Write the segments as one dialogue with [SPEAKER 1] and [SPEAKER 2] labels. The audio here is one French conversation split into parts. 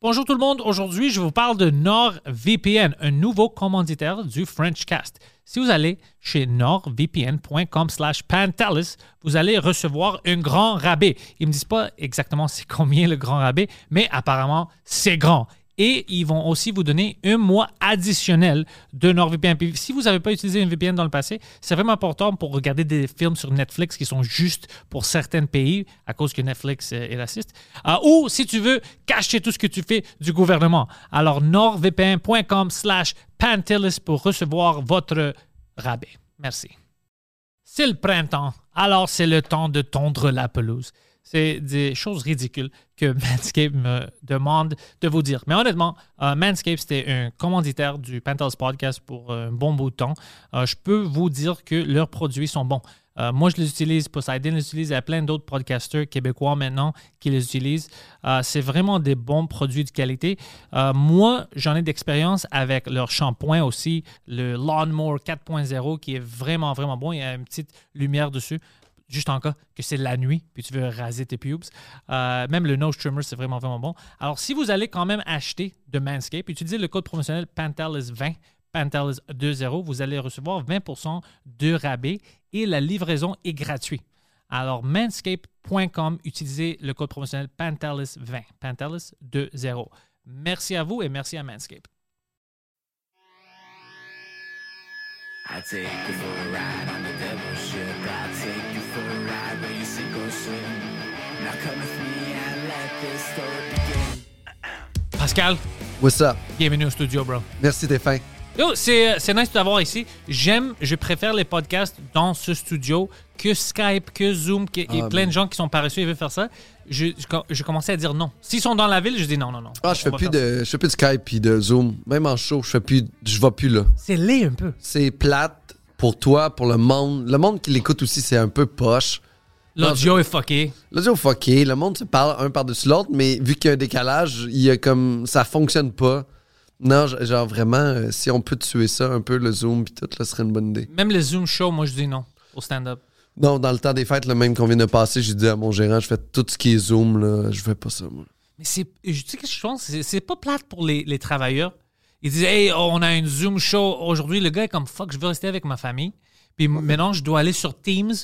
[SPEAKER 1] Bonjour tout le monde. Aujourd'hui, je vous parle de NordVPN, un nouveau commanditaire du Frenchcast. Si vous allez chez nordvpn.com/pantalus, vous allez recevoir un grand rabais. Ils me disent pas exactement c'est combien le grand rabais, mais apparemment c'est grand. Et ils vont aussi vous donner un mois additionnel de NordVPN. Puis si vous n'avez pas utilisé une VPN dans le passé, c'est vraiment important pour regarder des films sur Netflix qui sont juste pour certains pays à cause que Netflix euh, est raciste. Euh, ou si tu veux cacher tout ce que tu fais du gouvernement. Alors nordvpn.com slash pantelis pour recevoir votre rabais. Merci. C'est le printemps, alors c'est le temps de tondre la pelouse. C'est des choses ridicules que Manscaped me demande de vous dire. Mais honnêtement, euh, Manscaped, c'était un commanditaire du Panthers Podcast pour un bon bout de temps. Euh, je peux vous dire que leurs produits sont bons. Euh, moi, je les utilise, Poseidon les utilise, il y a plein d'autres podcasters québécois maintenant qui les utilisent. Euh, c'est vraiment des bons produits de qualité. Euh, moi, j'en ai d'expérience avec leur shampoing aussi, le Lawnmower 4.0 qui est vraiment, vraiment bon. Il y a une petite lumière dessus, juste en cas que c'est la nuit, puis tu veux raser tes pubes. Euh, même le nose trimmer, c'est vraiment, vraiment bon. Alors, si vous allez quand même acheter de Manscaped, utilisez le code promotionnel PANTALIS20, PANTALIS20, vous allez recevoir 20% de rabais et la livraison est gratuite. Alors, manscaped.com, utilisez le code promotionnel PANTALIS20, PANTALIS20. Merci à vous et merci à Manscaped.
[SPEAKER 2] I take you for a ride on the devil's ship. I take you for a ride where you sink or swim. Now come with me and let this story begin.
[SPEAKER 1] Pascal,
[SPEAKER 3] What's up?
[SPEAKER 1] bienvenue au studio, bro.
[SPEAKER 3] Merci Stéphane.
[SPEAKER 1] Yo, c'est, euh, c'est nice de t'avoir ici. J'aime, je préfère les podcasts dans ce studio que Skype, que Zoom, que,
[SPEAKER 3] Ah,
[SPEAKER 1] et plein de gens qui sont paresseux et veulent faire ça. Je, je, com- je commençais à dire non. S'ils sont dans la ville, je dis non, non, non.
[SPEAKER 3] Ah,
[SPEAKER 1] On
[SPEAKER 3] je fais
[SPEAKER 1] va
[SPEAKER 3] plus
[SPEAKER 1] faire ça.
[SPEAKER 3] de, je fais plus de Skype puis de Zoom. Même en show, je fais plus, je vais plus là.
[SPEAKER 1] C'est laid un peu.
[SPEAKER 3] C'est plate pour toi, pour le monde. Le monde qui l'écoute aussi, c'est un peu poche.
[SPEAKER 1] L'audio est fucké.
[SPEAKER 3] L'audio fucké, le monde se parle un par-dessus l'autre, mais vu qu'il y a un décalage, il y a comme ça fonctionne pas. Non, je- genre vraiment, euh, si on peut tuer ça un peu, le Zoom puis tout, là, ce serait une bonne idée.
[SPEAKER 1] Même les Zoom shows, moi, je dis non au stand-up.
[SPEAKER 3] Non, dans le temps des fêtes, le même qu'on vient de passer, j'ai dit à mon gérant, je fais tout ce qui est Zoom, là, je fais pas ça, moi.
[SPEAKER 1] Mais c'est, je sais que je pense, c'est, c'est pas plate pour les, les travailleurs. Ils disent, hey, on a une Zoom show aujourd'hui. Le gars est comme, fuck, je veux rester avec ma famille. Puis maintenant, je dois aller sur Teams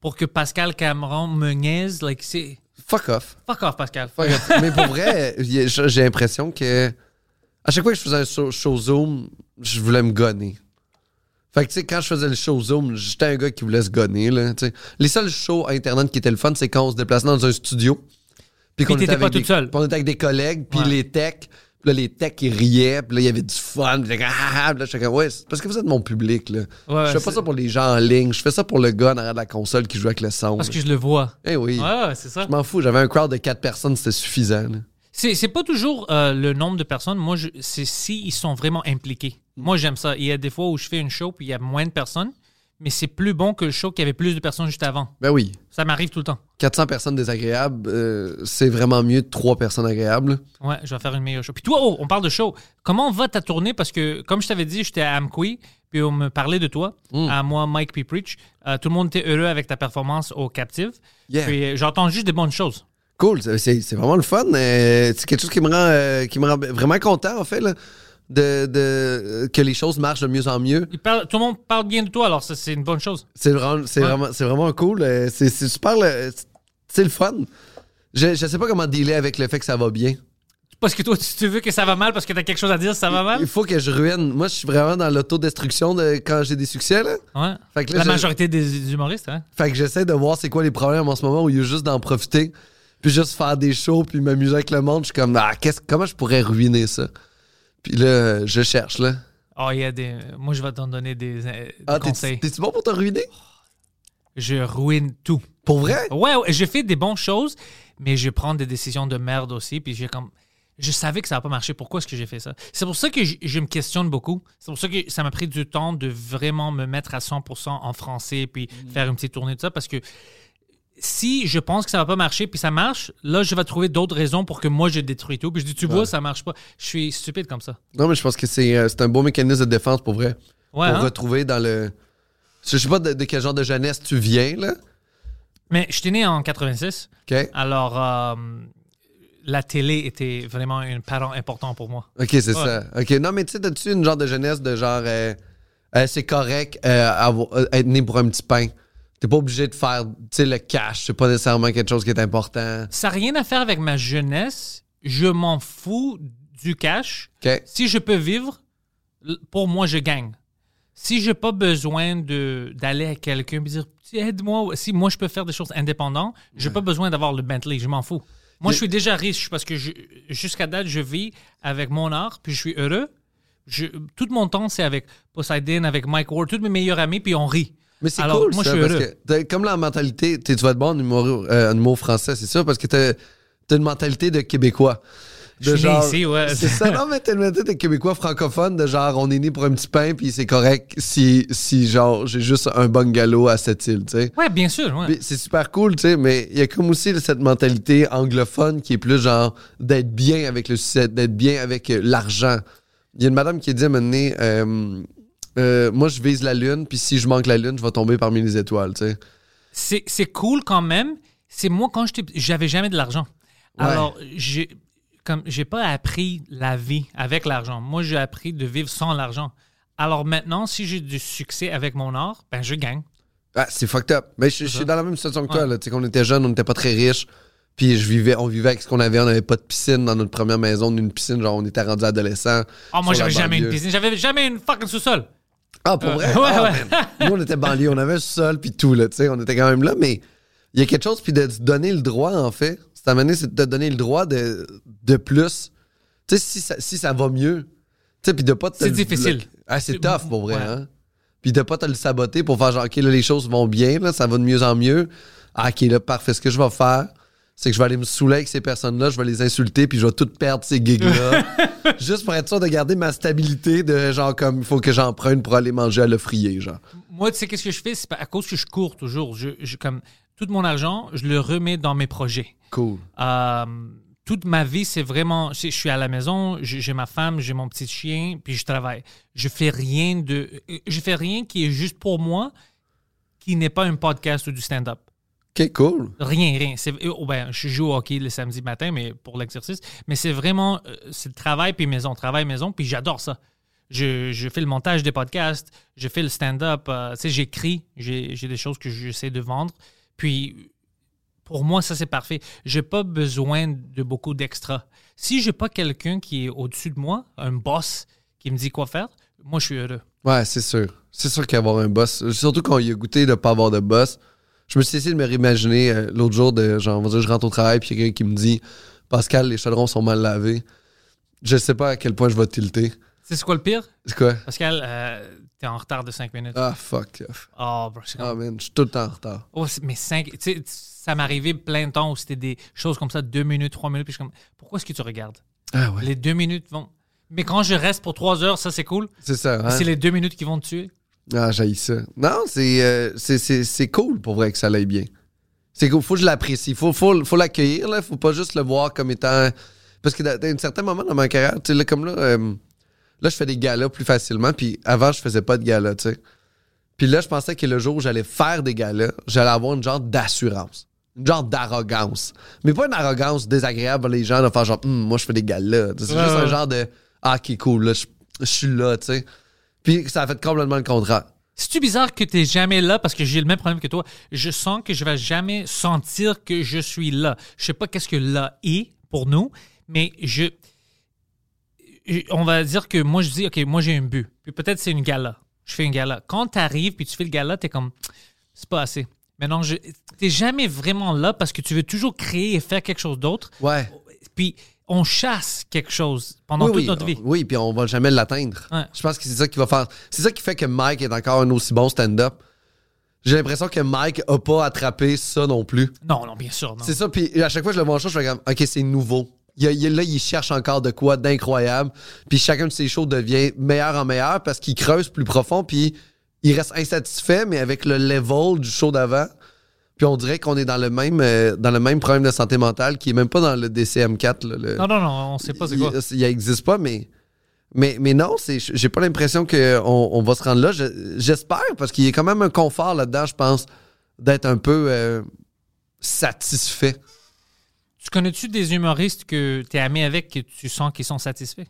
[SPEAKER 1] pour que Pascal Cameron me niaise. Like, c'est.
[SPEAKER 3] Fuck off.
[SPEAKER 1] Fuck off, Pascal.
[SPEAKER 3] Pas grave. Mais pour vrai, y a- j'ai j'ai l'impression que à chaque fois que je faisais un show, show Zoom, je voulais me gonner. Fait que, tu sais, quand je faisais le show Zoom, j'étais un gars qui voulait se gonner, là. tu sais. Les seuls shows Internet qui étaient le fun, c'est quand on se déplaçait dans un studio. Puis
[SPEAKER 1] t'étais
[SPEAKER 3] avec
[SPEAKER 1] pas
[SPEAKER 3] des-
[SPEAKER 1] toute seule.
[SPEAKER 3] puis on était avec des collègues, puis
[SPEAKER 1] Ouais.
[SPEAKER 3] les techs. Puis là, les techs, ils riaient, puis là, il y avait du fun. Puis j'étais comme, ah, ah, puis là, j'étais comme, ouais, c'est parce que vous êtes mon public, là.
[SPEAKER 1] Ouais,
[SPEAKER 3] je fais pas
[SPEAKER 1] c'est-
[SPEAKER 3] ça pour les gens en ligne, je fais ça pour le gars en arrière de la console qui joue avec le son.
[SPEAKER 1] Parce que
[SPEAKER 3] là.
[SPEAKER 1] je le vois.
[SPEAKER 3] Eh oui.
[SPEAKER 1] Ouais, ouais, c'est ça.
[SPEAKER 3] Je m'en fous, j'avais un crowd de quatre personnes, c'était suffisant. là.
[SPEAKER 1] C'est, c'est pas toujours euh, le nombre de personnes. Moi, je, c'est si ils sont vraiment impliqués. Moi, j'aime ça. Il y a des fois où je fais une show puis il y a moins de personnes, mais c'est plus bon que le show qui avait plus de personnes juste avant.
[SPEAKER 3] Ben oui.
[SPEAKER 1] Ça m'arrive tout le temps.
[SPEAKER 3] 400 personnes désagréables, euh, c'est vraiment mieux de 3 personnes agréables.
[SPEAKER 1] Ouais, je vais faire une meilleure show. Puis toi, oh, on parle de show. Comment va ta tournée? Parce que, comme je t'avais dit, j'étais à Amqui, puis on me parlait de toi,
[SPEAKER 3] Hmm.
[SPEAKER 1] à moi, Mike P. Preach. Euh, tout le monde était heureux avec ta performance au Captive.
[SPEAKER 3] Yeah.
[SPEAKER 1] Puis euh, j'entends juste des bonnes choses.
[SPEAKER 3] Cool, c'est- c'est c'est vraiment le fun. euh, c'est quelque chose qui me rend, euh, qui me rend vraiment content, en fait, là, de, de- que les choses marchent de mieux en mieux.
[SPEAKER 1] Ils parlent- tout le monde parle bien de toi, alors ça, c'est une bonne chose.
[SPEAKER 3] C'est vraiment, c'est
[SPEAKER 1] Ouais.
[SPEAKER 3] vraiment, c'est vraiment cool. euh, C'est c'est super, le- c'est le fun. Je, je sais pas comment dealer avec le fait que ça va bien.
[SPEAKER 1] Parce que toi, tu, tu veux que ça va mal parce que t'as quelque chose à dire, ça va mal?
[SPEAKER 3] Il faut que je ruine. Moi, je suis vraiment dans l'autodestruction de, quand j'ai des succès. Là.
[SPEAKER 1] Ouais.
[SPEAKER 3] Fait que là,
[SPEAKER 1] La
[SPEAKER 3] je-
[SPEAKER 1] majorité des humoristes, hein?
[SPEAKER 3] Fait que j'essaie de voir c'est quoi les problèmes en ce moment où il y a juste d'en profiter, puis juste faire des shows, puis m'amuser avec le monde. Je suis comme, ah, qu'est-ce- comment je pourrais ruiner ça? Puis là, je cherche, là.
[SPEAKER 1] Oh, il y a des. Moi, je vais t'en donner des, euh, des
[SPEAKER 3] Ah, t'es-
[SPEAKER 1] conseils.
[SPEAKER 3] t'es-tu bon pour te ruiner?
[SPEAKER 1] Je ruine tout.
[SPEAKER 3] Pour vrai?
[SPEAKER 1] Ouais, ouais, j'ai fait des bonnes choses, mais je prends des décisions de merde aussi. Puis j'ai comme. Je savais que ça va pas marcher. Pourquoi est-ce que j'ai fait ça? C'est pour ça que je, je me questionne beaucoup. C'est pour ça que ça m'a pris du temps de vraiment me mettre à 100% en français puis faire une petite tournée de ça. Parce que si je pense que ça va pas marcher puis ça marche, là, je vais trouver d'autres raisons pour que moi, je détruis tout. Puis je dis, tu vois, ça marche pas. Je suis stupide comme ça.
[SPEAKER 3] Non, mais je pense que c'est euh, c'est un beau mécanisme de défense pour vrai.
[SPEAKER 1] Ouais,
[SPEAKER 3] pour
[SPEAKER 1] hein?
[SPEAKER 3] retrouver dans le. Je sais pas de, de quel genre de jeunesse tu viens, là.
[SPEAKER 1] Mais je suis né en 86.
[SPEAKER 3] OK?
[SPEAKER 1] Alors, euh, la télé était vraiment un parent important pour moi.
[SPEAKER 3] OK, c'est ça. OK. Non, mais tu sais, t'as-tu une genre de jeunesse de genre. euh, euh, c'est correct euh, avoir- euh, être né pour un petit pain. T'es pas obligé de faire, tu sais, le cash. C'est pas nécessairement quelque chose qui est important.
[SPEAKER 1] Ça n'a rien à faire avec ma jeunesse. Je m'en fous du cash.
[SPEAKER 3] OK?
[SPEAKER 1] Si je peux vivre, l- pour moi, je gagne. Si j'ai pas besoin de d'aller à quelqu'un et dire Tu- aide-moi, si moi je peux faire des choses indépendantes, j'ai pas besoin d'avoir le Bentley, je m'en fous. Moi, je suis déjà riche parce que je- jusqu'à date, je vis avec mon art, puis je suis heureux. Je, tout mon temps, c'est avec Poseidon, avec Mike Ward, tous mes meilleurs amis, puis on rit.
[SPEAKER 3] Mais c'est
[SPEAKER 1] Alors,
[SPEAKER 3] cool,
[SPEAKER 1] moi,
[SPEAKER 3] ça,
[SPEAKER 1] je suis
[SPEAKER 3] parce
[SPEAKER 1] heureux.
[SPEAKER 3] que t'as- comme la mentalité, t'es- tu vas être bon en humour, euh, en humour français, c'est sûr, parce que t'as t'as une mentalité de Québécois.
[SPEAKER 1] Je
[SPEAKER 3] De
[SPEAKER 1] suis né ici, ouais.
[SPEAKER 3] C'est ça, non, mais t'as une mentalité de Québécois francophone, de genre, on est né pour un petit pain, puis c'est correct si, si genre, j'ai juste un bungalow à cette île, tu sais.
[SPEAKER 1] Ouais, bien sûr. ouais.
[SPEAKER 3] Puis C'est super cool, tu sais, mais il y a comme aussi cette mentalité anglophone qui est plus genre d'être bien avec le succès, d'être bien avec euh, l'argent. Il y a une madame qui a dit à un moment donné, euh, euh, moi je vise la lune, puis si je manque la lune, je vais tomber parmi les étoiles, tu sais.
[SPEAKER 1] c'est, c'est cool quand même. C'est moi, quand j'étais. J'avais jamais de l'argent.
[SPEAKER 3] Ouais.
[SPEAKER 1] Alors, j'ai, comme, j'ai pas appris la vie avec l'argent. Moi, j'ai appris de vivre sans l'argent. Alors maintenant, si j'ai du succès avec mon art, ben je gagne.
[SPEAKER 3] Ah, c'est fucked up. Mais je, je
[SPEAKER 1] Uh-huh.
[SPEAKER 3] suis dans la même situation que toi, là. Tu sais, qu'on était jeunes, on n'était pas très riches, puis je vivais, on vivait avec ce qu'on avait, on n'avait pas de piscine dans notre première maison, une piscine, genre on était rendu adolescent.
[SPEAKER 1] Oh, moi,
[SPEAKER 3] sur
[SPEAKER 1] j'avais
[SPEAKER 3] la
[SPEAKER 1] jamais une
[SPEAKER 3] banlieue.
[SPEAKER 1] piscine. J'avais jamais une fucking sous-sol.
[SPEAKER 3] Ah, pour vrai?
[SPEAKER 1] Euh, ouais,
[SPEAKER 3] Ah,
[SPEAKER 1] ouais.
[SPEAKER 3] man. Nous, on était banlieue, on avait un sol, puis tout, là, tu sais, on était quand même là, mais il y a quelque chose, puis de se donner le droit, en fait, cette année, c'est de te donner le droit de, de plus. Tu sais, si ça, si ça va mieux, tu sais, puis de pas te...
[SPEAKER 1] C'est
[SPEAKER 3] le-
[SPEAKER 1] difficile.
[SPEAKER 3] Ah, c'est
[SPEAKER 1] C'est-
[SPEAKER 3] tough, pour vrai,
[SPEAKER 1] ouais.
[SPEAKER 3] hein? Puis de pas te le saboter pour faire genre, OK, là, les choses vont bien, là, ça va de mieux en mieux. Ah, OK, là, parfait, ce que je vais faire, c'est que je vais aller me saouler avec ces personnes-là, je vais les insulter, puis je vais tout perdre ces gigs-là. Juste pour être sûr de garder ma stabilité de genre comme il faut que j'emprunte pour aller manger à l'offrier, genre.
[SPEAKER 1] Moi, tu sais, qu'est-ce que je fais? C'est pas- à cause que je cours toujours. Je, je- comme, tout mon argent, je le remets dans mes projets.
[SPEAKER 3] Cool.
[SPEAKER 1] Euh, toute ma vie, c'est vraiment. Je, je suis à la maison, j'ai j'ai ma femme, j'ai mon petit chien, puis je travaille. Je fais rien de. Je fais rien qui est juste pour moi, qui n'est pas un podcast ou du stand-up.
[SPEAKER 3] Ok, cool.
[SPEAKER 1] Rien, rien. C'est- euh, oh, ben, je joue au hockey le samedi matin, mais pour l'exercice. Mais c'est vraiment, euh, c'est le travail puis maison, travail maison, puis j'adore ça. Je, je fais le montage des podcasts, je fais le stand-up, euh, tu sais, j'écris, j'ai j'ai des choses que j'essaie de vendre. Puis pour moi, ça c'est parfait. J'ai pas besoin de beaucoup d'extra. Si j'ai pas quelqu'un qui est au-dessus de moi, un boss qui me dit quoi faire, moi je suis heureux.
[SPEAKER 3] Ouais, c'est sûr. C'est sûr qu'avoir un boss, surtout quand il a goûté de pas avoir de boss. Je me suis essayé de me réimaginer euh, l'autre jour de genre, on va dire, je rentre au travail, puis il y a quelqu'un qui me dit Pascal, les chaudrons sont mal lavés. Je sais pas à quel point je vais tilter.
[SPEAKER 1] C'est quoi le pire?
[SPEAKER 3] C'est quoi?
[SPEAKER 1] Pascal, euh, t'es en retard de 5 minutes.
[SPEAKER 3] Ah, fuck off.
[SPEAKER 1] Oh, bro, c'est comme-
[SPEAKER 3] Ah, man, je suis tout le temps en retard.
[SPEAKER 1] Oh, c'est- mais cinq. Tu sais, ça m'arrivait plein de temps où c'était des choses comme ça, deux minutes, trois minutes. Puis je suis comme, pourquoi est-ce que tu regardes
[SPEAKER 3] Ah ouais.
[SPEAKER 1] Les deux minutes vont. Mais quand je reste pour trois heures, ça c'est cool.
[SPEAKER 3] C'est ça, hein?
[SPEAKER 1] C'est les deux minutes qui vont te tuer.
[SPEAKER 3] Ah, j'haïs ça. Non, c'est, euh, c'est, c'est, c'est cool pour vrai que ça l'aille bien. C'est cool, faut que je l'apprécie. Faut, faut, faut l'accueillir, là. Faut pas juste le voir comme étant. Parce que dans dans un certain moment dans ma carrière, tu sais, là, comme là, euh, là, je fais des galas plus facilement. Puis avant, je faisais pas de galas, tu sais. Puis là, je pensais que le jour où j'allais faire des galas, j'allais avoir une genre d'assurance. Une genre d'arrogance. Mais pas une arrogance désagréable les gens de faire genre, Hum, moi, je fais des galas. Tu sais, C'est
[SPEAKER 1] Ouais,
[SPEAKER 3] juste un
[SPEAKER 1] ouais.
[SPEAKER 3] genre de, ah, qui cool, là, je, je suis là, tu sais. Puis ça a fait complètement le contraire.
[SPEAKER 1] C'est-tu bizarre que t'es jamais là parce que j'ai le même problème que toi? Je sens que je vais jamais sentir que je suis là. Je sais pas qu'est-ce que là est pour nous, mais je. je- On va dire que moi, je dis, OK, moi, j'ai un but. Puis peut-être c'est une gala. Je fais une gala. Quand t'arrives puis tu fais le gala, t'es comme, c'est pas assez. Mais non, je- t'es jamais vraiment là parce que tu veux toujours créer et faire quelque chose d'autre.
[SPEAKER 3] Ouais.
[SPEAKER 1] Puis on chasse quelque chose pendant toute
[SPEAKER 3] oui,
[SPEAKER 1] notre vie.
[SPEAKER 3] on- oui, puis on va jamais l'atteindre.
[SPEAKER 1] Ouais.
[SPEAKER 3] Je pense que c'est ça qui va faire. C'est ça qui fait que Mike est encore un aussi bon stand-up. J'ai l'impression que Mike a pas attrapé ça non plus.
[SPEAKER 1] Non, non, bien sûr, non.
[SPEAKER 3] C'est ça, puis à chaque fois que je le vois en show, je fais comme, OK, c'est nouveau. Il y a- il y a- là, il cherche encore de quoi d'incroyable. Puis chacun de ses shows devient meilleur en meilleur parce qu'il creuse plus profond, puis il reste insatisfait, mais avec le level du show d'avant. Puis on dirait qu'on est dans le même euh, dans le même problème de santé mentale qui est même pas dans le DCM4. là, le-
[SPEAKER 1] Non, non, non, on sait pas c'est quoi.
[SPEAKER 3] il n'existe pas, mais. Mais, mais non, c'est, j'ai pas l'impression qu'on on va se rendre là. Je- j'espère, parce qu'il y a quand même un confort là-dedans, je pense, d'être un peu euh, satisfait.
[SPEAKER 1] Tu connais-tu des humoristes que tu es ami avec que tu sens qu'ils sont satisfaits?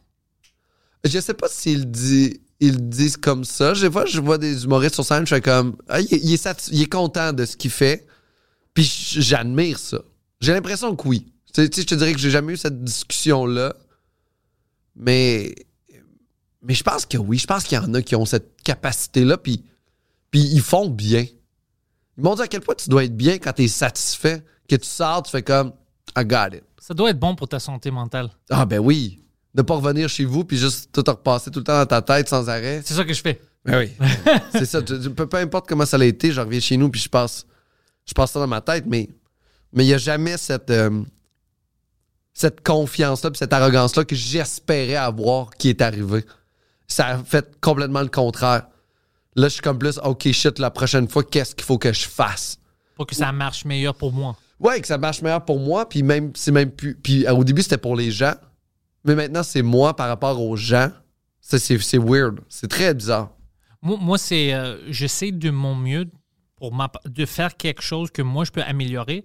[SPEAKER 3] Je sais pas s'ils dit, ils disent comme ça. Je vois, je vois des humoristes sur scène, je fais comme. Ah, il, est- il est satis- il est content de ce qu'il fait. Puis j- j'admire ça. J'ai l'impression que oui. Tu sais, tu sais, je te dirais que j'ai jamais eu cette discussion-là. Mais. Mais je pense que oui. Je pense qu'il y en a qui ont cette capacité-là. Puis, puis ils font bien. Ils m'ont dit à quel point tu dois être bien quand tu es satisfait. Que tu sors, tu fais comme. I got it.
[SPEAKER 1] Ça doit être bon pour ta santé mentale.
[SPEAKER 3] Ah ben oui. De pas revenir chez vous puis juste tout repasser tout le temps dans ta tête sans arrêt.
[SPEAKER 1] C'est ça que je fais.
[SPEAKER 3] Ben oui. c'est ça. Tu- tu- peu, peu importe comment ça a été, je reviens chez nous puis je passe, je passe ça dans ma tête, mais mais il n'y a jamais cette euh, cette confiance là puis cette arrogance là que j'espérais avoir qui est arrivée. Ça a fait complètement le contraire. Là, je suis comme plus ok shit. La prochaine fois, qu'est-ce qu'il faut que je fasse?
[SPEAKER 1] Pour que ça marche meilleur pour moi.
[SPEAKER 3] Ouais, que ça marche meilleur pour moi, puis même, c'est même plus. Puis euh, au début, c'était pour les gens, mais maintenant, c'est moi par rapport aux gens. Ça, c'est c'est weird. C'est très bizarre.
[SPEAKER 1] Moi, moi, c'est. euh, j'essaie de mon mieux pour ma, pa- de faire quelque chose que moi, je peux améliorer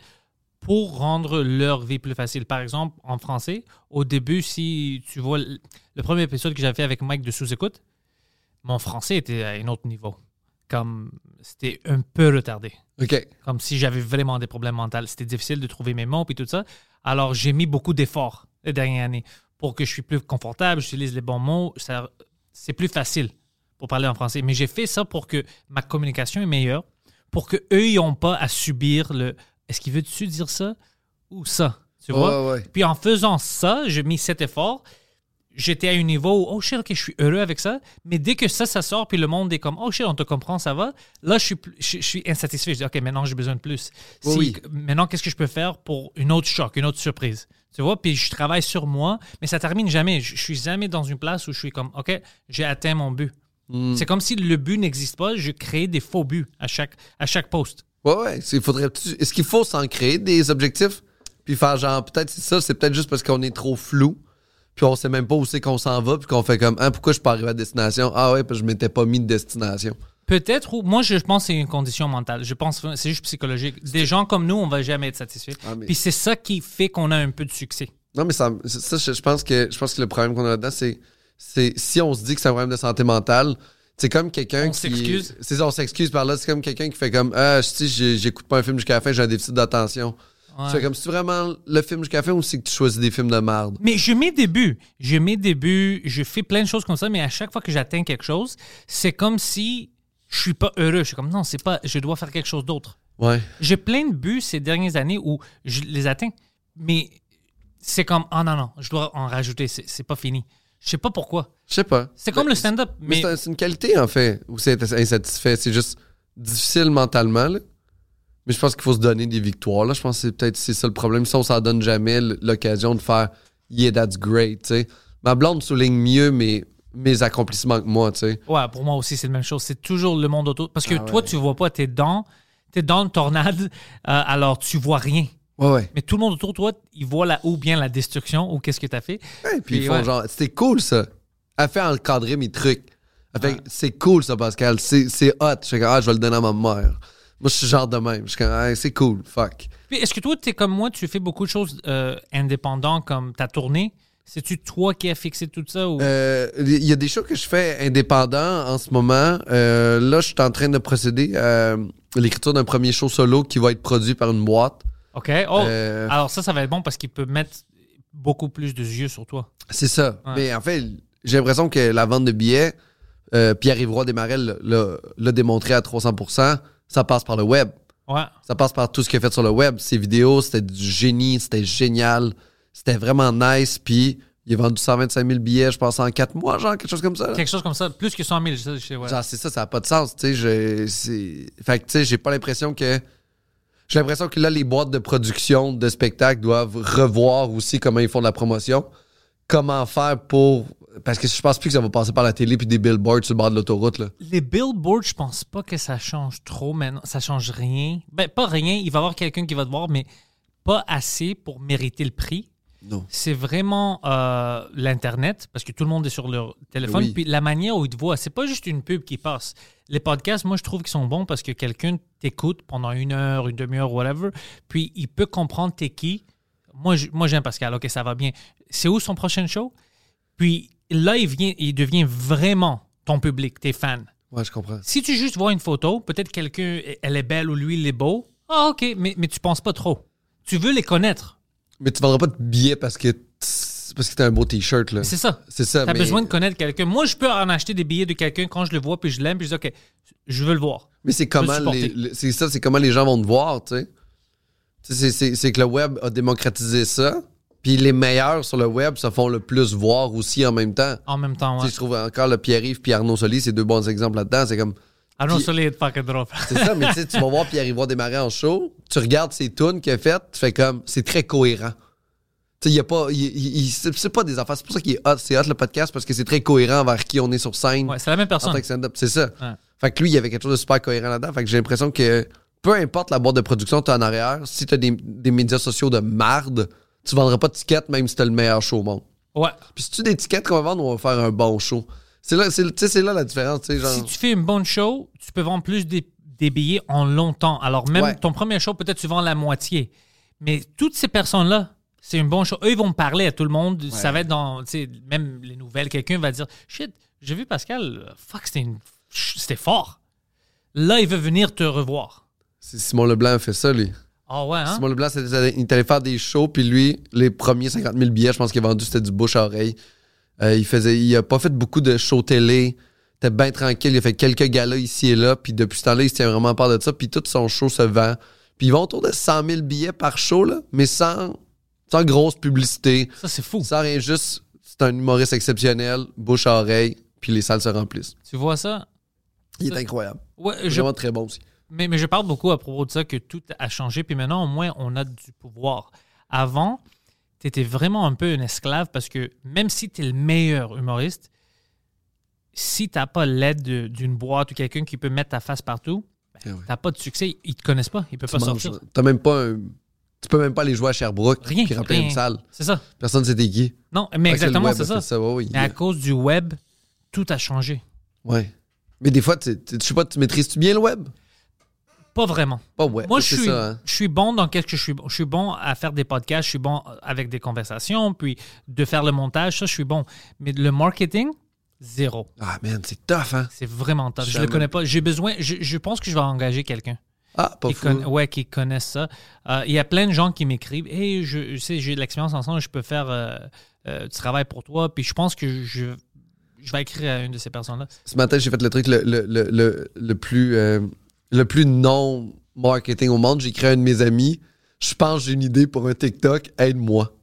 [SPEAKER 1] pour rendre leur vie plus facile. Par exemple, en français, au début, si tu vois le, le premier épisode que j'avais fait avec Mike de Sous-Écoute, mon français était à un autre niveau. Comme c'était un peu retardé.
[SPEAKER 3] OK.
[SPEAKER 1] Comme si j'avais vraiment des problèmes mentaux. C'était difficile de trouver mes mots puis tout ça. Alors, j'ai mis beaucoup d'efforts les dernières années pour que je suis plus confortable, j'utilise les bons mots. ça- C'est plus facile pour parler en français. Mais j'ai fait ça pour que ma communication est meilleure, pour que eux ils n'ont pas à subir le est-ce qu'il veut-tu dire ça ou ça? Tu vois?
[SPEAKER 3] Ouais, ouais.
[SPEAKER 1] Puis en faisant ça, j'ai mis cet effort. J'étais à un niveau où, oh shit, ok, je suis heureux avec ça. Mais dès que ça, ça sort, puis le monde est comme, oh shit, on te comprend, ça va. Là, je suis, plus- je, je suis insatisfait. Je dis, ok, maintenant, j'ai besoin de plus.
[SPEAKER 3] Oui,
[SPEAKER 1] Si-
[SPEAKER 3] oui.
[SPEAKER 1] Maintenant, qu'est-ce que je peux faire pour une autre choc, une autre surprise? Tu vois, puis je travaille sur moi, mais ça termine jamais. Je, je suis jamais dans une place où je suis comme, ok, j'ai atteint mon but.
[SPEAKER 3] Hmm.
[SPEAKER 1] C'est comme si le but n'existe pas. Je crée des faux buts à chaque, à chaque poste.
[SPEAKER 3] Ouais, ouais. c'est- faudrait-tu- Est-ce qu'il faut s'en créer des objectifs? Puis faire genre, peut-être c'est ça, c'est peut-être juste parce qu'on est trop flou, puis on sait même pas où c'est qu'on s'en va, puis qu'on fait comme, ah, pourquoi je suis pas arrivé à destination? Ah ouais, parce que je m'étais pas mis de destination.
[SPEAKER 1] Peut-être, ou moi je pense que c'est une condition mentale. Je pense que c'est juste psychologique. Des gens comme nous, on va jamais être satisfait.
[SPEAKER 3] Ah, mais-
[SPEAKER 1] Puis c'est ça qui fait qu'on a un peu de succès.
[SPEAKER 3] Non, mais ça, ça, je, je pense que, je pense que le problème qu'on a là-dedans, c'est, c'est si on se dit que c'est un problème de santé mentale, c'est comme quelqu'un
[SPEAKER 1] On
[SPEAKER 3] qui.
[SPEAKER 1] s'excuse.
[SPEAKER 3] C'est ça, on s'excuse par là. C'est comme quelqu'un qui fait comme Ah, si j'ai- j'écoute pas un film jusqu'à la fin, j'ai un déficit d'attention. Tu fais comme si vraiment le film jusqu'à la fin ou c'est que tu choisis des films de merde.
[SPEAKER 1] Mais je mets des buts. Je mets des buts. Je fais plein de choses comme ça, mais à chaque fois que j'atteins quelque chose, c'est comme si je suis pas heureux. Je suis comme non, c'est pas. Je dois faire quelque chose d'autre.
[SPEAKER 3] Ouais.
[SPEAKER 1] J'ai plein de buts ces dernières années où je les atteins, mais c'est comme ah non non, je dois en rajouter. C'est c'est pas fini. Je sais pas pourquoi.
[SPEAKER 3] Je sais pas. Ben,
[SPEAKER 1] C'est comme le stand-up,
[SPEAKER 3] Mais,
[SPEAKER 1] mais
[SPEAKER 3] c'est un- c'est une qualité, en fait, où c'est être insatisfait. C'est juste difficile mentalement, là. Mais je pense qu'il faut se donner des victoires, là. Je pense que c'est peut-être c'est ça le problème. Si on s'en donne jamais l- l'occasion de faire Yeah, that's great, tu sais. Ma blonde souligne mieux mes, mes accomplissements que moi, tu sais.
[SPEAKER 1] Ouais, pour moi aussi, c'est la même chose. C'est toujours le monde autour. Parce que
[SPEAKER 3] Ah
[SPEAKER 1] toi, tu vois pas, t'es dans, t'es dans le tornade, euh, alors tu vois rien.
[SPEAKER 3] Ouais, ouais.
[SPEAKER 1] Mais tout le monde autour de toi, il voit là ou bien la destruction ou qu'est-ce que t'as fait.
[SPEAKER 3] Et puis ils
[SPEAKER 1] Puis,
[SPEAKER 3] font
[SPEAKER 1] ouais.
[SPEAKER 3] genre, c'était cool ça. Elle fait encadrer mes trucs. Elle fait, c'est cool ça, Pascal. C'est c'est hot. Je suis comme, ah, je vais le donner à ma mère. Moi, je suis genre de même. Je suis comme, Hey, c'est cool, fuck.
[SPEAKER 1] Puis est-ce que toi, t'es comme moi, tu fais beaucoup de choses euh, indépendantes comme ta tournée? C'est-tu toi qui as fixé tout ça ou
[SPEAKER 3] Euh, Il y a des shows que je fais indépendant en ce moment. Euh, là, je suis en train de procéder à l'écriture d'un premier show solo qui va être produit par une boîte.
[SPEAKER 1] Ok. Oh,
[SPEAKER 3] euh,
[SPEAKER 1] alors ça, ça va être bon parce qu'il peut mettre beaucoup plus de yeux sur toi.
[SPEAKER 3] C'est ça.
[SPEAKER 1] Ouais.
[SPEAKER 3] Mais en fait, j'ai l'impression que la vente de billets, euh, Pierre-Yves Roy Desmarel l'a- l'a l'a démontré à 300 ça passe par le web.
[SPEAKER 1] Ouais.
[SPEAKER 3] Ça passe par tout ce qu'il a fait sur le web. Ses vidéos, c'était du génie, c'était génial, c'était vraiment nice. Puis Il a vendu 125 000 billets, je pense, en 4 mois, genre, quelque chose comme ça. là.
[SPEAKER 1] Quelque chose comme ça, plus que 100 000. je sais, ouais.
[SPEAKER 3] Genre, c'est ça, ça n'a pas de sens. Tu sais, je- c'est- Fait que, tu sais, j'ai pas l'impression que. J'ai l'impression que là, les boîtes de production de spectacles doivent revoir aussi comment ils font de la promotion. Comment faire pour. Parce que je pense plus que ça va passer par la télé puis des billboards sur le bord de l'autoroute, là.
[SPEAKER 1] Les billboards, je pense pas que ça change trop maintenant. Ça change rien. Ben, pas rien. Il va y avoir quelqu'un qui va te voir, mais pas assez pour mériter le prix.
[SPEAKER 3] Non.
[SPEAKER 1] C'est vraiment euh, l'Internet, parce que tout le monde est sur leur téléphone.
[SPEAKER 3] Oui.
[SPEAKER 1] Puis la manière où ils te voient, c'est pas juste une pub qui passe. Les podcasts, moi, je trouve qu'ils sont bons parce que quelqu'un t'écoute pendant une heure, une demi-heure, whatever. Puis il peut comprendre t'es qui. Moi, je- moi, j'aime Pascal. OK, ça va bien. C'est où son prochain show? Puis là, il, vient, il devient vraiment ton public, tes fans.
[SPEAKER 3] Ouais, je comprends.
[SPEAKER 1] Si tu juste vois une photo, peut-être quelqu'un, elle est belle ou lui, il est beau. Ah, OK, mais, mais tu penses pas trop. Tu veux les connaître.
[SPEAKER 3] Mais tu vendras pas de billets parce que. t's- Parce que t'as un beau t-shirt, là.
[SPEAKER 1] C'est ça.
[SPEAKER 3] C'est ça,
[SPEAKER 1] T'as
[SPEAKER 3] mais-
[SPEAKER 1] besoin de connaître quelqu'un. Moi, je peux en acheter des billets de quelqu'un quand je le vois, puis je l'aime, puis je dis, OK, je veux le voir.
[SPEAKER 3] Mais c'est comment
[SPEAKER 1] Faut supporter.
[SPEAKER 3] les, les- c'est ça, c'est comment les gens vont te voir, tu sais. Tu sais, c'est- c'est- C'est que le web a démocratisé ça, puis les meilleurs sur le web se font le plus voir aussi en même temps.
[SPEAKER 1] En même temps,
[SPEAKER 3] Tu
[SPEAKER 1] ouais.
[SPEAKER 3] sais, Je trouve encore le Pierre-Yves puis Arnaud Soli, c'est deux bons exemples là-dedans. C'est comme,
[SPEAKER 1] Ah non,
[SPEAKER 3] Puis-
[SPEAKER 1] ça, les fucking drôle.
[SPEAKER 3] c'est ça, mais tu sais, tu vas voir Pierre-Yves voir démarrer en show, tu regardes ses tunes qu'il a faites, tu fais comme, c'est très cohérent. Tu sais, il y a pas, il- il- il- c'est c'est pas des affaires, c'est pour ça qu'il est hot, c'est hot le podcast, parce que c'est très cohérent envers qui on est sur scène.
[SPEAKER 1] Ouais, c'est la même
[SPEAKER 3] En
[SPEAKER 1] personne.
[SPEAKER 3] tant que stand-up, c'est ça.
[SPEAKER 1] Ouais.
[SPEAKER 3] Fait que lui, il y avait quelque chose de super cohérent là-dedans. Fait que j'ai l'impression que peu importe la boîte de production que tu en arrière, si tu as des, des médias sociaux de marde, tu vendras pas de tickets même si tu le meilleur show au monde.
[SPEAKER 1] Ouais.
[SPEAKER 3] Puis si tu des tickets qu'on va vendre, on va faire un bon show. C'est là, c'est, tu sais, c'est là la différence. tu sais, Genre,
[SPEAKER 1] Si tu fais une bonne show, tu peux vendre plus des, des billets en longtemps. Alors, même
[SPEAKER 3] Ouais.
[SPEAKER 1] ton premier show, peut-être tu vends la moitié. Mais toutes ces personnes-là, c'est une bonne show. Eux, ils vont parler à tout le monde. Ça va être dans, tu sais, même les nouvelles. Quelqu'un va dire Shit, j'ai vu Pascal, euh, fuck, c'était une- c'était fort. Là, il veut venir te revoir.
[SPEAKER 3] c'est Simon Leblanc a fait ça, lui.
[SPEAKER 1] Ah ouais, hein?
[SPEAKER 3] Simon Leblanc, c'était- il est allé faire des shows, puis lui, les premiers 50 000 billets, je pense qu'il a vendu, c'était du bouche à oreille. Euh, il faisait, il a pas fait beaucoup de shows télé. T'es bien tranquille. Il a fait quelques galas ici et là. Puis depuis ce temps-là, il se tient vraiment part de ça. Puis tout son show se vend. Puis ils vont autour de 100 000 billets par show, là, mais sans, sans grosse publicité.
[SPEAKER 1] Ça, c'est fou.
[SPEAKER 3] Sans rien, juste, c'est un humoriste exceptionnel, bouche à oreille, puis les salles se remplissent.
[SPEAKER 1] Tu vois ça?
[SPEAKER 3] Il est incroyable.
[SPEAKER 1] Ouais, je
[SPEAKER 3] Vraiment très bon aussi.
[SPEAKER 1] Mais, mais je parle beaucoup à propos de ça, que tout a changé. Puis maintenant, au moins, on a du pouvoir. Avant, tu étais vraiment un peu un esclave parce que même si tu es le meilleur humoriste, si tu pas l'aide de- d'une boîte ou quelqu'un qui peut mettre ta face partout,
[SPEAKER 3] Eh oui.
[SPEAKER 1] tu pas de succès. Ils te connaissent pas. Ils peuvent
[SPEAKER 3] Tu
[SPEAKER 1] pas
[SPEAKER 3] manges-
[SPEAKER 1] sortir.
[SPEAKER 3] T'as même pas un- Tu peux même pas aller jouer à Sherbrooke
[SPEAKER 1] Rien.
[SPEAKER 3] puis remplir
[SPEAKER 1] rien.
[SPEAKER 3] une salle.
[SPEAKER 1] C'est ça.
[SPEAKER 3] Personne ne sait t'es qui.
[SPEAKER 1] Non, mais
[SPEAKER 3] Fait que le
[SPEAKER 1] exactement,
[SPEAKER 3] web
[SPEAKER 1] c'est
[SPEAKER 3] a
[SPEAKER 1] ça.
[SPEAKER 3] fait ouais, ouais, il-
[SPEAKER 1] Mais à cause du web, tout a changé.
[SPEAKER 3] ouais. Mais des fois, tu tu- je sais pas, tu maîtrises-tu bien le web?
[SPEAKER 1] Pas vraiment.
[SPEAKER 3] Pas ouais.
[SPEAKER 1] Moi,
[SPEAKER 3] c'est
[SPEAKER 1] je suis,
[SPEAKER 3] ça, hein.
[SPEAKER 1] je suis bon dans quelque chose. Je suis, je suis bon à faire des podcasts, je suis bon avec des conversations, puis de faire le montage, ça, je suis bon. Mais le marketing, zéro.
[SPEAKER 3] Ah, man, c'est tough, hein?
[SPEAKER 1] C'est vraiment top. Je
[SPEAKER 3] Jamais.
[SPEAKER 1] le connais pas. J'ai besoin. Je, je pense que je vais engager quelqu'un
[SPEAKER 3] Ah, pas
[SPEAKER 1] qui,
[SPEAKER 3] fou.
[SPEAKER 1] conna- ouais, qui connaisse ça. Euh, Il y a plein de gens qui m'écrivent Hey, je, je sais, j'ai de l'expérience ensemble, je peux faire euh, euh, du travail pour toi. Puis je pense que je, je vais écrire à une de ces personnes-là.
[SPEAKER 3] Ce matin, j'ai fait le truc le, le, le, le, le plus, euh, le plus non-marketing au monde. J'ai créé un de mes amis. Je pense que j'ai une idée pour un TikTok. Aide-moi.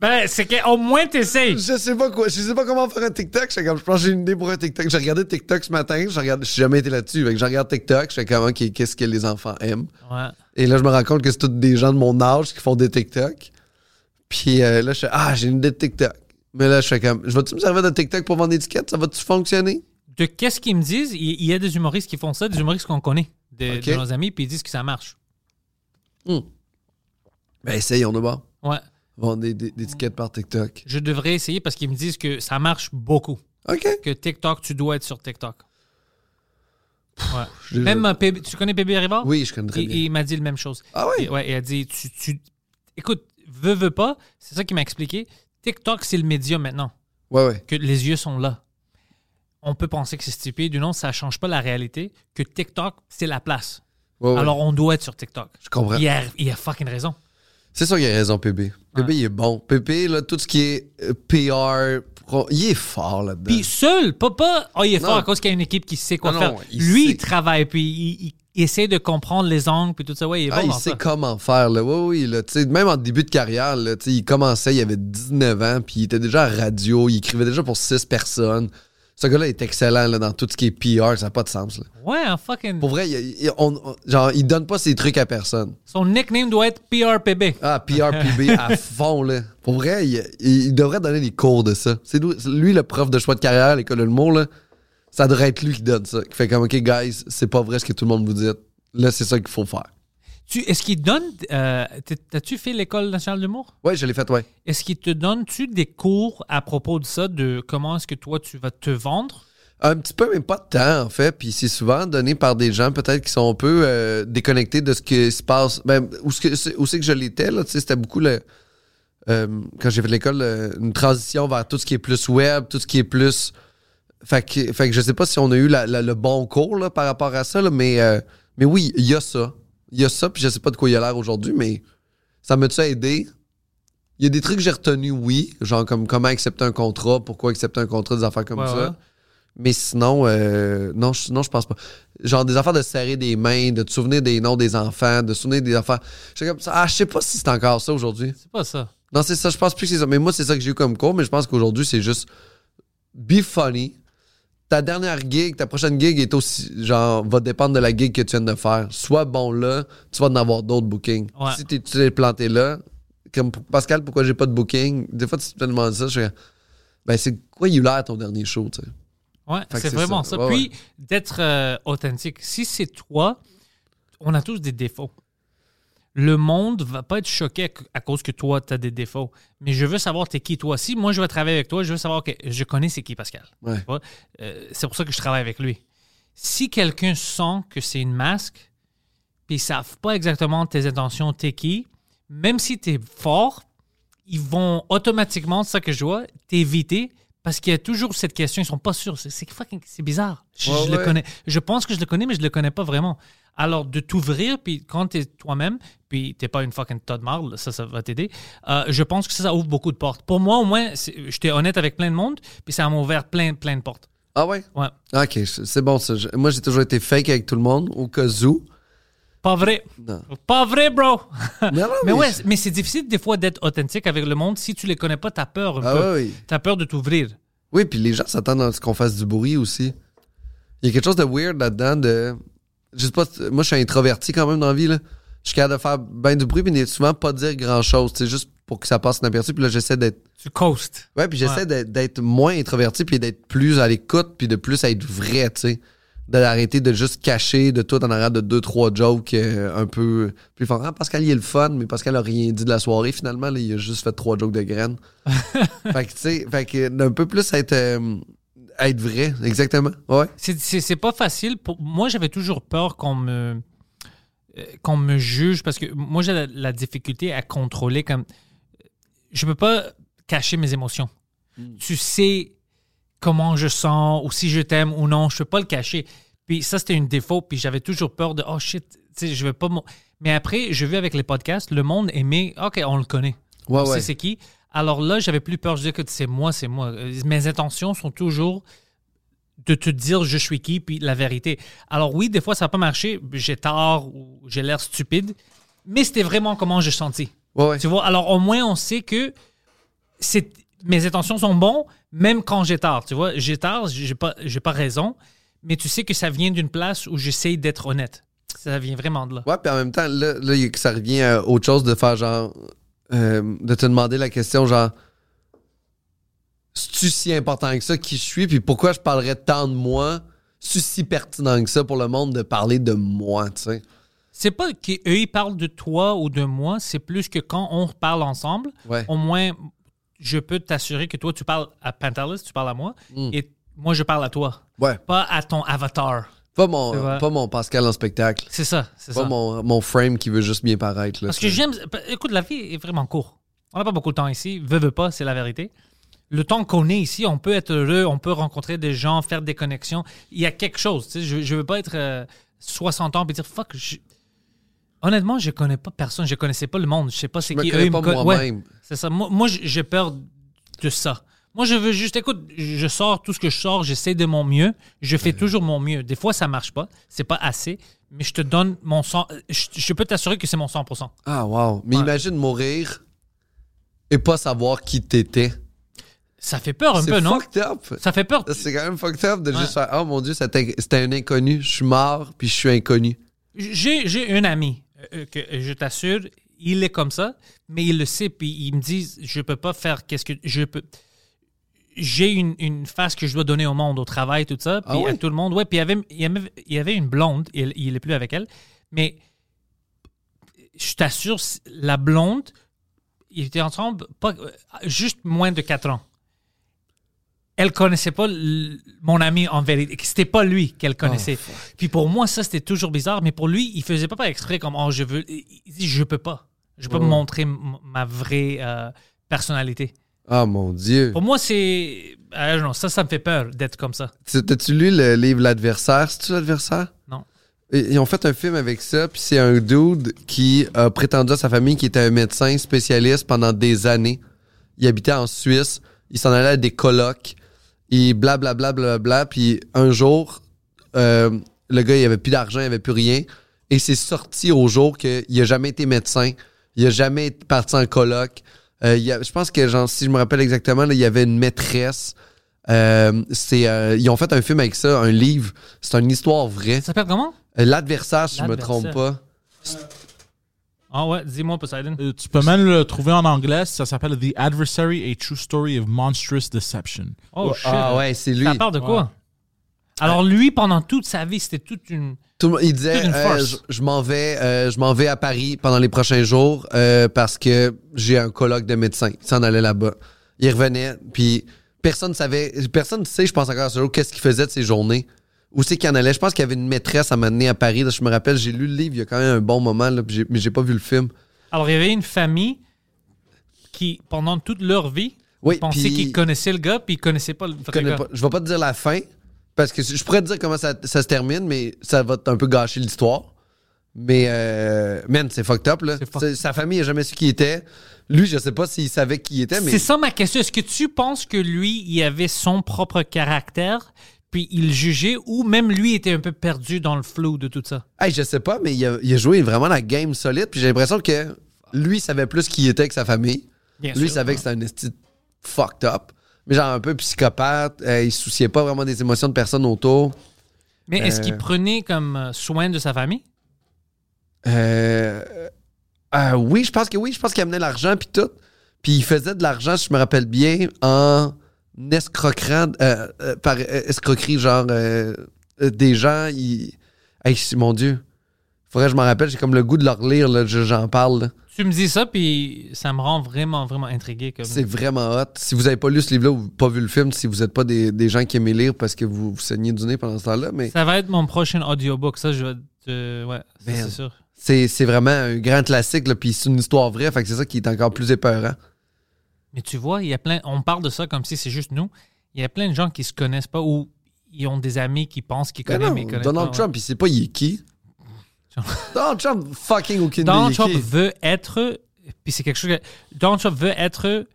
[SPEAKER 1] Ben, c'est qu'au moins, t'essayes.
[SPEAKER 3] Je sais pas quoi. Je sais pas comment faire un TikTok. Je, comme, je pense que j'ai une idée pour un TikTok. J'ai regardé TikTok ce matin. Je regarde, je suis jamais été là-dessus. Fait que je regarde TikTok. Je fais comment, qu'est-ce que les enfants aiment.
[SPEAKER 1] Ouais.
[SPEAKER 3] Et là, je me rends compte que c'est tous des gens de mon âge qui font des TikTok. Puis euh, là, je fais Ah, j'ai une idée de TikTok. Mais là, je fais comme Je vais-tu me servir de TikTok pour vendre des tickets Ça va-tu fonctionner
[SPEAKER 1] de qu'est-ce qu'ils me disent, il il y a des humoristes qui font ça, des humoristes qu'on connaît, de,
[SPEAKER 3] Ok.
[SPEAKER 1] de nos amis, puis ils disent que ça marche.
[SPEAKER 3] Ben, essaye, on a bord.
[SPEAKER 1] Ouais.
[SPEAKER 3] Vendre des, des, des tickets par TikTok.
[SPEAKER 1] Je devrais essayer parce qu'ils me disent que ça marche beaucoup.
[SPEAKER 3] OK.
[SPEAKER 1] Que TikTok, tu dois être sur TikTok. Ouais.
[SPEAKER 3] déjà-
[SPEAKER 1] Même, euh, PB tu connais PB Rivard?
[SPEAKER 3] Oui, je connais très
[SPEAKER 1] Il-
[SPEAKER 3] bien.
[SPEAKER 1] Il m'a dit la même chose.
[SPEAKER 3] Ah oui?
[SPEAKER 1] Et- ouais, il a dit, tu, tu- écoute, veux, veux pas, c'est ça qu'il m'a expliqué. TikTok, c'est le média maintenant,
[SPEAKER 3] Ouais, ouais.
[SPEAKER 1] que les yeux sont là. On peut penser que c'est stupide ou non, ça change pas la réalité, que TikTok, c'est la place.
[SPEAKER 3] ouais, ouais.
[SPEAKER 1] Alors, on doit être sur TikTok.
[SPEAKER 3] je comprends.
[SPEAKER 1] Il a, il a fucking raison.
[SPEAKER 3] Euh. C'est sûr qu'il a raison, Pépé. Pépé, il est bon. Pépé, là, tout ce qui est euh, PR, pro- il est fort là-dedans.
[SPEAKER 1] Puis seul, pas pas. Oh, il est
[SPEAKER 3] Non.
[SPEAKER 1] fort à cause qu'il y a une équipe qui sait quoi
[SPEAKER 3] Non,
[SPEAKER 1] faire.
[SPEAKER 3] non, il
[SPEAKER 1] Lui,
[SPEAKER 3] sait.
[SPEAKER 1] il travaille, puis il, il il essaie de comprendre les angles puis tout ça. Ouais, il est
[SPEAKER 3] Ah,
[SPEAKER 1] bon
[SPEAKER 3] il
[SPEAKER 1] dans
[SPEAKER 3] sait
[SPEAKER 1] ça.
[SPEAKER 3] comment faire, là. Oui, oui, là. Tu sais, même en début de carrière, là, tu sais, il commençait, il avait 19 ans, puis il était déjà à radio, il écrivait déjà pour 6 personnes. Ce gars-là est excellent, là, dans tout ce qui est PR, ça n'a pas de sens, là.
[SPEAKER 1] Ouais, un fucking.
[SPEAKER 3] Pour vrai, il, il- on- on- genre, il donne pas ses trucs à personne.
[SPEAKER 1] Son nickname doit être PRPB.
[SPEAKER 3] Ah, PRPB à fond, là. Pour vrai, il, il- il devrait donner des cours de ça. C'est lui, c'est lui le prof de choix de carrière à l'école de l'humour, là. Ça devrait être lui qui donne ça. Qui fait comme, OK, guys, c'est pas vrai ce que tout le monde vous dit. Là, c'est ça qu'il faut faire.
[SPEAKER 1] Tu, est-ce qu'il donne. euh, t'es- t'as-tu fait l'école nationale d'humour?
[SPEAKER 3] Ouais, je l'ai fait, ouais.
[SPEAKER 1] Est-ce qu'il te donne-tu des cours à propos de ça, de comment est-ce que toi tu vas te vendre?
[SPEAKER 3] Un petit peu, mais pas de temps, en fait. Puis c'est souvent donné par des gens, peut-être, qui sont un peu euh, déconnectés de ce qui se passe. Ben, où ce que- où c'est que je l'étais, là, tu sais, c'était beaucoup le. euh, quand j'ai fait l'école, euh, une transition vers tout ce qui est plus web, tout ce qui est plus. Fait que, fait que je sais pas si on a eu la- la- le bon cours là, par rapport à ça, là, mais, euh, mais oui, il y a ça. Il y a ça, puis je sais pas de quoi il a l'air aujourd'hui, mais ça m'a-tu aidé? Il y a des trucs que j'ai retenus, oui, genre comme comment accepter un contrat, pourquoi accepter un contrat, des affaires comme
[SPEAKER 1] Ouais,
[SPEAKER 3] ça.
[SPEAKER 1] ouais.
[SPEAKER 3] Mais sinon, euh, non, je, non, je pense pas. Genre des affaires de serrer des mains, de te souvenir des noms des enfants, de te souvenir des affaires. Je sais comme ça. Ah, je sais pas si c'est encore ça aujourd'hui.
[SPEAKER 1] C'est pas ça.
[SPEAKER 3] Non, c'est ça, je pense plus que c'est ça. Mais moi, c'est ça que j'ai eu comme cours, mais je pense qu'aujourd'hui, c'est juste be funny. Ta dernière gig, ta prochaine gig est aussi, genre, va dépendre de la gig que tu viens de faire. Sois bon là, tu vas en avoir d'autres bookings.
[SPEAKER 1] Ouais.
[SPEAKER 3] Si t'es- tu t'es planté là, comme pour Pascal, pourquoi j'ai pas de booking? Des fois, tu te demandes ça, je fais, ben, c'est quoi, il a l'air ton dernier show, tu sais?
[SPEAKER 1] Ouais,
[SPEAKER 3] que
[SPEAKER 1] c'est
[SPEAKER 3] c'est
[SPEAKER 1] vraiment ça.
[SPEAKER 3] ça. Ouais,
[SPEAKER 1] Puis d'être euh, authentique. Si c'est toi, on a tous des défauts. Le monde va pas être choqué à c- à cause que toi, tu as des défauts. Mais je veux savoir, t'es qui toi. Si moi, je vais travailler avec toi, je veux savoir que je connais c'est qui Pascal.
[SPEAKER 3] Ouais.
[SPEAKER 1] Tu vois? Euh, c'est pour ça que je travaille avec lui. Si quelqu'un sent que c'est une masque, puis ils savent pas exactement tes intentions, t'es qui, même si t'es fort, ils vont automatiquement, c'est ça que je vois, t'éviter parce qu'il y a toujours cette question, ils sont pas sûrs. C'est- C'est fucking- c'est bizarre. Je,
[SPEAKER 3] Ouais,
[SPEAKER 1] je le
[SPEAKER 3] ouais.
[SPEAKER 1] connais. Je pense que je le connais, mais je le connais pas vraiment. Alors, de t'ouvrir, puis quand t'es toi-même, puis t'es pas une fucking tas de marde, ça, ça va t'aider. Euh, je pense que ça, ça ouvre beaucoup de portes. Pour moi, au moins, c'est- j'étais honnête avec plein de monde, puis ça m'a ouvert plein, plein de portes.
[SPEAKER 3] Ah ouais?
[SPEAKER 1] Ouais.
[SPEAKER 3] Ok, c'est c'est bon ça. Je- Moi, j'ai toujours été fake avec tout le monde, au cas où.
[SPEAKER 1] Pas vrai.
[SPEAKER 3] Non.
[SPEAKER 1] Pas vrai, bro.
[SPEAKER 3] Mais non,
[SPEAKER 1] mais
[SPEAKER 3] mais-
[SPEAKER 1] ouais, mais c'est difficile des fois d'être authentique avec le monde. Si tu les connais pas, t'as peur un
[SPEAKER 3] Ah
[SPEAKER 1] peu.
[SPEAKER 3] ouais, oui.
[SPEAKER 1] T'as peur de t'ouvrir.
[SPEAKER 3] Oui, puis les gens s'attendent à ce qu'on fasse du bruit aussi. Il y a quelque chose de weird là-dedans de. Je sais pas, moi je suis introverti quand même dans la vie, là. Je suis capable de faire bien du bruit, mais de souvent pas dire grand-chose. C'est juste pour que ça passe inaperçu. Puis là, j'essaie d'être.
[SPEAKER 1] Tu coastes.
[SPEAKER 3] Ouais, puis j'essaie
[SPEAKER 1] Ouais.
[SPEAKER 3] d'être- d'être moins introverti, puis d'être plus à l'écoute, puis de plus être vrai, tu sais. D'arrêter de juste cacher de tout en arrière de deux, trois jokes euh, un peu. Puis faire, ah, Pascal, il est le fun, mais Pascal a rien dit de la soirée finalement, là, il a juste fait trois jokes de graines. fait que, tu sais, fait que d'un peu plus être, euh, être vrai, exactement. Ouais.
[SPEAKER 1] C'est- C'est c'est pas facile. Pour... Moi, j'avais toujours peur qu'on me euh, qu'on me juge parce que moi j'ai la, la difficulté à contrôler comme je peux pas cacher mes émotions. Tu sais comment je sens ou si je t'aime ou non, je peux pas le cacher. Puis ça c'était une défaut puis j'avais toujours peur de oh shit, tu sais, je vais pas mon- mais après je vis avec les podcasts, le monde aimait OK, on le connaît.
[SPEAKER 3] Ouais,
[SPEAKER 1] on
[SPEAKER 3] ouais.
[SPEAKER 1] sait c'est qui. Alors là, j'avais plus peur. Je disais que c'est moi, c'est moi. Euh, Mes intentions sont toujours de te dire je suis qui, puis la vérité. Alors oui, des fois, ça n'a pas marché. J'ai tort ou j'ai l'air stupide. Mais c'était vraiment comment j'ai senti.
[SPEAKER 3] Ouais, ouais.
[SPEAKER 1] Tu vois, alors au moins, on sait que c'est- mes intentions sont bonnes, même quand j'ai tort. Tu vois, j'ai tort, j'ai pas, j'ai pas raison. Mais tu sais que ça vient d'une place où j'essaye d'être honnête. Ça vient vraiment de là.
[SPEAKER 3] Ouais, puis en même temps, là, là, il y a- ça revient à autre chose de faire genre. euh, de te demander la question, genre. C'est-tu si important que ça qui je suis, puis pourquoi je parlerais tant de moi? C'est-tu si pertinent que ça pour le monde de parler de moi, tu sais?
[SPEAKER 1] C'est pas qu'eux, ils parlent de toi ou de moi, c'est plus que quand on parle ensemble,
[SPEAKER 3] Ouais.
[SPEAKER 1] au moins, je peux t'assurer que toi, tu parles à Pantalis, tu parles à moi,
[SPEAKER 3] Hmm.
[SPEAKER 1] et moi, je parle à toi,
[SPEAKER 3] Ouais.
[SPEAKER 1] pas à ton avatar.
[SPEAKER 3] Pas
[SPEAKER 1] C'est vrai.
[SPEAKER 3] mon, pas mon Pascal en spectacle.
[SPEAKER 1] C'est ça, c'est
[SPEAKER 3] Pas
[SPEAKER 1] ça.
[SPEAKER 3] mon, mon frame qui veut juste bien paraître. Là,
[SPEAKER 1] Parce que
[SPEAKER 3] C'est-
[SPEAKER 1] j'aime. Écoute, la vie est vraiment courte. On n'a pas beaucoup de temps ici. Veux, veux pas, c'est la vérité. Le temps qu'on est ici, on peut être heureux, on peut rencontrer des gens, faire des connexions. Il y a quelque chose. tu sais, Je ne veux pas être euh, 60 ans et dire fuck. je- Honnêtement, je connais pas personne. Je connaissais pas le monde. Je sais pas c'est
[SPEAKER 3] Je me
[SPEAKER 1] qui
[SPEAKER 3] connais
[SPEAKER 1] eux. ils
[SPEAKER 3] pas
[SPEAKER 1] me conna-
[SPEAKER 3] moi-même.
[SPEAKER 1] Ouais, c'est ça. Moi, moi, j'ai peur de ça. Moi, je veux juste, écoute, je sors tout ce que je sors, j'essaie de mon mieux, je fais toujours mon mieux. Des fois, ça marche pas, c'est pas assez, mais je te donne mon 100, je, je peux t'assurer que c'est mon 100%.
[SPEAKER 3] Ah, wow. Mais imagine mourir et pas savoir qui t'étais.
[SPEAKER 1] Ça fait peur un peu,
[SPEAKER 3] C'est
[SPEAKER 1] non?
[SPEAKER 3] fucked up.
[SPEAKER 1] Ça fait peur.
[SPEAKER 3] C'est quand même fucked up de juste faire Oh mon Dieu, c'était c'était un inconnu, je suis mort, puis je suis inconnu.
[SPEAKER 1] J'ai j'ai un ami euh, que euh, je t'assure, il est comme ça, mais il le sait puis il me dit je peux pas faire qu'est-ce que je peux j'ai une, une face que je dois donner au monde, au travail, tout ça, puis
[SPEAKER 3] Ah ouais?
[SPEAKER 1] à tout le monde. Ouais, puis il y avait, il y avait- il y avait une blonde, il, il est plus avec elle, mais je t'assure, la blonde, ils étaient ensemble pas, euh, juste moins de 4 ans. Elle connaissait pas l- mon ami en vérité. C'était pas lui
[SPEAKER 3] Oh,
[SPEAKER 1] qu'elle connaissait. Puis pour moi, ça, c'était toujours bizarre. Mais pour lui, il faisait pas par exprès comme Oh, je veux. Il il dit Je peux pas. Je
[SPEAKER 3] Oh.
[SPEAKER 1] peux pas montrer m- ma vraie euh, personnalité.
[SPEAKER 3] Ah mon Dieu.
[SPEAKER 1] Pour moi, c'est. ah, non, ça, ça me fait peur d'être comme ça.
[SPEAKER 3] Tu- T'as-tu lu le livre L'adversaire C'est-tu l'adversaire
[SPEAKER 1] Non.
[SPEAKER 3] Et- Ils ont fait un film avec ça, puis c'est un dude qui a prétendu à sa famille qu'il était un médecin spécialiste pendant des années. Il habitait en Suisse, il s'en allait à des colloques, il blablabla, blablabla, puis un jour, euh, le gars, il avait plus d'argent, il avait plus rien, et c'est sorti au jour qu'il a jamais été médecin, il a jamais été parti en colloque. Euh, il y a- je pense que, genre, si je me rappelle exactement, là, il y avait une maîtresse. Euh, c'est, euh, ils ont fait un film avec ça, un livre. C'est une histoire vraie.
[SPEAKER 1] Ça s'appelle comment
[SPEAKER 3] Euh, L'adversaire, si je me
[SPEAKER 1] L'adversaire.
[SPEAKER 3] trompe pas.
[SPEAKER 1] Ah ouais, dis-moi, Poseidon.
[SPEAKER 4] Euh, Tu peux même le trouver en anglais, ça s'appelle The Adversary, A True Story of Monstrous Deception.
[SPEAKER 1] Oh, shit.
[SPEAKER 3] Ah ouais, c'est lui.
[SPEAKER 1] Ça parle de quoi
[SPEAKER 4] Ouais.
[SPEAKER 1] Alors, lui, pendant toute sa vie, c'était toute une.
[SPEAKER 3] Tout le monde- il disait,
[SPEAKER 1] Toute une farce.
[SPEAKER 3] euh, je, je m'en vais, euh, je m'en vais à Paris pendant les prochains jours euh, parce que j'ai un colloque de médecin. Il s'en allait là-bas. Il revenait, puis personne savait, personne ne sait, je pense encore à ce jour, qu'est-ce qu'il faisait de ses journées. Où c'est qu'il en allait? Je pense qu'il y avait une maîtresse à m'amener à Paris. là, je me rappelle, j'ai lu le livre il y a quand même un bon moment, là, puis j'ai- mais j'ai pas vu le film.
[SPEAKER 1] Alors, il y avait une famille qui, pendant toute leur vie,
[SPEAKER 3] Oui,
[SPEAKER 1] pensait
[SPEAKER 3] puis-
[SPEAKER 1] qu'ils connaissaient le gars, puis ils connaissaient pas le vrai
[SPEAKER 3] connais
[SPEAKER 1] gars.
[SPEAKER 3] pas- je vais pas te dire la fin, parce que je pourrais te dire comment ça, ça se termine, mais ça va un peu gâcher l'histoire. Mais, euh, man, c'est fucked up, là.
[SPEAKER 1] C'est fuck-
[SPEAKER 3] C'est- Sa famille a jamais su qui il était. Lui, je sais pas s'il savait qui il était, mais.
[SPEAKER 1] C'est ça ma question. Est-ce que tu penses que lui, il avait son propre caractère, puis il jugeait, ou même lui était un peu perdu dans le flou de tout ça?
[SPEAKER 3] Hey, je sais pas, mais il a, il a joué vraiment la game solide, puis j'ai l'impression que lui savait plus qui il était que sa famille.
[SPEAKER 1] Bien
[SPEAKER 3] lui
[SPEAKER 1] sûr,
[SPEAKER 3] savait que c'était un esti de fucked up. Mais genre un peu psychopathe, euh, il se souciait pas vraiment des émotions de personnes autour.
[SPEAKER 1] Mais est-ce qu'il prenait comme euh, soin de sa famille?
[SPEAKER 3] Euh, euh, oui, je pense que oui. Je pense qu'il amenait l'argent puis tout. Puis il faisait de l'argent, si je me rappelle bien, en escroquant, euh, euh, par euh, escroquerie, genre euh, euh, des gens. Il... Hey, c'est- mon Dieu. Faudrait que je m'en rappelle, j'ai comme le goût de leur lire, là, je- j'en parle. là.
[SPEAKER 1] Tu me dis ça, puis ça me rend vraiment, vraiment intrigué. Comme...
[SPEAKER 3] C'est vraiment hot. Si vous avez pas lu ce livre-là ou pas vu le film, si vous n'êtes pas des, des gens qui aimez lire parce que vous, vous saignez du nez pendant ce temps-là, mais
[SPEAKER 1] Ça va être mon prochain audiobook, ça, je vais te... Ouais, ça,
[SPEAKER 3] Man.
[SPEAKER 1] c'est sûr.
[SPEAKER 3] c'est c'est vraiment un grand classique, là, puis c'est une histoire vraie, fait que c'est ça qui est encore plus épeurant.
[SPEAKER 1] Mais tu vois, il y a plein... On parle de ça comme si c'est juste nous. Il y a plein de gens qui se connaissent pas ou ils ont des amis qui pensent qu'ils
[SPEAKER 3] Mais
[SPEAKER 1] connaissent,
[SPEAKER 3] non,
[SPEAKER 1] mais ils connaissent
[SPEAKER 3] Donald
[SPEAKER 1] pas, ouais.
[SPEAKER 3] Trump, il sait pas il est qui. Donald Trump fucking aucune
[SPEAKER 1] Donald
[SPEAKER 3] idée il est
[SPEAKER 1] Trump
[SPEAKER 3] qui.
[SPEAKER 1] veut être... Puis c'est quelque chose que... Donald Trump veut être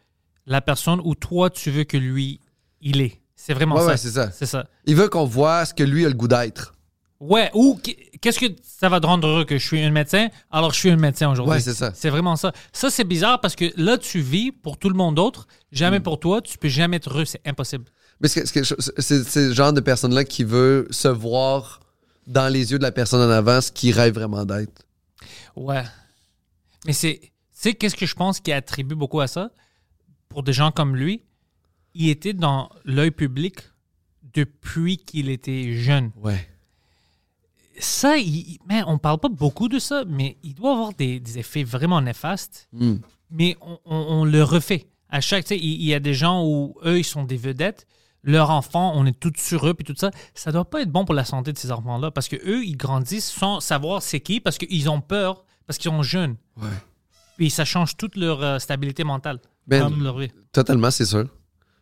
[SPEAKER 1] la personne où toi, tu veux que lui, il est. C'est vraiment
[SPEAKER 3] Ouais,
[SPEAKER 1] ça.
[SPEAKER 3] ouais, c'est ça.
[SPEAKER 1] C'est ça.
[SPEAKER 3] Il veut qu'on voit ce que lui a le goût d'être.
[SPEAKER 1] Ouais, ou qu- qu'est-ce que ça va te rendre heureux que je suis un médecin, alors je suis un médecin aujourd'hui.
[SPEAKER 3] Ouais, c'est ça.
[SPEAKER 1] C'est vraiment ça. Ça, c'est bizarre parce que là, tu vis pour tout le monde d'autre,
[SPEAKER 3] Hmm.
[SPEAKER 1] jamais pour toi, tu peux jamais être heureux, c'est impossible.
[SPEAKER 3] Mais ce que- ce que- c'est c'est le genre de personne-là qui veut se voir dans les yeux de la personne en avant ce qu'il rêve vraiment d'être.
[SPEAKER 1] Ouais. Mais c'est. Tu sais, qu'est-ce que je pense qui attribue beaucoup à ça? Pour des gens comme lui, il était dans l'œil public depuis qu'il était jeune.
[SPEAKER 3] Ouais.
[SPEAKER 1] Ça, il, il- man, on parle pas beaucoup de ça, mais il doit avoir des, des effets vraiment néfastes.
[SPEAKER 3] Hmm.
[SPEAKER 1] Mais on, on- on le refait. À chaque, tu sais, il, il y a des gens où eux, ils sont des vedettes. Leurs enfants, on est tout sur eux, puis tout ça. Ça doit pas être bon pour la santé de ces enfants-là, parce que eux, ils grandissent sans savoir c'est qui, parce qu'ils ont peur, parce qu'ils sont jeunes. Puis ça change toute leur euh, stabilité mentale.
[SPEAKER 3] Ben,
[SPEAKER 1] comme leur vie.
[SPEAKER 3] Totalement, c'est sûr.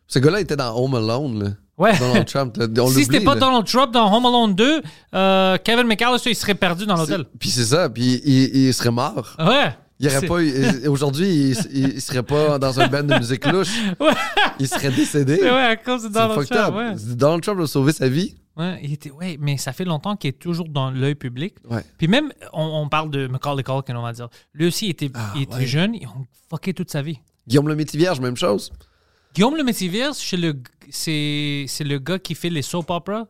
[SPEAKER 3] Ce gars-là était dans Home Alone, là.
[SPEAKER 1] Ouais.
[SPEAKER 3] Donald Trump, là, on
[SPEAKER 1] si c'était
[SPEAKER 3] l'oublie,
[SPEAKER 1] pas
[SPEAKER 3] là.
[SPEAKER 1] Donald Trump dans Home Alone 2, euh, Kevin McAllister, il serait perdu dans l'hôtel.
[SPEAKER 3] Puis c'est ça, puis il, il serait mort.
[SPEAKER 1] Ouais.
[SPEAKER 3] Il aurait
[SPEAKER 1] Ah, C'est-
[SPEAKER 3] pas eu- Aujourd'hui, il, il- il serait pas dans un band de musique louche.
[SPEAKER 1] Ouais.
[SPEAKER 3] Il serait décédé.
[SPEAKER 1] Ouais, à cause de
[SPEAKER 3] C'est
[SPEAKER 1] Donald
[SPEAKER 3] fucked
[SPEAKER 1] Trump.
[SPEAKER 3] up.
[SPEAKER 1] ouais.
[SPEAKER 3] Donald Trump a sauvé sa vie.
[SPEAKER 1] Ouais, il était, ouais, mais ça fait longtemps qu'il est toujours dans l'œil public.
[SPEAKER 3] Ouais.
[SPEAKER 1] Puis même, on, on parle de Macaulay Culkin, on va dire. Lui aussi, il était,
[SPEAKER 3] Ah,
[SPEAKER 1] il était
[SPEAKER 3] ouais.
[SPEAKER 1] jeune, ils ont fucké toute sa vie.
[SPEAKER 3] Guillaume le Métivierge, même chose.
[SPEAKER 1] Guillaume le Métivier, c'est le, g- c'est c'est le gars qui fait les soap operas.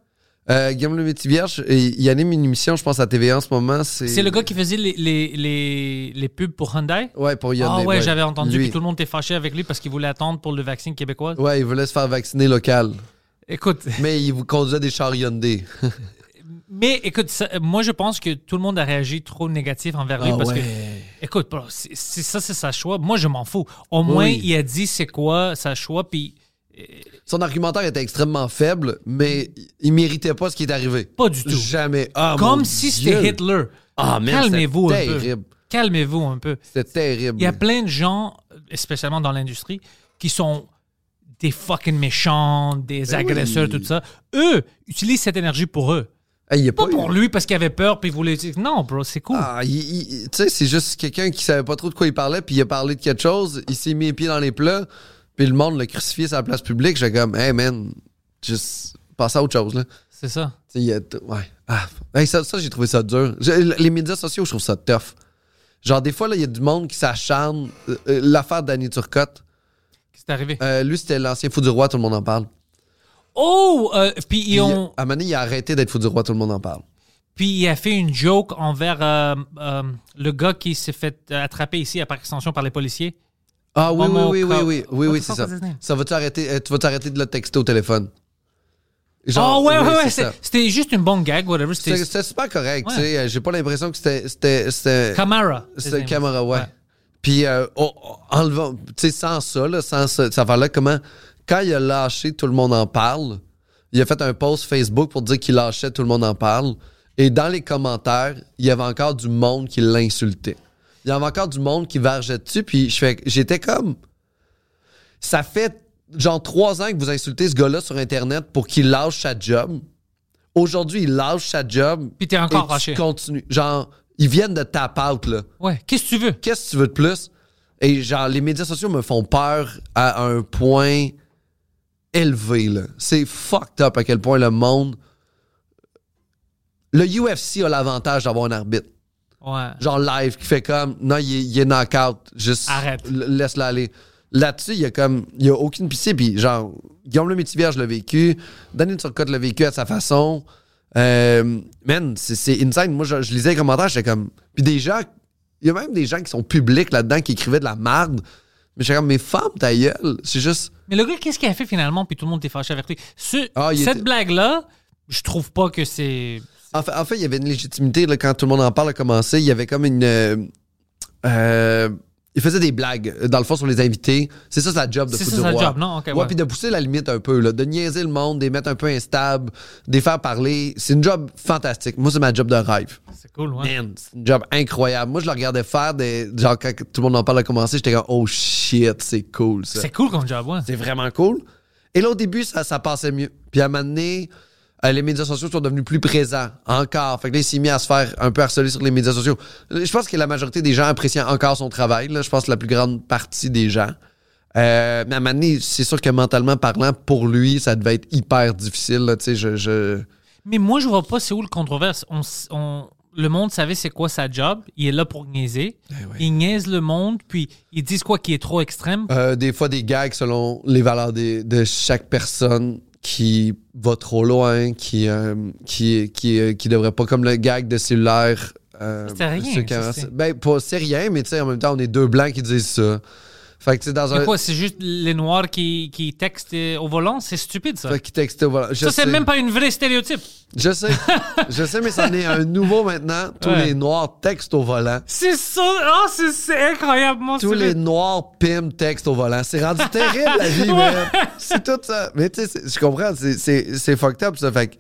[SPEAKER 3] Euh, Guillaume le Métivierge, il, il anime une émission, je pense, à TVA en ce moment. C'est
[SPEAKER 1] C'est le gars qui faisait les, les, les, les pubs pour Hyundai.
[SPEAKER 3] Ouais, pour Hyundai.
[SPEAKER 1] Ah ouais, j'avais entendu
[SPEAKER 3] Lui.
[SPEAKER 1] que tout le monde était fâché avec lui parce qu'il voulait attendre pour le vaccin québécois.
[SPEAKER 3] Ouais, il voulait se faire vacciner local.
[SPEAKER 1] Écoute,
[SPEAKER 3] Mais il vous conduisait des chars Hyundai.
[SPEAKER 1] mais écoute, ça- moi je pense que tout le monde a réagi trop négatif envers lui
[SPEAKER 3] Ah
[SPEAKER 1] parce
[SPEAKER 3] ouais.
[SPEAKER 1] que, écoute, bro, c'est c'est- ça c'est sa choix. Moi je m'en fous. Au moins
[SPEAKER 3] Oui.
[SPEAKER 1] il a dit c'est quoi sa choix puis
[SPEAKER 3] Son argumentaire était extrêmement faible, mais il- il méritait pas ce qui est arrivé.
[SPEAKER 1] Pas du tout.
[SPEAKER 3] Jamais. Ah, mon
[SPEAKER 1] comme si
[SPEAKER 3] Dieu.
[SPEAKER 1] c'était Hitler.
[SPEAKER 3] Ah, man,
[SPEAKER 1] calmez-vous un
[SPEAKER 3] c'était
[SPEAKER 1] peu.
[SPEAKER 3] terrible.
[SPEAKER 1] Calmez-vous un peu.
[SPEAKER 3] C'était terrible.
[SPEAKER 1] Il y a plein de gens, spécialement dans l'industrie, qui sont des fucking méchants, des
[SPEAKER 3] Ben
[SPEAKER 1] agresseurs, tout ça. Eux utilisent cette énergie pour eux.
[SPEAKER 3] Ah, il y a
[SPEAKER 1] Pas
[SPEAKER 3] eu-
[SPEAKER 1] pour lui parce qu'il avait peur puis il voulait dire non, bro, c'est cool.
[SPEAKER 3] Ah, il- il- il- tu sais, c'est juste quelqu'un qui savait pas trop de quoi il parlait, puis il a parlé de quelque chose, il s'est mis les pieds dans les plats, puis le monde l'a crucifié sur la place publique. J'ai comme, hey man, juste passe à autre chose, là. Tu
[SPEAKER 1] C'est ça.
[SPEAKER 3] sais, il y a t- ouais. Ah, hey, ça, ça, j'ai trouvé ça dur. J'ai- les médias sociaux, je trouve ça tough. Genre, des fois, là, il y a du monde qui s'acharne. Euh, euh, L'affaire d'Annie Turcotte,
[SPEAKER 1] Qu'est-ce qui est arrivé?
[SPEAKER 3] euh, lui, c'était l'ancien fou du roi, tout le monde en parle.
[SPEAKER 1] oh! euh, puis,
[SPEAKER 3] Puis,
[SPEAKER 1] ils ont-
[SPEAKER 3] À un moment donné, il a arrêté d'être fou du roi, tout le monde en parle.
[SPEAKER 1] puis il a fait une joke envers euh, euh, le gars qui s'est fait attraper ici à par extension par les policiers.
[SPEAKER 3] Ah oui,
[SPEAKER 1] Homo
[SPEAKER 3] oui, oui, oui,
[SPEAKER 1] cop.
[SPEAKER 3] oui, oui,
[SPEAKER 1] What
[SPEAKER 3] oui,
[SPEAKER 1] the
[SPEAKER 3] c'est
[SPEAKER 1] fuck
[SPEAKER 3] ça.
[SPEAKER 1] was his name?
[SPEAKER 3] Ça va-tu arrêter, euh, tu vas t'arrêter de le texter au téléphone?
[SPEAKER 1] oh ouais,
[SPEAKER 3] oui,
[SPEAKER 1] ouais, ouais.
[SPEAKER 3] c'est
[SPEAKER 1] c'est-
[SPEAKER 3] ça.
[SPEAKER 1] C'était juste une bonne gag, whatever.
[SPEAKER 3] C'était
[SPEAKER 1] C'était
[SPEAKER 3] c'était super correct,
[SPEAKER 1] Ouais.
[SPEAKER 3] tu sais. euh, J'ai pas l'impression que c'était- c'était. C'était
[SPEAKER 1] Camara. his
[SPEAKER 3] c'était
[SPEAKER 1] name.
[SPEAKER 3] caméra, ouais. Puis, euh, oh, oh, enlevant, tu sais, sans ça, là, sans ça, ça là comment. Quand il a lâché, tout le monde en parle. Il a fait un post Facebook pour dire qu'il lâchait, tout le monde en parle. Et dans les commentaires, il y avait encore du monde qui l'insultait. Il y avait encore du monde qui vergeait dessus. Puis je fais- j'étais comme. Ça fait genre trois ans que vous insultez ce gars-là sur Internet pour qu'il lâche sa job. Aujourd'hui, il lâche sa job.
[SPEAKER 1] Puis t'es encore
[SPEAKER 3] et tu
[SPEAKER 1] fâché.
[SPEAKER 3] continues. Genre, ils viennent de tap out, là
[SPEAKER 1] Ouais. Qu'est-ce que tu veux?
[SPEAKER 3] qu'est-ce que tu veux de plus? Et genre, les médias sociaux me font peur à un point élevé, là. C'est fucked up à quel point le monde. Le UFC a l'avantage d'avoir un arbitre.
[SPEAKER 1] Ouais.
[SPEAKER 3] Genre live qui fait comme non, il est, il est knock-out, juste
[SPEAKER 1] Arrête.
[SPEAKER 3] l- laisse-le aller. Là-dessus, il y a comme il y a aucune pitié. Puis genre, Guillaume Le Métivier, je l'ai vécu. Daniel Turcotte l'a vécu à sa façon. Euh, man, c'est- c'est insane. Moi, je, je lisais les commentaires, j'étais comme. Puis des gens, il y a même des gens qui sont publics là-dedans qui écrivaient de la merde. Mais j'étais comme, mais femme ta gueule. C'est juste.
[SPEAKER 1] Mais le gars, qu'est-ce qu'il a fait finalement? Puis tout le monde était fâché avec lui. Ce-
[SPEAKER 3] Ah, il
[SPEAKER 1] cette
[SPEAKER 3] était-
[SPEAKER 1] blague-là, je trouve pas que c'est.
[SPEAKER 3] En fait, en fait, il y avait une légitimité là, quand tout le monde en parle a commencé. Il y avait comme une. euh, euh, il faisait des blagues, euh, dans le fond, sur les invités. C'est ça sa job de
[SPEAKER 1] C'est
[SPEAKER 3] foutre
[SPEAKER 1] ça
[SPEAKER 3] du
[SPEAKER 1] sa
[SPEAKER 3] roi.
[SPEAKER 1] job, non? Ok, ouais.
[SPEAKER 3] ouais, puis de pousser la limite un peu, là, de niaiser le monde, de les mettre un peu instables, de les faire parler. C'est une job fantastique. Moi, c'est ma job de rêve.
[SPEAKER 1] C'est cool, ouais.
[SPEAKER 3] Man, c'est une job incroyable. Moi, je le regardais faire des. Genre, quand tout le monde en parle a commencé, j'étais comme, oh shit, c'est cool ça.
[SPEAKER 1] C'est cool comme job, ouais.
[SPEAKER 3] C'est vraiment cool. Et là, au début, ça, ça passait mieux. Puis à un moment donné, euh, les médias sociaux sont devenus plus présents encore. Fait que là, il s'est mis à se faire un peu harceler sur les médias sociaux. Je pense que la majorité des gens apprécient encore son travail. là. Je pense que la plus grande partie des gens. Euh, mais à un moment donné, c'est sûr que mentalement parlant, pour lui, ça devait être hyper difficile. là. Tu sais, je, je-
[SPEAKER 1] Mais moi, je vois pas c'est où le controverse. On, s- on- le monde savait c'est quoi sa job. Il est là pour niaiser.
[SPEAKER 3] Eh
[SPEAKER 1] Il niaise le monde, puis ils disent quoi qui est trop extrême.
[SPEAKER 3] Euh, des fois, des gags selon les valeurs des- de chaque personne qui va trop loin, qui euh, qui, qui, euh, qui devrait pas, comme le gag de cellulaire. euh,
[SPEAKER 1] C'est rien,
[SPEAKER 3] ceux qui
[SPEAKER 1] ça,
[SPEAKER 3] avancent-
[SPEAKER 1] c'est-
[SPEAKER 3] ben, pas, c'est rien, mais tu sais, en même temps, on est deux blancs qui disent ça. Fait que tu sais, dans
[SPEAKER 1] C'est
[SPEAKER 3] un.
[SPEAKER 1] quoi? C'est juste les Noirs qui, qui textent euh, au volant? C'est stupide, ça.
[SPEAKER 3] Fait qu'ils textaient, voilà. Je
[SPEAKER 1] Ça, c'est
[SPEAKER 3] sais.
[SPEAKER 1] même pas une vraie stéréotype.
[SPEAKER 3] Je sais. je sais, mais c'en est un nouveau maintenant. Tous
[SPEAKER 1] Ouais.
[SPEAKER 3] les noirs textent au volant.
[SPEAKER 1] C'est ça. Oh, c'est- c'est incroyable, mon
[SPEAKER 3] Tous les noirs piment texte au volant. C'est rendu terrible la vie, man. C'est tout ça. Mais tu sais, c'est- je comprends, c'est- c'est c'est fucked up ça. Fait que,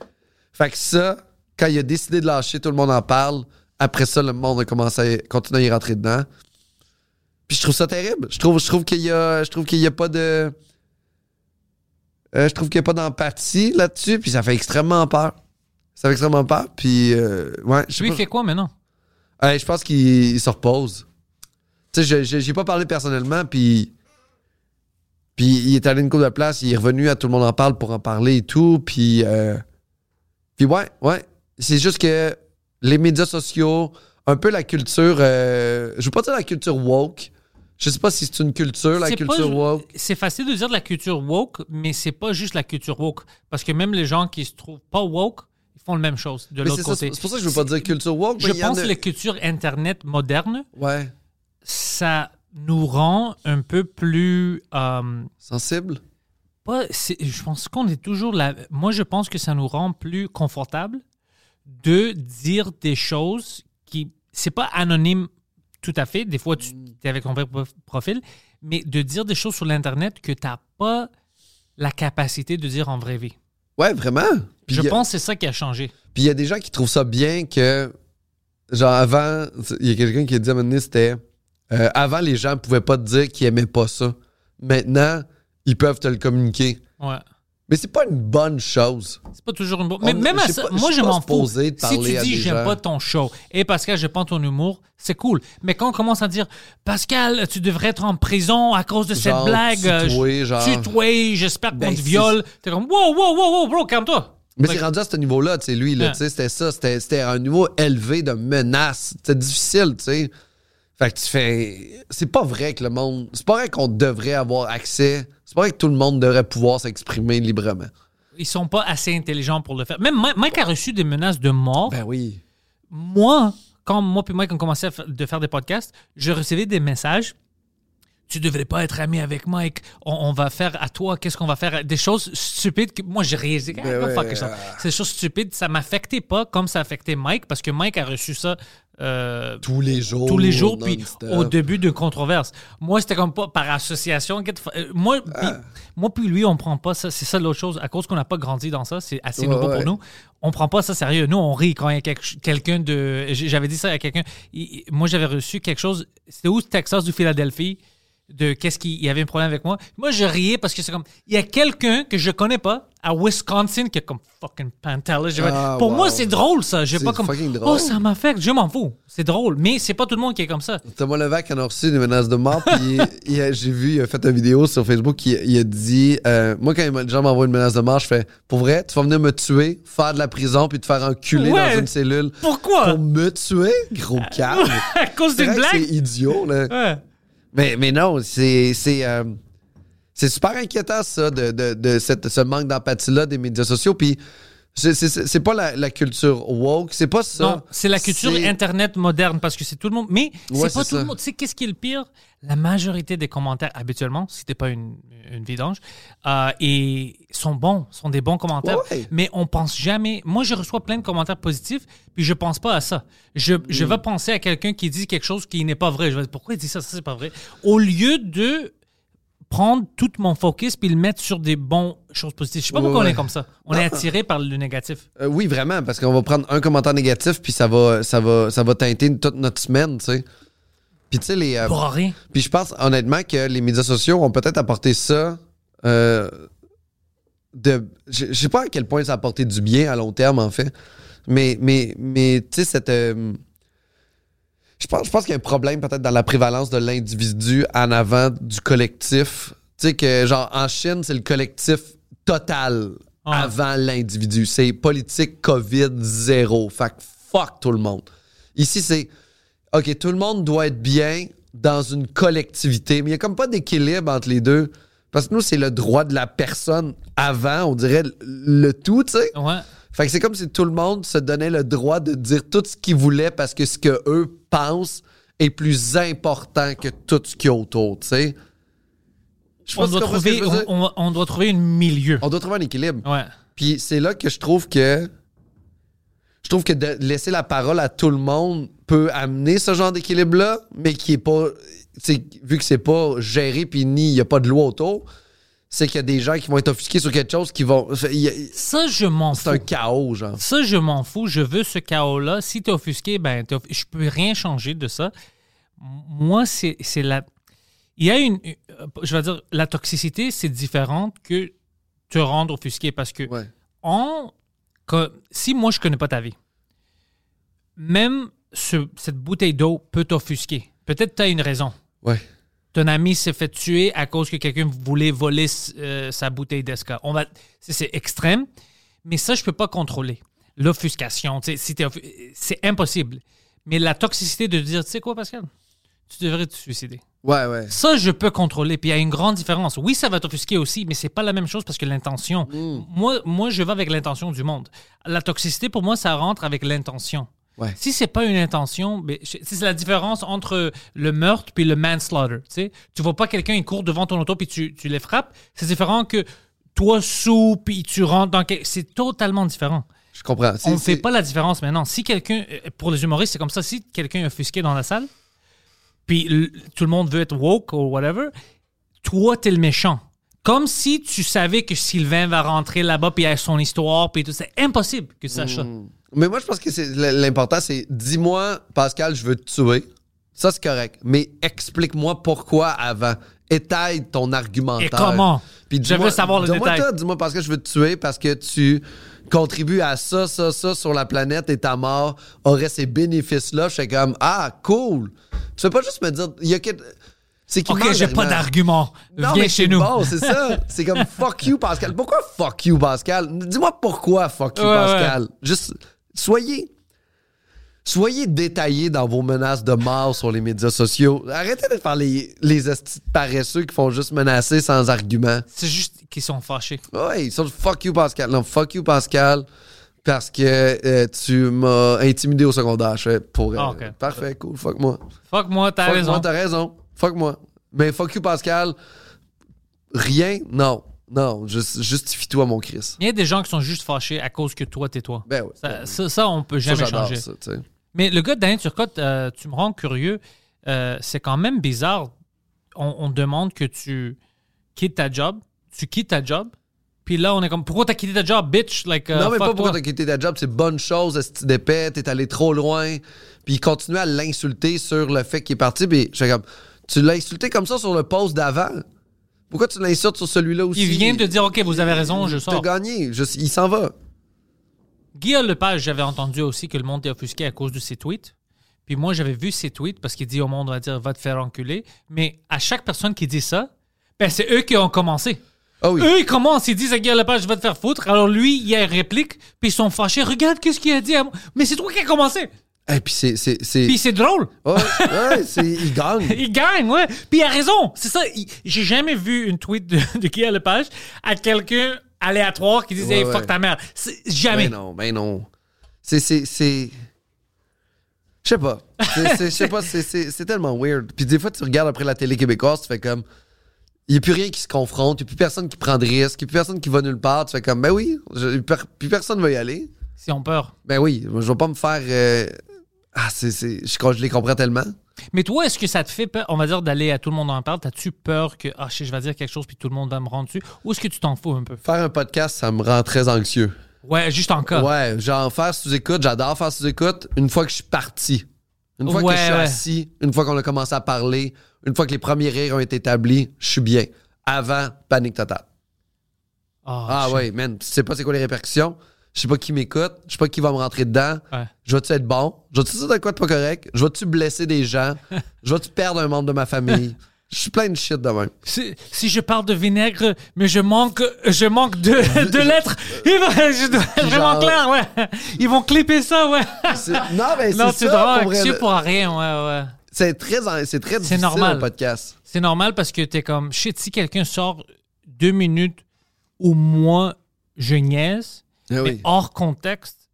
[SPEAKER 3] fait que ça, quand il a décidé de lâcher, tout le monde en parle. Après ça, le monde a commencé à continuer à y rentrer dedans. Puis je trouve ça terrible. Je trouve, je trouve qu'il y a, je trouve qu'il y a pas de, euh, je trouve qu'il y a pas d'empathie là-dessus. Puis ça fait extrêmement peur. Ça fait extrêmement peur. Puis euh, ouais, je sais
[SPEAKER 1] Lui, il
[SPEAKER 3] pas.
[SPEAKER 1] fait quoi maintenant?
[SPEAKER 3] Euh, je pense qu'il il se repose. Tu sais, je- je- j'ai pas parlé personnellement, puis. Puis il est allé une coupe de place, il est revenu à Tout le monde en parle pour en parler et tout, puis. euh, puis ouais, ouais. C'est juste que les médias sociaux, un peu la culture. euh, je veux pas dire la culture woke. Je sais pas si c'est une culture, la
[SPEAKER 1] C'est pas-
[SPEAKER 3] culture woke.
[SPEAKER 1] C'est facile de dire de la culture woke, mais c'est pas juste la culture woke. Parce que même les gens qui se trouvent pas woke, ils font la même chose de
[SPEAKER 3] Mais
[SPEAKER 1] l'autre
[SPEAKER 3] c'est ça, c'est
[SPEAKER 1] côté.
[SPEAKER 3] c'est pour ça que je veux pas dire culture woke.
[SPEAKER 1] Je
[SPEAKER 3] mais il y en
[SPEAKER 1] pense
[SPEAKER 3] a-
[SPEAKER 1] que la culture Internet moderne,
[SPEAKER 3] Ouais.
[SPEAKER 1] ça nous rend un peu plus. euh,
[SPEAKER 3] Sensible.
[SPEAKER 1] pas- c'est- je pense qu'on est toujours là. Moi, je pense que ça nous rend plus confortable de dire des choses qui. C'est pas anonyme tout à fait. Des fois, tu
[SPEAKER 3] Mm.
[SPEAKER 1] es avec un vrai prof- profil, mais de dire des choses sur l'Internet que tu n'as pas la capacité de dire en vraie vie.
[SPEAKER 3] Ouais, vraiment. Puis euh,
[SPEAKER 1] je
[SPEAKER 3] il y a-
[SPEAKER 1] pense que c'est ça qui a changé.
[SPEAKER 3] Puis il y a des gens qui trouvent ça bien que, genre, avant, il y a quelqu'un qui a dit à un moment donné, c'était. euh, avant, les gens pouvaient pas te dire qu'ils aimaient pas ça. Maintenant, ils peuvent te le communiquer.
[SPEAKER 1] Ouais.
[SPEAKER 3] Mais c'est pas une bonne chose.
[SPEAKER 1] C'est pas toujours une bonne.
[SPEAKER 3] On-
[SPEAKER 1] Mais même à
[SPEAKER 3] je sais
[SPEAKER 1] ça,
[SPEAKER 3] pas- je
[SPEAKER 1] moi,
[SPEAKER 3] suis
[SPEAKER 1] je
[SPEAKER 3] pas
[SPEAKER 1] m'en fous.
[SPEAKER 3] supposé de
[SPEAKER 1] Si
[SPEAKER 3] parler
[SPEAKER 1] tu
[SPEAKER 3] à
[SPEAKER 1] dis
[SPEAKER 3] des
[SPEAKER 1] j'aime
[SPEAKER 3] gens.
[SPEAKER 1] pas ton show et Pascal, j'aime pas ton humour, c'est cool. Mais quand on commence à dire Pascal, tu devrais être en prison à cause de
[SPEAKER 3] Genre,
[SPEAKER 1] cette blague, euh,
[SPEAKER 3] tutoyer,
[SPEAKER 1] je-
[SPEAKER 3] genre.
[SPEAKER 1] tutoyer, j'espère qu'on
[SPEAKER 3] Ben,
[SPEAKER 1] te
[SPEAKER 3] si-
[SPEAKER 1] viole. T'es comme wow, wow, wow, wow, bro, calme-toi.
[SPEAKER 3] Mais
[SPEAKER 1] Like,
[SPEAKER 3] c'est rendu à ce niveau-là, tu sais, lui, là,
[SPEAKER 1] Ouais.
[SPEAKER 3] tu sais, c'était ça. C'était c'était un niveau élevé de menace. C'était difficile, tu sais. Fait que tu fais. C'est pas vrai que le monde. C'est pas vrai qu'on devrait avoir accès. C'est pas vrai que tout le monde devrait pouvoir s'exprimer librement.
[SPEAKER 1] Ils sont pas assez intelligents pour le faire. Même Mike- Mike a reçu des menaces de mort.
[SPEAKER 3] oui.
[SPEAKER 1] moi, quand moi et Mike on commençait à fa- de faire des podcasts, je recevais des messages. Tu devrais pas être ami avec Mike. On, on va faire à toi. Qu'est-ce qu'on va faire? à- Des choses stupides. Que moi, j'ai réalisé. Ah,
[SPEAKER 3] Ben
[SPEAKER 1] go
[SPEAKER 3] ouais,
[SPEAKER 1] fuck yourself.
[SPEAKER 3] ah.
[SPEAKER 1] Ces choses stupides, ça m'affectait pas comme ça affectait Mike parce que Mike a reçu ça euh,
[SPEAKER 3] Tous les jours.
[SPEAKER 1] tous les jours, puis
[SPEAKER 3] non-stop.
[SPEAKER 1] au début de controverse. Moi, c'était comme pas par association. get- euh, Moi,
[SPEAKER 3] Ah.
[SPEAKER 1] puis, moi puis lui, on prend pas ça. C'est ça l'autre chose. À cause qu'on n'a pas grandi dans ça, c'est assez
[SPEAKER 3] Ouais,
[SPEAKER 1] nouveau
[SPEAKER 3] ouais.
[SPEAKER 1] pour nous. On prend pas ça sérieux. Nous, on rit quand il y a quelque- quelqu'un de. j- J'avais dit ça à quelqu'un. Il- il- Moi, j'avais reçu quelque chose. C'était où Texas ou Philadelphie? De qu'est-ce qu'il y avait un problème avec moi. Moi, je riais parce que c'est comme. Il y a quelqu'un que je connais pas à Wisconsin qui est comme fucking Pantella. Je vais-
[SPEAKER 3] Ah,
[SPEAKER 1] Pour moi,
[SPEAKER 3] wow.
[SPEAKER 1] c'est drôle ça. J'ai
[SPEAKER 3] C'est
[SPEAKER 1] pas comme.
[SPEAKER 3] fucking
[SPEAKER 1] Oh,
[SPEAKER 3] drôle.
[SPEAKER 1] ça m'affecte. Je m'en fous. C'est drôle. Mais c'est pas tout le monde qui est comme ça.
[SPEAKER 3] Thomas Levac en a reçu des menaces de mort, puis il- il a- j'ai vu, il a fait une vidéo sur Facebook, il, il a dit euh, Moi, quand les gens m'envoient une menace de mort, je fais Pour vrai, tu vas venir me tuer, faire de la prison, puis te faire enculer
[SPEAKER 1] Ouais.
[SPEAKER 3] dans une cellule.
[SPEAKER 1] Pourquoi? Euh,
[SPEAKER 3] Pour me tuer Gros calme.
[SPEAKER 1] À cause
[SPEAKER 3] C'est
[SPEAKER 1] d'une
[SPEAKER 3] vrai que
[SPEAKER 1] blague?
[SPEAKER 3] C'est idiot, là.
[SPEAKER 1] Ouais.
[SPEAKER 3] Mais, mais non, c'est. C'est euh, c'est super inquiétant, ça, de, de, de cette- ce manque d'empathie-là des médias sociaux. Puis, c'est- c'est c'est pas la, la culture woke, c'est pas ça.
[SPEAKER 1] Non, c'est la culture
[SPEAKER 3] C'est-
[SPEAKER 1] Internet moderne parce que c'est tout le monde. Mais
[SPEAKER 3] Ouais,
[SPEAKER 1] c'est pas
[SPEAKER 3] c'est
[SPEAKER 1] tout le
[SPEAKER 3] ça.
[SPEAKER 1] monde. Tu sais, qu'est-ce qui est le pire? La majorité des commentaires, habituellement, si t'es pas une, une vidange, euh, et sont bons, sont des bons commentaires.
[SPEAKER 3] Ouais.
[SPEAKER 1] Mais on pense jamais. Moi, je reçois plein de commentaires positifs, puis je pense pas à ça. Je, je
[SPEAKER 3] Mm.
[SPEAKER 1] vais penser à quelqu'un qui dit quelque chose qui n'est pas vrai. Je vais dire, pourquoi il dit ça? Ça, c'est pas vrai. Au lieu de prendre tout mon focus puis le mettre sur des bonnes choses positives. Je sais pas
[SPEAKER 3] Ouais,
[SPEAKER 1] pourquoi on
[SPEAKER 3] ouais.
[SPEAKER 1] est comme ça. On est attiré par le négatif.
[SPEAKER 3] Euh, oui, vraiment, parce qu'on va prendre un commentaire négatif, puis ça va, ça va, ça va teinter toute notre semaine, tu sais. Puis tu sais, les. euh,
[SPEAKER 1] Pour rien.
[SPEAKER 3] puis je pense honnêtement que les médias sociaux ont peut-être apporté ça. euh, de, je je sais pas à quel point ça a apporté du bien à long terme, en fait. Mais, mais, mais tu sais, cette. euh, je pense, je pense qu'il y a un problème peut-être dans la prévalence de l'individu en avant du collectif. Tu sais que, genre, en Chine, c'est le collectif total
[SPEAKER 1] Ah.
[SPEAKER 3] avant l'individu. C'est politique COVID zéro. Fait que fuck tout le monde. Ici, c'est OK, tout le monde doit être bien dans une collectivité, mais il n'y a comme pas d'équilibre entre les deux. Parce que nous, c'est le droit de la personne avant, on dirait le- le tout, tu sais.
[SPEAKER 1] Ouais.
[SPEAKER 3] Fait que c'est comme si tout le monde se donnait le droit de dire tout ce qu'il voulait parce que ce que eux pensent est plus important que tout ce qu'il y a autour, tu sais. Je
[SPEAKER 1] on
[SPEAKER 3] pense
[SPEAKER 1] doit,
[SPEAKER 3] que tu comprends ce que
[SPEAKER 1] trouver,
[SPEAKER 3] je veux dire.
[SPEAKER 1] on, on- on doit trouver un milieu.
[SPEAKER 3] On doit trouver un équilibre.
[SPEAKER 1] Ouais.
[SPEAKER 3] Puis c'est là que je trouve que je trouve que de laisser la parole à tout le monde peut amener ce genre d'équilibre là, mais qui est pas c'est vu que c'est pas géré puis ni il y a pas de loi autour, c'est qu'il y a des gens qui vont être offusqués sur quelque chose qui vont fait- il y a-
[SPEAKER 1] Ça, je m'en
[SPEAKER 3] c'est
[SPEAKER 1] fous.
[SPEAKER 3] un chaos genre.
[SPEAKER 1] Ça, je m'en fous. Je veux ce chaos-là. Si t'es offusqué, ben, t'es off- je peux rien changer de ça. M- Moi, c'est c'est la. Il y a une. euh, Je vais dire, la toxicité, c'est différente que te rendre offusqué parce que
[SPEAKER 3] Ouais.
[SPEAKER 1] on- que- si moi, je connais pas ta vie, même ce- cette bouteille d'eau peut t'offusquer. Peut-être tu as une raison.
[SPEAKER 3] Ouais.
[SPEAKER 1] Ton ami s'est fait tuer à cause que quelqu'un voulait voler euh, sa bouteille d'esca. On va, c'est- c'est extrême, mais ça je peux pas contrôler. L'offuscation, tu sais, si t'es offu- c'est impossible. Mais la toxicité de dire, tu sais quoi Pascal, tu devrais te suicider.
[SPEAKER 3] Ouais, ouais.
[SPEAKER 1] Ça, je peux contrôler. Puis il y a une grande différence. Oui, ça va t'offusquer aussi, mais c'est pas la même chose parce que l'intention. Moi, moi, je vais avec l'intention du monde. La toxicité, pour moi, ça rentre avec l'intention.
[SPEAKER 3] Ouais.
[SPEAKER 1] Si c'est pas une intention, ben, je- c'est la différence entre le meurtre puis le manslaughter. Tu sais, tu vois pas quelqu'un, il court devant ton auto puis tu, tu les frappes. C'est différent que toi sous puis tu rentres dans. quel- C'est totalement différent.
[SPEAKER 3] Je comprends.
[SPEAKER 1] On
[SPEAKER 3] C'est-
[SPEAKER 1] ne fait
[SPEAKER 3] c'est-
[SPEAKER 1] pas la différence maintenant. Si quelqu'un, euh, pour les humoristes, c'est comme ça. Si quelqu'un est offusqué dans la salle, puis l- tout le monde veut être woke ou whatever, toi, t'es le méchant. Comme si tu savais que Sylvain va rentrer là-bas, puis il a son histoire, puis tout. C'est impossible que ça saches
[SPEAKER 3] Mais moi, je pense que c'est l- l'important, c'est dis-moi, Pascal, je veux te tuer. Ça, c'est correct. Mais explique-moi pourquoi avant. Étaye ton argumentaire.
[SPEAKER 1] Et comment?
[SPEAKER 3] Puis
[SPEAKER 1] Je
[SPEAKER 3] dis-moi-
[SPEAKER 1] veux savoir le
[SPEAKER 3] donne-moi
[SPEAKER 1] détail.
[SPEAKER 3] tout. Dis-moi, Pascal, je veux te tuer parce que tu contribues à ça, ça, ça sur la planète et ta mort aurait ces bénéfices-là. Je fais comme, ah, cool. Tu peux pas juste me dire, il y a quelque. C'est qu'il
[SPEAKER 1] Ok,
[SPEAKER 3] manque
[SPEAKER 1] j'ai pas
[SPEAKER 3] d'argument.
[SPEAKER 1] d'argument.
[SPEAKER 3] Non,
[SPEAKER 1] Viens
[SPEAKER 3] mais
[SPEAKER 1] chez
[SPEAKER 3] c'est
[SPEAKER 1] nous.
[SPEAKER 3] Bon, c'est ça. C'est comme fuck you, Pascal. Pourquoi fuck you, Pascal? Dis-moi pourquoi fuck you,
[SPEAKER 1] Ouais,
[SPEAKER 3] Pascal. Juste, soyez. Soyez détaillés dans vos menaces de mort sur les médias sociaux. Arrêtez de faire les, les estis de paresseux qui font juste menacer sans argument.
[SPEAKER 1] C'est juste qu'ils sont fâchés.
[SPEAKER 3] Ouais, ils sont fuck you, Pascal. Non, fuck you, Pascal, parce que euh, tu m'as intimidé au secondaire. Je fais, pour.
[SPEAKER 1] Ah,
[SPEAKER 3] euh,
[SPEAKER 1] ok.
[SPEAKER 3] Parfait, cool, fuck moi.
[SPEAKER 1] Fuck moi, t'as
[SPEAKER 3] Fuck
[SPEAKER 1] raison.
[SPEAKER 3] moi, t'as raison. Fuck moi. Mais fuck you, Pascal. Rien, non. Non, Jus- justifie-toi, mon Chris.
[SPEAKER 1] Il y a des gens qui sont juste fâchés à cause que toi, t'es toi.
[SPEAKER 3] Ben oui.
[SPEAKER 1] Ça, ça, ça, on peut
[SPEAKER 3] Ça,
[SPEAKER 1] jamais
[SPEAKER 3] j'adore
[SPEAKER 1] changer.
[SPEAKER 3] ça, tu sais.
[SPEAKER 1] Mais le gars de Daniel Turcotte, euh, tu me rends curieux. Euh, c'est quand même bizarre. On, on demande que tu quittes ta job. Tu quittes ta job. Puis là, on est comme, pourquoi t'as quitté ta job, bitch? Like, euh,
[SPEAKER 3] non,
[SPEAKER 1] fuck
[SPEAKER 3] mais pas pourquoi
[SPEAKER 1] toi.
[SPEAKER 3] t'as quitté ta job, c'est bonne chose, est d'épais, t'es allé trop loin. Puis il continuait à l'insulter sur le fait qu'il est parti. Puis je fais comme, tu l'as insulté comme ça sur le poste d'avant. Pourquoi tu l'insultes sur celui-là aussi?
[SPEAKER 1] Il vient de dire, OK, vous avez raison, je
[SPEAKER 3] T'as
[SPEAKER 1] sors.
[SPEAKER 3] gagné, Je- il s'en va.
[SPEAKER 1] Guillaume Lepage, j'avais entendu aussi que le monde est offusqué à cause de ses tweets. Puis moi, j'avais vu ses tweets parce qu'il dit au monde, on va dire, va te faire enculer. Mais à chaque personne qui dit ça, ben, c'est eux qui ont commencé.
[SPEAKER 3] Ah oui.
[SPEAKER 1] Eux, ils commencent, ils disent à Guy Lepage, je vais te faire foutre. Alors lui, il y a une réplique, puis ils sont fâchés. Regarde qu'est-ce qu'il a dit à moi. Mais c'est toi qui as commencé.
[SPEAKER 3] Et puis c'est. c'est- c'est-
[SPEAKER 1] Puis c'est drôle.
[SPEAKER 3] Ouais, ouais, c'est- il gagne.
[SPEAKER 1] Il gagne, ouais. Puis il a raison. C'est ça. il- J'ai jamais vu une tweet de, de Guy Lepage à quelqu'un aléatoire qui disait
[SPEAKER 3] Ouais,
[SPEAKER 1] hey, fuck
[SPEAKER 3] ouais.
[SPEAKER 1] ta mère. C'est- Jamais.
[SPEAKER 3] Mais Ben non, mais non. C'est. c'est- c'est- Je sais pas. C'est- c'est- Je sais pas, c'est- c'est c'est tellement weird. Puis des fois, tu regardes après la télé québécoise, tu fais comme. Il n'y a plus rien qui se confronte, il n'y a plus personne qui prend de risques, il n'y a plus personne qui va nulle part. Tu fais comme, ben oui, je- per- plus personne va y aller.
[SPEAKER 1] Si on peur.
[SPEAKER 3] Ben oui, moi, je vais pas me faire. euh, Ah, c'est. c'est- Je, crois que je les comprends tellement.
[SPEAKER 1] Mais toi, est-ce que ça te fait peur, on va dire, d'aller à tout le monde en parle? T'as-tu peur que, ah, je je vais dire quelque chose puis tout le monde va me rendre dessus? Ou est-ce que tu t'en fous un peu?
[SPEAKER 3] Faire un podcast, ça me rend très anxieux.
[SPEAKER 1] Ouais, juste encore.
[SPEAKER 3] Ouais, genre faire sous-écoute, j'adore faire sous-écoute une fois que je suis parti. Une fois
[SPEAKER 1] Ouais,
[SPEAKER 3] que je suis
[SPEAKER 1] ouais.
[SPEAKER 3] assis, une fois qu'on a commencé à parler, une fois que les premiers rires ont été établis, je suis bien. Avant, panique totale. Ah ouais, man, tu sais pas c'est quoi les répercussions, je sais pas qui m'écoute, je sais pas qui va me rentrer dedans.
[SPEAKER 1] Ouais.
[SPEAKER 3] Je vais-tu être bon? Je vais-tu dire de quoi de pas correct? Je vais-tu blesser des gens? je vais-tu perdre un membre de ma famille? Je suis plein de shit de même.
[SPEAKER 1] Si, si je parle de vinaigre, mais je manque, je manque de, de lettres,
[SPEAKER 3] Euh,
[SPEAKER 1] il va- je dois être vraiment
[SPEAKER 3] Genre-
[SPEAKER 1] clair, ouais. Ils vont clipper ça, ouais.
[SPEAKER 3] C'est- Non, mais
[SPEAKER 1] Non,
[SPEAKER 3] c'est
[SPEAKER 1] tu
[SPEAKER 3] ça, pour
[SPEAKER 1] drogues,
[SPEAKER 3] vrai,
[SPEAKER 1] tu
[SPEAKER 3] le-
[SPEAKER 1] pour rien, ouais, ouais.
[SPEAKER 3] C'est très, en- c'est très difficile
[SPEAKER 1] normal.
[SPEAKER 3] un podcast.
[SPEAKER 1] C'est normal parce que t'es comme, shit, si quelqu'un sort deux minutes où moi, je niaise,
[SPEAKER 3] Ah
[SPEAKER 1] mais
[SPEAKER 3] oui.
[SPEAKER 1] hors contexte,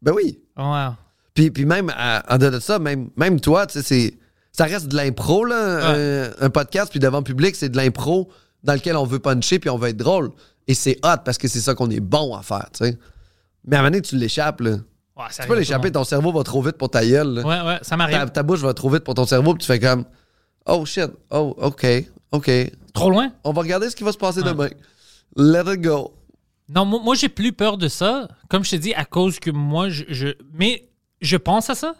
[SPEAKER 3] Ben oui.
[SPEAKER 1] ouais.
[SPEAKER 3] Puis, puis même, à- en dehors de ça, même, même toi, tu sais, c'est- ça reste de l'impro, là, euh, un, un podcast, puis devant public, c'est de l'impro dans lequel on veut puncher, puis on veut être drôle. Et c'est hot parce que c'est ça qu'on est bon à faire, tu sais. Mais à un moment donné, tu l'échappes, là.
[SPEAKER 1] Ouais, ça arrive à
[SPEAKER 3] Tu
[SPEAKER 1] tout
[SPEAKER 3] peux
[SPEAKER 1] le
[SPEAKER 3] l'échapper,
[SPEAKER 1] monde.
[SPEAKER 3] ton cerveau va trop vite pour ta gueule, là.
[SPEAKER 1] Ouais, ouais, ça
[SPEAKER 3] ta,
[SPEAKER 1] m'arrive.
[SPEAKER 3] ta bouche va trop vite pour ton cerveau, puis tu fais comme, oh shit, oh, ok, ok.
[SPEAKER 1] Trop loin?
[SPEAKER 3] On va regarder ce qui va se passer demain. Let it go.
[SPEAKER 1] Non, moi, moi, j'ai plus peur de ça. Comme je te dis, à cause que moi, je, je- mais je pense à ça,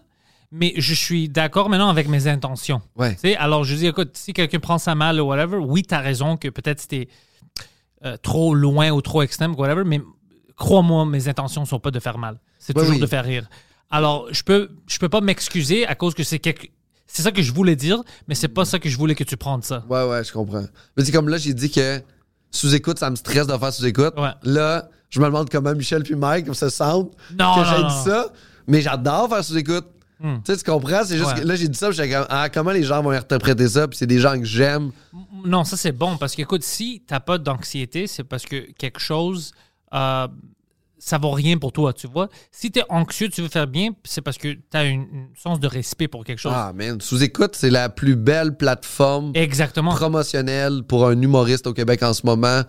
[SPEAKER 1] mais je suis d'accord maintenant avec mes intentions.
[SPEAKER 3] Ouais.
[SPEAKER 1] Tu sais, alors je dis, écoute, si quelqu'un prend ça mal ou whatever, oui, t'as raison que peut-être c'était euh, trop loin ou trop extrême, whatever, mais crois-moi, mes intentions sont pas de faire mal. C'est
[SPEAKER 3] Oui,
[SPEAKER 1] toujours
[SPEAKER 3] oui.
[SPEAKER 1] de faire rire. Alors, je peux, je peux pas m'excuser à cause que c'est quelque... C'est ça que je voulais dire, mais c'est pas ça que je voulais que tu prennes ça.
[SPEAKER 3] Ouais, ouais, je comprends. Mais c'est comme là, j'ai dit que sous-écoute, ça me stresse de faire sous-écoute.
[SPEAKER 1] Ouais.
[SPEAKER 3] Là, je me demande comment Michel puis Mike se sentent
[SPEAKER 1] Non,
[SPEAKER 3] que
[SPEAKER 1] non,
[SPEAKER 3] j'ai
[SPEAKER 1] non,
[SPEAKER 3] dit
[SPEAKER 1] non.
[SPEAKER 3] ça, mais j'adore faire sous-écoute. Tu sais, tu comprends? C'est juste
[SPEAKER 1] Ouais.
[SPEAKER 3] que là, j'ai dit ça, puis j'étais comme, ah, comment les gens vont interpréter ça, puis c'est des gens que j'aime.
[SPEAKER 1] Non, ça c'est bon parce qu'écoute, si t'as pas d'anxiété, c'est parce que quelque chose, euh, ça vaut rien pour toi, tu vois. Si t'es anxieux, tu veux faire bien, c'est parce que t'as une, une sens de respect pour quelque chose.
[SPEAKER 3] Ah, man, sous-écoute, c'est la plus belle plateforme
[SPEAKER 1] Exactement.
[SPEAKER 3] promotionnelle pour un humoriste au Québec en ce moment.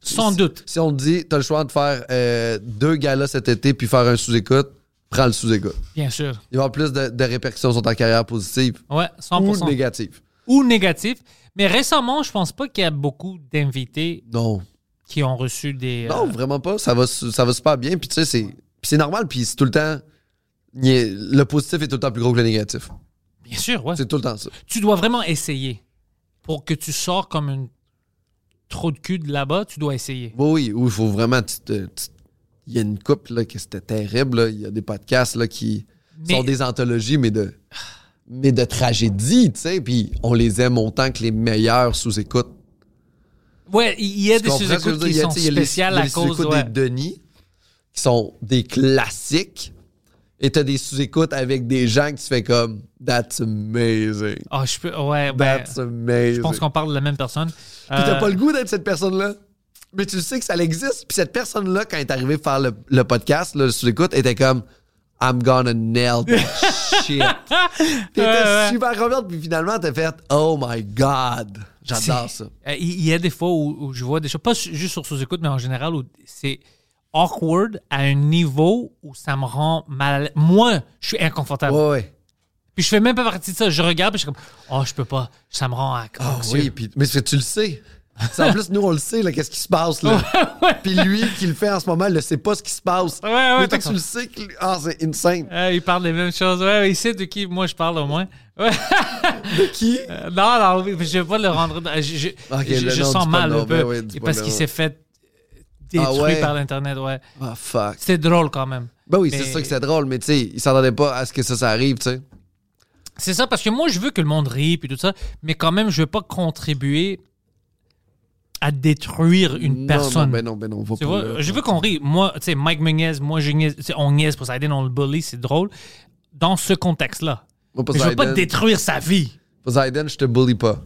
[SPEAKER 1] Sans
[SPEAKER 3] Si-
[SPEAKER 1] doute.
[SPEAKER 3] Si on te dit, t'as le choix de faire euh, deux galas cet été, puis faire un sous-écoute, prends le sous-écoute.
[SPEAKER 1] Bien sûr.
[SPEAKER 3] Il va y avoir plus de, de répercussions sur ta carrière positive
[SPEAKER 1] Ouais, 100%.
[SPEAKER 3] ou négative.
[SPEAKER 1] Ou négatif. Mais récemment, je pense pas qu'il y a beaucoup d'invités
[SPEAKER 3] Non.
[SPEAKER 1] qui ont reçu des. euh,
[SPEAKER 3] Non, vraiment pas. Ça va, su- ça va super bien. Puis tu sais, c'est puis c'est normal. Puis c'est tout le temps. il est- le positif est tout le temps plus gros que le négatif.
[SPEAKER 1] Bien sûr, ouais.
[SPEAKER 3] C'est tout le temps ça.
[SPEAKER 1] Tu dois vraiment essayer pour que tu sors comme une trop de cul de là-bas. Tu dois essayer.
[SPEAKER 3] Oui, oui. oui, Il faut vraiment. tu te- tu- Il y a une couple là, que c'était terrible. là. Il y a des podcasts là, qui
[SPEAKER 1] Mais-
[SPEAKER 3] sont des anthologies, mais de, mais de tragédie. Tu sais, puis on les aime autant que les meilleurs sous-écoutes.
[SPEAKER 1] Ouais, il y a
[SPEAKER 3] Tu
[SPEAKER 1] des
[SPEAKER 3] comprends ce que je veux
[SPEAKER 1] sous-écoutes
[SPEAKER 3] dire?
[SPEAKER 1] qui
[SPEAKER 3] Il y a-
[SPEAKER 1] sont
[SPEAKER 3] tu sais, il y a les-
[SPEAKER 1] spéciales
[SPEAKER 3] il y a
[SPEAKER 1] à
[SPEAKER 3] les
[SPEAKER 1] cause.
[SPEAKER 3] sous-écoutes
[SPEAKER 1] ouais.
[SPEAKER 3] des Denis, qui sont des classiques. Et t'as des sous-écoutes avec des gens que tu fais comme That's amazing.
[SPEAKER 1] Ah, je peux. Ouais, ben,
[SPEAKER 3] That's amazing.
[SPEAKER 1] je pense qu'on parle de la même personne.
[SPEAKER 3] Puis t'as
[SPEAKER 1] Euh,
[SPEAKER 3] pas le goût d'être cette personne-là. Mais tu sais que ça existe. Puis cette personne-là, quand elle est arrivée faire le, le podcast, là, sur l'écoute, était comme I'm gonna nail that shit. T'étais
[SPEAKER 1] ouais.
[SPEAKER 3] super contente. Puis finalement, t'as fait Oh my God. J'adore ça.
[SPEAKER 1] euh, Il il y a des fois où, où je vois des choses, pas su- juste sur sous-écoute, mais en général, où c'est awkward à un niveau où ça me rend mal. Moi, je suis inconfortable.
[SPEAKER 3] Ouais, ouais.
[SPEAKER 1] Puis je fais même pas partie de ça. Je regarde, puis je suis comme, oh, je peux pas. Ça me rend à.
[SPEAKER 3] Ah oui, puis, mais c'est que tu le sais. C'est en plus, nous, on le sait, là, qu'est-ce qui se passe, là. Puis lui, qui le fait en ce moment, ne sait pas ce qui se passe.
[SPEAKER 1] Ouais, ouais,
[SPEAKER 3] mais toi,
[SPEAKER 1] t'as
[SPEAKER 3] tu le sais, que- ah, c'est insane.
[SPEAKER 1] Euh, il parle des mêmes choses. Ouais, ouais, il sait de qui moi je parle au moins. Ouais.
[SPEAKER 3] Qui?
[SPEAKER 1] Euh, non, non, oui, je vais pas le rendre. Je, je,
[SPEAKER 3] Ok,
[SPEAKER 1] je-
[SPEAKER 3] le
[SPEAKER 1] je
[SPEAKER 3] nom,
[SPEAKER 1] sens
[SPEAKER 3] dis pas
[SPEAKER 1] mal
[SPEAKER 3] le nom,
[SPEAKER 1] un peu.
[SPEAKER 3] ben ouais, dis pas
[SPEAKER 1] parce
[SPEAKER 3] le
[SPEAKER 1] qu'il
[SPEAKER 3] nom. Ah
[SPEAKER 1] s'est fait détruit
[SPEAKER 3] ouais?
[SPEAKER 1] par l'Internet, ouais.
[SPEAKER 3] Ah, fuck.
[SPEAKER 1] C'était drôle quand même.
[SPEAKER 3] Ben oui,
[SPEAKER 1] Mais-
[SPEAKER 3] c'est sûr que c'est drôle, mais tu sais, il s'attendait pas à ce que ça, ça arrive, tu sais.
[SPEAKER 1] C'est ça, parce que moi, je veux que le monde rit puis tout ça, mais quand même, je veux pas contribuer à détruire une
[SPEAKER 3] Non,
[SPEAKER 1] personne.
[SPEAKER 3] Non, ben non, ben non, va
[SPEAKER 1] Tu
[SPEAKER 3] pas
[SPEAKER 1] vois,
[SPEAKER 3] là.
[SPEAKER 1] je veux qu'on rit. Moi, tu sais, Mike me niaise, moi, je niaise, tu sais, on niaise pour Poseidon, on le bully, c'est drôle. Dans ce contexte-là.
[SPEAKER 3] Moi,
[SPEAKER 1] Mais je veux pas
[SPEAKER 3] Poseidon-
[SPEAKER 1] détruire sa vie.
[SPEAKER 3] Poseidon, je te bully pas.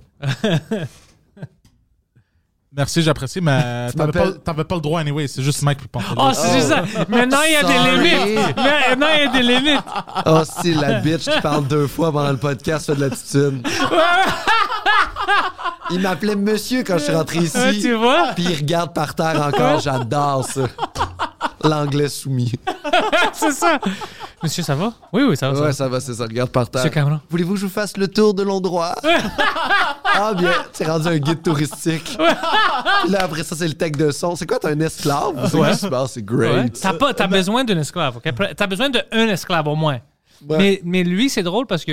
[SPEAKER 4] Merci, j'apprécie, mais t'avais pas,
[SPEAKER 3] m'appelles-
[SPEAKER 4] t'avais pas le droit anyway. C'est juste Mike qui pense.
[SPEAKER 1] Oh, c'est juste ça. Maintenant, il y a des
[SPEAKER 3] Sorry.
[SPEAKER 1] limites. Maintenant, il y a des limites.
[SPEAKER 3] Ah, c'est la bitch qui parle deux fois pendant le podcast, fait de l'attitude. Il m'appelait monsieur quand je suis rentré ici.
[SPEAKER 1] Ouais, tu vois?
[SPEAKER 3] Puis il regarde par terre encore, j'adore ça. L'anglais soumis.
[SPEAKER 1] C'est ça. Monsieur, ça va? Oui, oui, ça va. ça va.
[SPEAKER 3] Ouais, ça va, c'est ça, regarde par terre.
[SPEAKER 1] Monsieur Cameron.
[SPEAKER 3] Voulez-vous que je vous fasse le tour de l'endroit? ah bien, c'est rendu un guide touristique. Puis là, après ça, c'est le tech de son. C'est quoi, t'as un esclave? C'est quoi qui se passe? C'est
[SPEAKER 1] Ouais.
[SPEAKER 3] great.
[SPEAKER 1] T'as pas, t'as besoin d'un esclave, ok? T'as besoin d'un esclave au moins. Mais, mais lui, c'est drôle parce que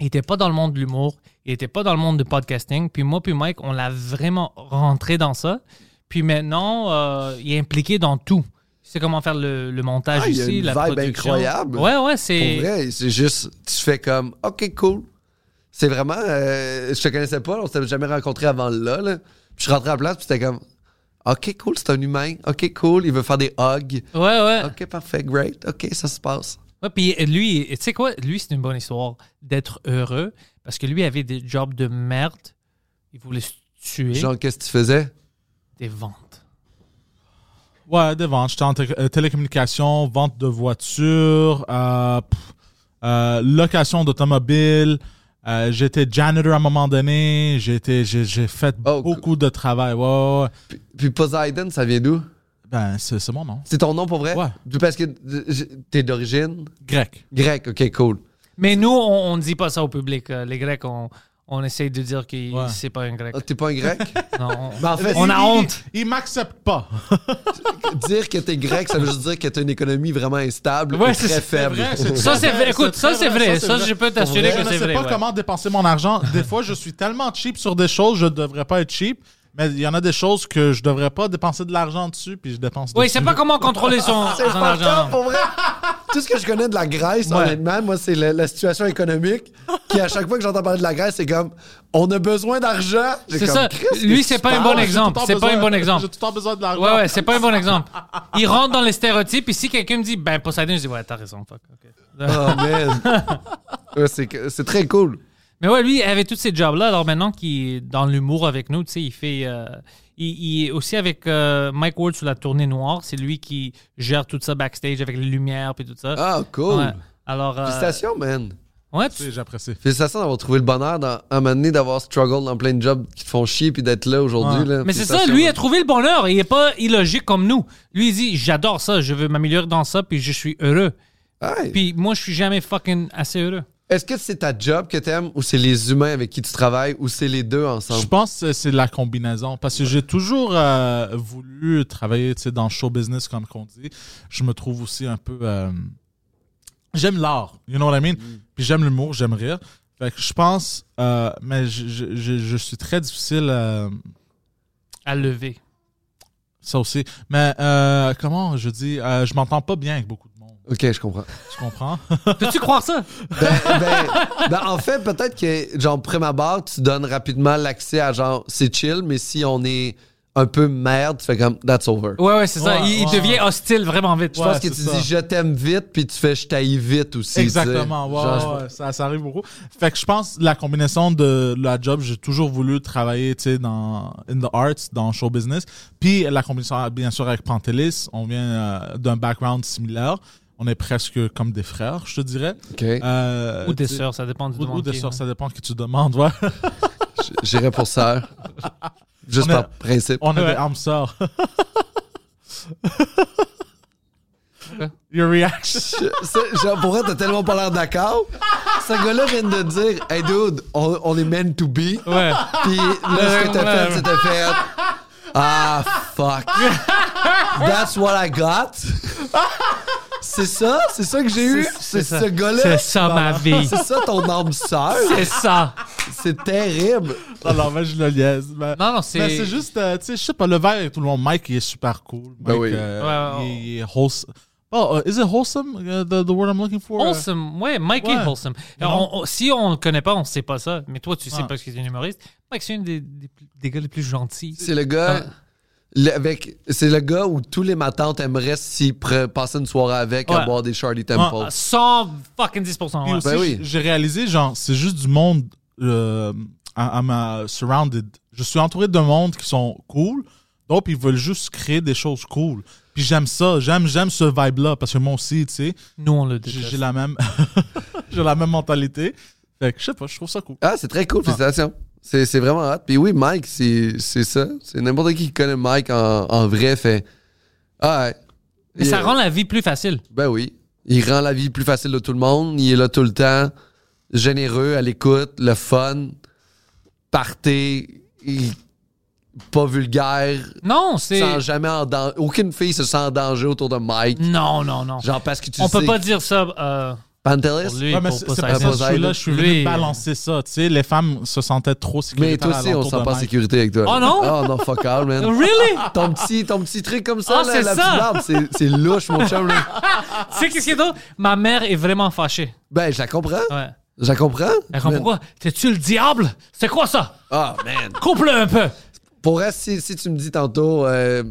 [SPEAKER 1] il était pas dans le monde de l'humour, il était pas dans le monde du podcasting. Puis moi, puis Mike, on l'a vraiment rentré dans ça. Puis maintenant, euh, il est impliqué dans tout. Il sait comment faire le, le montage
[SPEAKER 3] Ah, il y a
[SPEAKER 1] ici,
[SPEAKER 3] une
[SPEAKER 1] la
[SPEAKER 3] vibe
[SPEAKER 1] production.
[SPEAKER 3] incroyable.
[SPEAKER 1] Ouais, ouais,
[SPEAKER 3] Pour
[SPEAKER 1] c'est.
[SPEAKER 3] vrai, c'est juste, tu fais comme, OK, cool. C'est vraiment, euh, je te connaissais pas, on s'était jamais rencontré avant là. là. Puis je suis rentré à la place, puis c'était comme, OK, cool, c'est un humain. OK, cool, il veut faire des hugs.
[SPEAKER 1] Ouais, ouais.
[SPEAKER 3] OK, parfait, great. OK, ça se passe.
[SPEAKER 1] Ouais, puis lui, tu sais quoi, lui, c'est une bonne histoire d'être heureux parce que lui avait des jobs de merde. Il voulait se tuer
[SPEAKER 3] Genre, qu'est-ce que tu faisais?
[SPEAKER 1] des ventes.
[SPEAKER 4] Ouais, des ventes. J'étais en té- euh, télécommunication, vente de voitures, euh, pff, euh, location d'automobile. Euh, j'étais janitor à un moment donné. J'étais, j'ai, j'ai fait
[SPEAKER 3] Oh,
[SPEAKER 4] beaucoup de travail. Ouais, ouais, ouais.
[SPEAKER 3] Puis, puis Poseidon, ça vient d'où?
[SPEAKER 4] Ben, c'est, c'est mon nom.
[SPEAKER 3] C'est ton nom pour vrai?
[SPEAKER 4] Ouais.
[SPEAKER 3] Puis Parce que euh, t'es d'origine
[SPEAKER 4] Grec.
[SPEAKER 3] grecque. OK, cool.
[SPEAKER 1] Mais nous, on ne dit pas ça au public. Euh, Les Grecs, on, on essaye de dire que
[SPEAKER 4] Ouais.
[SPEAKER 1] c'est pas un Grec.
[SPEAKER 3] Ah, T'es pas un grec?
[SPEAKER 1] Non, on-
[SPEAKER 3] Ben, en fait,
[SPEAKER 1] on a
[SPEAKER 4] Il-
[SPEAKER 1] honte.
[SPEAKER 4] Il, il m'accepte pas.
[SPEAKER 3] dire que t'es grec, ça veut juste dire que t'as une économie vraiment instable
[SPEAKER 1] Ouais,
[SPEAKER 3] et
[SPEAKER 1] c'est-
[SPEAKER 3] très
[SPEAKER 1] c'est
[SPEAKER 3] faible.
[SPEAKER 4] vrai, c'est-
[SPEAKER 1] Ça, c'est vrai.
[SPEAKER 4] C'est
[SPEAKER 1] Écoute,
[SPEAKER 4] très
[SPEAKER 1] ça, c'est
[SPEAKER 4] vrai,
[SPEAKER 1] vrai.
[SPEAKER 4] ça,
[SPEAKER 1] Ça,
[SPEAKER 4] c'est
[SPEAKER 1] je peux t'assurer
[SPEAKER 4] Je
[SPEAKER 1] que
[SPEAKER 4] ne
[SPEAKER 1] c'est
[SPEAKER 4] sais
[SPEAKER 1] vrai.
[SPEAKER 4] pas
[SPEAKER 1] ouais.
[SPEAKER 4] comment dépenser mon argent. Des fois, je suis tellement cheap sur des choses, je devrais pas être cheap. Mais il y en a des choses que je devrais pas dépenser de l'argent dessus, puis je dépense
[SPEAKER 1] Oui,
[SPEAKER 4] dessus.
[SPEAKER 1] c'est pas comment contrôler son,
[SPEAKER 3] C'est
[SPEAKER 1] son
[SPEAKER 3] important
[SPEAKER 1] argent.
[SPEAKER 3] pour vrai. tout ce que je connais de la Grèce,
[SPEAKER 1] Ouais.
[SPEAKER 3] honnêtement, moi, c'est la, la situation économique. Qui, à chaque fois que j'entends parler de la Grèce, c'est comme on a besoin d'argent. J'ai
[SPEAKER 1] C'est
[SPEAKER 3] comme,
[SPEAKER 1] ça.
[SPEAKER 3] Christ,
[SPEAKER 1] Lui,
[SPEAKER 3] qu'est-ce
[SPEAKER 1] c'est
[SPEAKER 3] qui
[SPEAKER 1] pas
[SPEAKER 3] se
[SPEAKER 1] un
[SPEAKER 3] passe?
[SPEAKER 1] bon exemple.
[SPEAKER 4] Ah, J'ai tout le
[SPEAKER 1] C'est
[SPEAKER 4] temps
[SPEAKER 1] pas un
[SPEAKER 4] besoin-
[SPEAKER 1] bon exemple.
[SPEAKER 4] J'ai tout le temps besoin de l'argent.
[SPEAKER 1] Ouais, ouais, c'est pas un bon exemple. Il rentre dans les stéréotypes, ici, quelqu'un me dit, ben, Poseidon, je dis, ouais, t'as raison, fuck. ok.
[SPEAKER 3] Oh, man. Ouais, c'est que- c'est très cool.
[SPEAKER 1] Mais ouais, lui, il avait tous ces jobs-là. Alors maintenant qu'il est dans l'humour avec nous, tu sais, il fait. euh, il, il est aussi avec euh, Mike Ward sur la tournée noire. C'est lui qui gère tout ça backstage avec les lumières puis tout ça.
[SPEAKER 3] Ah, cool.
[SPEAKER 1] Ouais. Alors. euh,
[SPEAKER 3] Félicitations, man.
[SPEAKER 1] ouais,
[SPEAKER 4] Tu sais,
[SPEAKER 1] tu-
[SPEAKER 4] J'apprécie.
[SPEAKER 3] Félicitations d'avoir trouvé le bonheur, dans, à un moment donné, d'avoir struggle dans plein de jobs qui te font chier puis d'être là aujourd'hui. là.
[SPEAKER 1] mais c'est ça,
[SPEAKER 3] Félicitations,
[SPEAKER 1] lui
[SPEAKER 3] man.
[SPEAKER 1] a trouvé le bonheur. Il est pas illogique comme nous. Lui, il dit J'adore ça, je veux m'améliorer dans ça, puis je suis heureux.
[SPEAKER 3] Hey.
[SPEAKER 1] Puis moi, je suis jamais fucking assez heureux.
[SPEAKER 3] Est-ce que c'est ta job que t'aimes ou c'est les humains avec qui tu travailles ou c'est les deux
[SPEAKER 4] Je
[SPEAKER 3] ensemble?
[SPEAKER 4] pense que c'est de la combinaison parce que j'ai toujours euh, voulu travailler tu sais, dans le show business comme qu'on dit. Je me trouve aussi un peu euh, j'aime l'art, you know what I mean?
[SPEAKER 1] Mm.
[SPEAKER 4] Puis j'aime l'humour, j'aime rire. Fait que je pense euh, mais je, je- je- je suis très difficile euh,
[SPEAKER 1] À lever.
[SPEAKER 4] ça aussi. Mais euh, comment je dis euh, je m'entends pas bien avec beaucoup de monde,
[SPEAKER 3] Ok, je comprends.
[SPEAKER 4] tu comprends?
[SPEAKER 1] Peux-tu croire ça
[SPEAKER 3] Ben, ben- ben, en fait, peut-être que, genre, ma barre, tu donnes rapidement l'accès à, genre, c'est chill, mais si on est un peu merde, tu fais comme, that's over.
[SPEAKER 1] Ouais, ouais, c'est ça.
[SPEAKER 4] Ouais,
[SPEAKER 1] il, il
[SPEAKER 4] ouais.
[SPEAKER 1] devient hostile vraiment vite.
[SPEAKER 3] Je pense
[SPEAKER 4] ouais,
[SPEAKER 3] que
[SPEAKER 4] c'est
[SPEAKER 3] tu
[SPEAKER 4] ça.
[SPEAKER 3] dis, je t'aime vite, puis tu fais, je t'aille vite aussi. tu sais.
[SPEAKER 4] Exactement, ouais,
[SPEAKER 3] Genre,
[SPEAKER 4] ouais, ça, ça arrive beaucoup. Fait que je pense la combinaison de la job, j'ai toujours voulu travailler, tu sais, dans in the arts, dans le show business, puis la combinaison ah, bien sûr avec Pantelis, on vient euh, d'un background similaire, on est presque comme des frères, je te dirais.
[SPEAKER 3] Ok.
[SPEAKER 4] Euh,
[SPEAKER 1] Ou des
[SPEAKER 4] tu sais,
[SPEAKER 1] sœurs, ça dépend du
[SPEAKER 4] Ou, ou
[SPEAKER 1] demande
[SPEAKER 4] des
[SPEAKER 1] qui,
[SPEAKER 4] sœurs,
[SPEAKER 1] hein.
[SPEAKER 4] ça dépend que tu demandes, ouais.
[SPEAKER 3] j- J'irais pour ça. Juste
[SPEAKER 4] On est-
[SPEAKER 3] par principe.
[SPEAKER 4] On a
[SPEAKER 1] Ouais.
[SPEAKER 4] des armes sœurs. Your reaction.
[SPEAKER 3] Je- c'est- genre, pour vrai, t'as tellement pas l'air d'accord. Ce gars-là vient de dire, hey dude, on, on est meant to be.
[SPEAKER 1] Ouais.
[SPEAKER 3] Puis là, ce que t'as fait, c'est t'as fait. Ah, fuck. That's what I got. C'est ça, c'est ça que j'ai eu. C'est
[SPEAKER 1] ça.
[SPEAKER 3] ce gars-là.
[SPEAKER 1] C'est ça ma vie.
[SPEAKER 3] C'est ça ton âme sœur.
[SPEAKER 1] C'est ça.
[SPEAKER 3] C'est terrible.
[SPEAKER 4] Non, non, mais je le liaise. mais-
[SPEAKER 1] Non, non, c'est-
[SPEAKER 4] mais c'est juste, euh, tu sais, je sais pas, le verre avec tout le monde. Mike, il est super cool. Mike,
[SPEAKER 3] Ben oui.
[SPEAKER 4] euh,
[SPEAKER 1] Ouais, ouais, ouais.
[SPEAKER 4] Il, il est wholesome. Oh, uh, is it wholesome? uh, the, the word I'm looking for? uh?
[SPEAKER 1] Wholesome. Ouais, Mike
[SPEAKER 4] Ouais.
[SPEAKER 1] est wholesome.
[SPEAKER 4] Non.
[SPEAKER 1] Alors, on- on- si on le connaît pas, on sait pas ça. Mais toi, tu sais
[SPEAKER 4] Ouais.
[SPEAKER 1] parce qu'il est un humoriste. Mike, c'est un des, des, des gars les plus gentils.
[SPEAKER 3] C'est le
[SPEAKER 1] Ah.
[SPEAKER 3] gars. le- avec, c'est le gars où tous les matantes aimeraient s'y pre- passer une soirée avec à
[SPEAKER 1] Ouais.
[SPEAKER 3] boire des Charlie Temple.
[SPEAKER 1] Ah, 100 fucking 10%.
[SPEAKER 4] Puis
[SPEAKER 1] ouais.
[SPEAKER 4] aussi,
[SPEAKER 3] Ben oui.
[SPEAKER 4] j- j'ai réalisé, genre, c'est juste du monde. Euh, I'm uh, surrounded. Je suis entouré de monde qui sont cool. Donc, ils veulent juste créer des choses cool. Puis j'aime ça. J'aime, j'aime ce vibe-là. Parce que moi aussi, tu sais,
[SPEAKER 1] Nous, on le
[SPEAKER 4] j'ai,
[SPEAKER 1] déteste.
[SPEAKER 4] j'ai la même, j'ai la même mentalité. Fait que je sais pas, je trouve ça cool.
[SPEAKER 3] Ah, c'est très cool, félicitations. C'est, c'est vraiment hot. Puis oui, Mike, c'est, c'est ça. C'est n'importe qui qui connaît Mike en, en vrai fait. Ah, ouais.
[SPEAKER 1] Mais ça
[SPEAKER 3] Il-
[SPEAKER 1] rend la vie plus facile.
[SPEAKER 3] Ben oui. Il rend la vie plus facile de tout le monde. Il est là tout le temps. Généreux, à l'écoute, le fun. Parté. il- Pas vulgaire.
[SPEAKER 1] Non, c'est.
[SPEAKER 3] Sans jamais en danger. Aucune fille se sent en danger autour de Mike.
[SPEAKER 1] Non, non, non.
[SPEAKER 3] Genre parce que tu
[SPEAKER 1] on
[SPEAKER 3] sais.
[SPEAKER 1] peut pas dire ça euh,
[SPEAKER 3] Pantelis?
[SPEAKER 1] pour lui,
[SPEAKER 4] Ouais, mais
[SPEAKER 1] pour
[SPEAKER 4] c'est c'est
[SPEAKER 1] Poseidon.
[SPEAKER 4] pas ça que je suis là, je suis venu
[SPEAKER 1] Lui-
[SPEAKER 4] balancer ça. Tu sais, les femmes se sentaient trop sécuritaires.
[SPEAKER 3] Mais toi aussi, on
[SPEAKER 4] alentour
[SPEAKER 3] s'en
[SPEAKER 4] de
[SPEAKER 3] pas en
[SPEAKER 4] Mike.
[SPEAKER 3] sécurité avec toi.
[SPEAKER 1] Oh non?
[SPEAKER 3] Oh non, fuck out, man.
[SPEAKER 1] Really?
[SPEAKER 3] ton petit, ton petit truc comme ça,
[SPEAKER 1] Ah,
[SPEAKER 3] là,
[SPEAKER 1] c'est
[SPEAKER 3] la
[SPEAKER 1] ça!
[SPEAKER 3] petite barbe, c'est, c'est louche, mon chum. là.
[SPEAKER 1] tu sais qu'est-ce qu'il y a d'autre? Ma mère est vraiment fâchée.
[SPEAKER 3] Ben, je la comprends.
[SPEAKER 1] Ouais.
[SPEAKER 3] Je la comprends.
[SPEAKER 1] Elle comprend
[SPEAKER 3] Man.
[SPEAKER 1] pourquoi? T'es-tu le diable? C'est quoi ça?
[SPEAKER 3] Ah, man.
[SPEAKER 1] Coupe-le un peu.
[SPEAKER 3] Pour vrai, si, si tu me dis tantôt euh,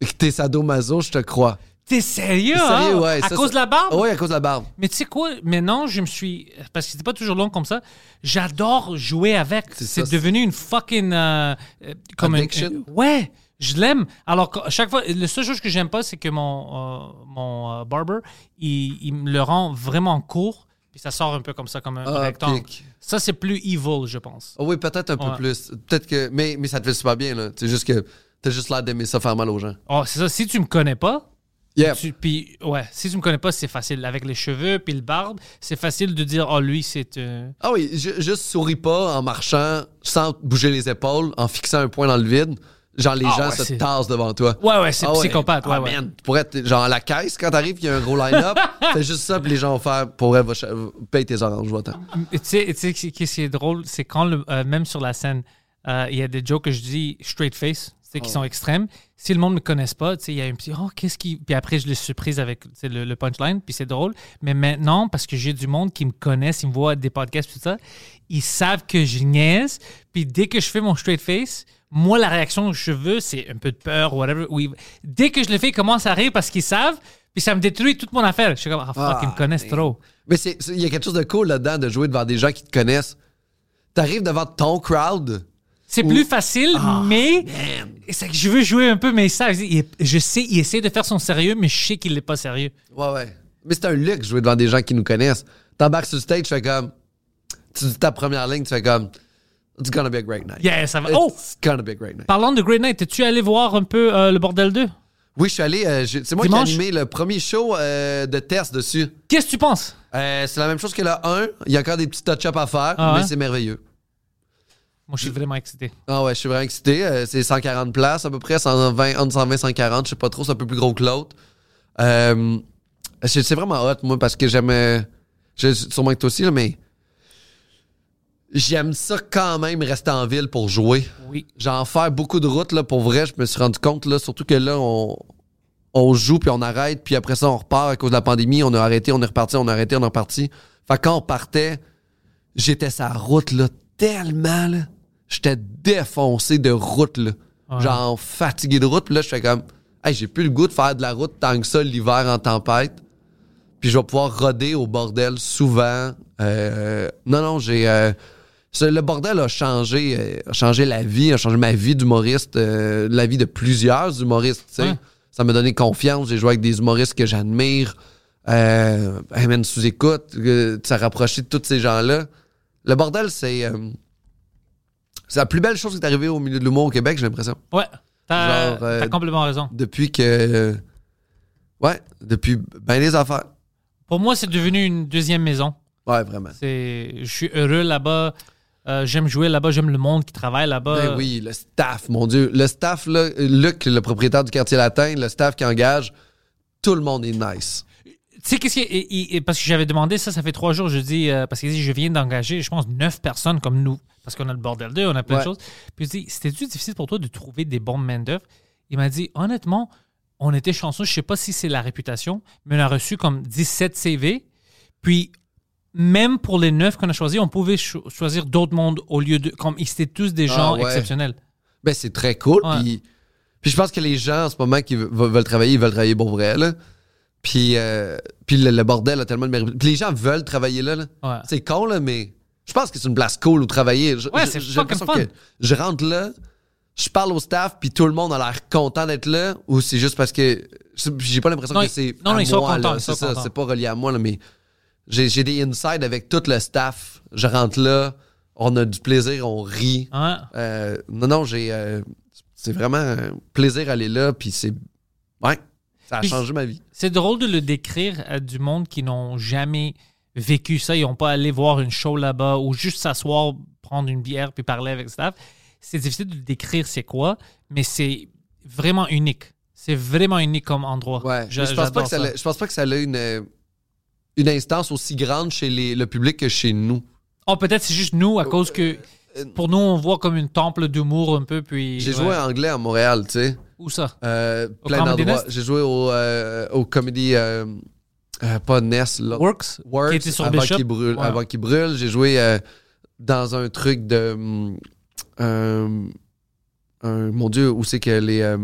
[SPEAKER 3] que t'es sadomaso, je te crois.
[SPEAKER 1] T'es sérieux,
[SPEAKER 3] Sérieux,
[SPEAKER 1] hein?
[SPEAKER 3] ouais,
[SPEAKER 1] à
[SPEAKER 3] ça,
[SPEAKER 1] cause
[SPEAKER 3] ça-
[SPEAKER 1] de la barbe?
[SPEAKER 3] Oui, à cause de la barbe.
[SPEAKER 1] Mais tu sais quoi? Maintenant, je me suis. Parce que c'était pas toujours long comme ça. J'adore jouer avec.
[SPEAKER 3] C'est
[SPEAKER 1] C'est
[SPEAKER 3] ça, c'est-
[SPEAKER 1] devenu une fucking. euh, euh, comme une-
[SPEAKER 3] Addiction.
[SPEAKER 1] une- ouais! Je l'aime. Alors, qu'à chaque fois, le seul chose que j'aime pas, c'est que mon, euh, mon euh, barber, il, il me le rend vraiment court, puis ça sort un peu comme ça, comme un
[SPEAKER 3] Ah,
[SPEAKER 1] rectangle.
[SPEAKER 3] pique.
[SPEAKER 1] Ça, c'est plus evil, je pense.
[SPEAKER 3] Ah oui, peut-être un peu
[SPEAKER 1] Ouais.
[SPEAKER 3] plus. Peut-être que. Mais, mais ça te fait super bien, là. C'est juste que t'as juste l'air d'aimer ça faire mal aux gens.
[SPEAKER 1] Oh, c'est ça. Si tu me connais pas,
[SPEAKER 3] Yeah.
[SPEAKER 1] Tu- puis, ouais, si tu me connais pas, c'est facile. Avec les cheveux puis le barbe, c'est facile de dire, oh, lui, c'est. euh,
[SPEAKER 3] Ah oui, ju- juste souris pas en marchant, sans bouger les épaules, en fixant un point dans le vide. Genre, les
[SPEAKER 1] Ah
[SPEAKER 3] gens
[SPEAKER 1] ouais,
[SPEAKER 3] se
[SPEAKER 1] c'est-
[SPEAKER 3] tassent devant toi.
[SPEAKER 1] Ouais, ouais, c'est
[SPEAKER 3] Ah
[SPEAKER 1] psychopathe. Ouais,
[SPEAKER 3] Ah,
[SPEAKER 1] ouais.
[SPEAKER 3] man, tu pourrais être, genre, à la caisse, quand t'arrives, il y a un gros line-up, fais juste ça, puis les gens vont faire, pour vrai, va ch- paye tes oranges, va-t'en.
[SPEAKER 1] Et Tu sais, tu sais, qu'est- qu'est-ce qui est drôle, c'est quand, le- euh, même sur la scène, euh, il y a des jokes que je dis straight face. tu
[SPEAKER 3] Oh.
[SPEAKER 1] sais, qui sont extrêmes. Si le monde ne me connaisse pas, tu sais, il y a un petit oh qu'est-ce qui puis après je les surprise avec tu sais, le, le punchline puis c'est drôle. Mais maintenant parce que j'ai du monde qui me connaissent, ils me voient des podcasts tout ça, ils savent que je niaise. Puis dès que je fais mon straight face, moi la réaction que je veux c'est un peu de peur ou whatever. ou ils- Dès que je le fais, ils commencent à rire parce qu'ils savent. Puis ça me détruit toute mon affaire. Je suis comme ah fuck,
[SPEAKER 3] Ah,
[SPEAKER 1] ils me connaissent trop.
[SPEAKER 3] Mais c'est- c'est- il y a quelque chose de cool là-dedans de jouer devant des gens qui te connaissent. T'arrives devant ton crowd.
[SPEAKER 1] C'est plus facile,
[SPEAKER 3] Ah,
[SPEAKER 1] mais c'est que je veux jouer un peu, mais ça, il- je sais, il essaie de faire son sérieux, mais je sais qu'il n'est pas sérieux.
[SPEAKER 3] Ouais, ouais. Mais c'est un luxe jouer devant des gens qui nous connaissent. T'embarques sur le stage, tu fais comme. Tu dis ta première ligne, tu fais comme. It's gonna be a great night.
[SPEAKER 1] Yeah, ça va. Oh!
[SPEAKER 3] It's gonna be a great night.
[SPEAKER 1] Parlant de Great Night, es-tu allé voir un peu euh, le Bordel 2?
[SPEAKER 3] Oui, je suis allé. euh, j'ai- c'est moi
[SPEAKER 1] Dimanche?
[SPEAKER 3] qui ai animé le premier show euh, de test dessus.
[SPEAKER 1] Qu'est-ce que tu penses?
[SPEAKER 3] Euh, c'est la même chose que le 1. Il y a encore des petits touch-ups à faire,
[SPEAKER 1] Ah ouais?
[SPEAKER 3] mais c'est merveilleux.
[SPEAKER 1] Moi, je suis vraiment excité.
[SPEAKER 3] Ah ouais, je suis vraiment excité. Euh, c'est 140 places à peu près, 120, entre 120 140, je sais pas trop, c'est un peu plus gros que l'autre. Euh, c'est c'est vraiment hot, moi, parce que j'aime... euh, je- Sûrement que toi aussi, là, mais... J'aime ça quand même rester en ville pour jouer.
[SPEAKER 1] Oui.
[SPEAKER 3] J'en faire beaucoup de routes, là, pour vrai, je me suis rendu compte, là, surtout que là, on, on joue, puis on arrête, puis après ça, on repart à cause de la pandémie, on a arrêté, on est reparti, on a arrêté, on est reparti. Fait que quand on partait, j'étais sa route, là, tellement, là, j'étais défoncé de route, là. Genre fatigué de route, puis là, je fais comme, hey, j'ai plus le goût de faire de la route tant que ça l'hiver en tempête. Puis je vais pouvoir roder au bordel souvent. Euh, non, non, j'ai. euh, ce- le bordel a changé, euh, a changé la vie, a changé ma vie d'humoriste, euh, la vie de plusieurs humoristes. tu sais.
[SPEAKER 1] Ouais.
[SPEAKER 3] Ça m'a donné confiance. J'ai joué avec des humoristes que j'admire. Euh, hey man, sous-écoute, euh, ça rapproché de tous ces gens-là. Le bordel, c'est. euh, c'est la plus belle chose qui est arrivée au milieu de l'humour au Québec, j'ai l'impression.
[SPEAKER 1] Ouais. T'as
[SPEAKER 3] Genre, euh,
[SPEAKER 1] t'as complètement raison.
[SPEAKER 3] Depuis que. euh, ouais, depuis ben des affaires.
[SPEAKER 1] Pour moi, c'est devenu une deuxième maison.
[SPEAKER 3] Ouais, vraiment.
[SPEAKER 1] C'est, je suis heureux là-bas. Euh, j'aime jouer là-bas. J'aime le monde qui travaille là-bas.
[SPEAKER 3] Ben oui, le staff, mon Dieu. Le staff, là, Luc, le propriétaire du quartier latin, le staff qui engage, tout le monde est nice.
[SPEAKER 1] Tu sais, qu'est-ce qui. et- et- et- parce que j'avais demandé ça, ça fait trois jours, je dis. euh, parce que je viens d'engager, je pense, neuf personnes comme nous. Parce qu'on a le bordel 2, on a plein de
[SPEAKER 3] Ouais.
[SPEAKER 1] choses. Puis je dis, c'était-tu difficile pour toi de trouver des bons main-d'œuvre? Il m'a dit, honnêtement, on était chanceux. Je sais pas si c'est la réputation, mais on a reçu comme 17 CV. Puis, même pour les neuf qu'on a choisis, on pouvait cho- choisir d'autres mondes au lieu de. Comme ils étaient tous des
[SPEAKER 3] Ah,
[SPEAKER 1] gens
[SPEAKER 3] ouais.
[SPEAKER 1] exceptionnels.
[SPEAKER 3] Ben, c'est très cool.
[SPEAKER 1] Ouais.
[SPEAKER 3] Puis, puis je pense que les gens, en ce moment, qui ve- veulent travailler, ils veulent travailler pour vrai, là. Puis, euh, puis le, le bordel a tellement de mérite. Puis les gens veulent travailler là, là.
[SPEAKER 1] Ouais.
[SPEAKER 3] C'est con, là, mais je pense que c'est une place cool où travailler. Je-
[SPEAKER 1] Ouais,
[SPEAKER 3] je-
[SPEAKER 1] c'est
[SPEAKER 3] j'ai
[SPEAKER 1] fucking
[SPEAKER 3] l'impression
[SPEAKER 1] fun.
[SPEAKER 3] que Je rentre là, je parle au staff, puis tout le monde a l'air content d'être là, ou c'est juste parce que. c'est- J'ai pas l'impression
[SPEAKER 1] Non,
[SPEAKER 3] que
[SPEAKER 1] ils-
[SPEAKER 3] c'est.
[SPEAKER 1] non, non,
[SPEAKER 3] à
[SPEAKER 1] ils sont
[SPEAKER 3] moi,
[SPEAKER 1] contents,
[SPEAKER 3] là.
[SPEAKER 1] ils
[SPEAKER 3] C'est
[SPEAKER 1] sont
[SPEAKER 3] ça,
[SPEAKER 1] contents.
[SPEAKER 3] c'est pas relié à moi, là, mais j'ai j'ai des insides avec tout le staff. Je rentre là, on a du plaisir, on rit.
[SPEAKER 1] Hein?
[SPEAKER 3] Euh, non, non, j'ai. euh, c'est vraiment un plaisir d'aller là, puis c'est. Ouais, ça a
[SPEAKER 1] Puis-
[SPEAKER 3] changé ma vie.
[SPEAKER 1] C'est drôle de le décrire à du monde qui n'ont jamais vécu ça. Ils n'ont pas allé voir une show là-bas ou juste s'asseoir, prendre une bière puis parler avec le staff. C'est difficile de décrire c'est quoi, mais c'est vraiment unique. C'est vraiment unique comme endroit.
[SPEAKER 3] Ouais,
[SPEAKER 1] Je-
[SPEAKER 3] mais je, pense pas
[SPEAKER 1] j'adore
[SPEAKER 3] que ça
[SPEAKER 1] ça.
[SPEAKER 3] l'a- je pense pas que ça a une, euh, une instance aussi grande chez les- le public que chez nous.
[SPEAKER 1] Oh, peut-être c'est juste nous à cause
[SPEAKER 3] euh,
[SPEAKER 1] que pour nous on voit comme une temple d'humour un peu puis.
[SPEAKER 3] J'ai
[SPEAKER 1] ouais.
[SPEAKER 3] joué anglais à Montréal, tu sais.
[SPEAKER 1] Où ça
[SPEAKER 3] euh,
[SPEAKER 1] Au
[SPEAKER 3] plein
[SPEAKER 1] Comedy
[SPEAKER 3] d'endroits.
[SPEAKER 1] Nest?
[SPEAKER 3] J'ai joué au, euh, au Comedy. euh, euh, pas Nest, là.
[SPEAKER 1] Works.
[SPEAKER 3] Works,
[SPEAKER 1] Qui était sur
[SPEAKER 3] avant
[SPEAKER 1] Bishop.
[SPEAKER 3] qu'il brûle.
[SPEAKER 1] Ouais.
[SPEAKER 3] Avant qu'il brûle, j'ai joué euh, dans un truc de. hum, euh, un- mon Dieu, où c'est que les. euh,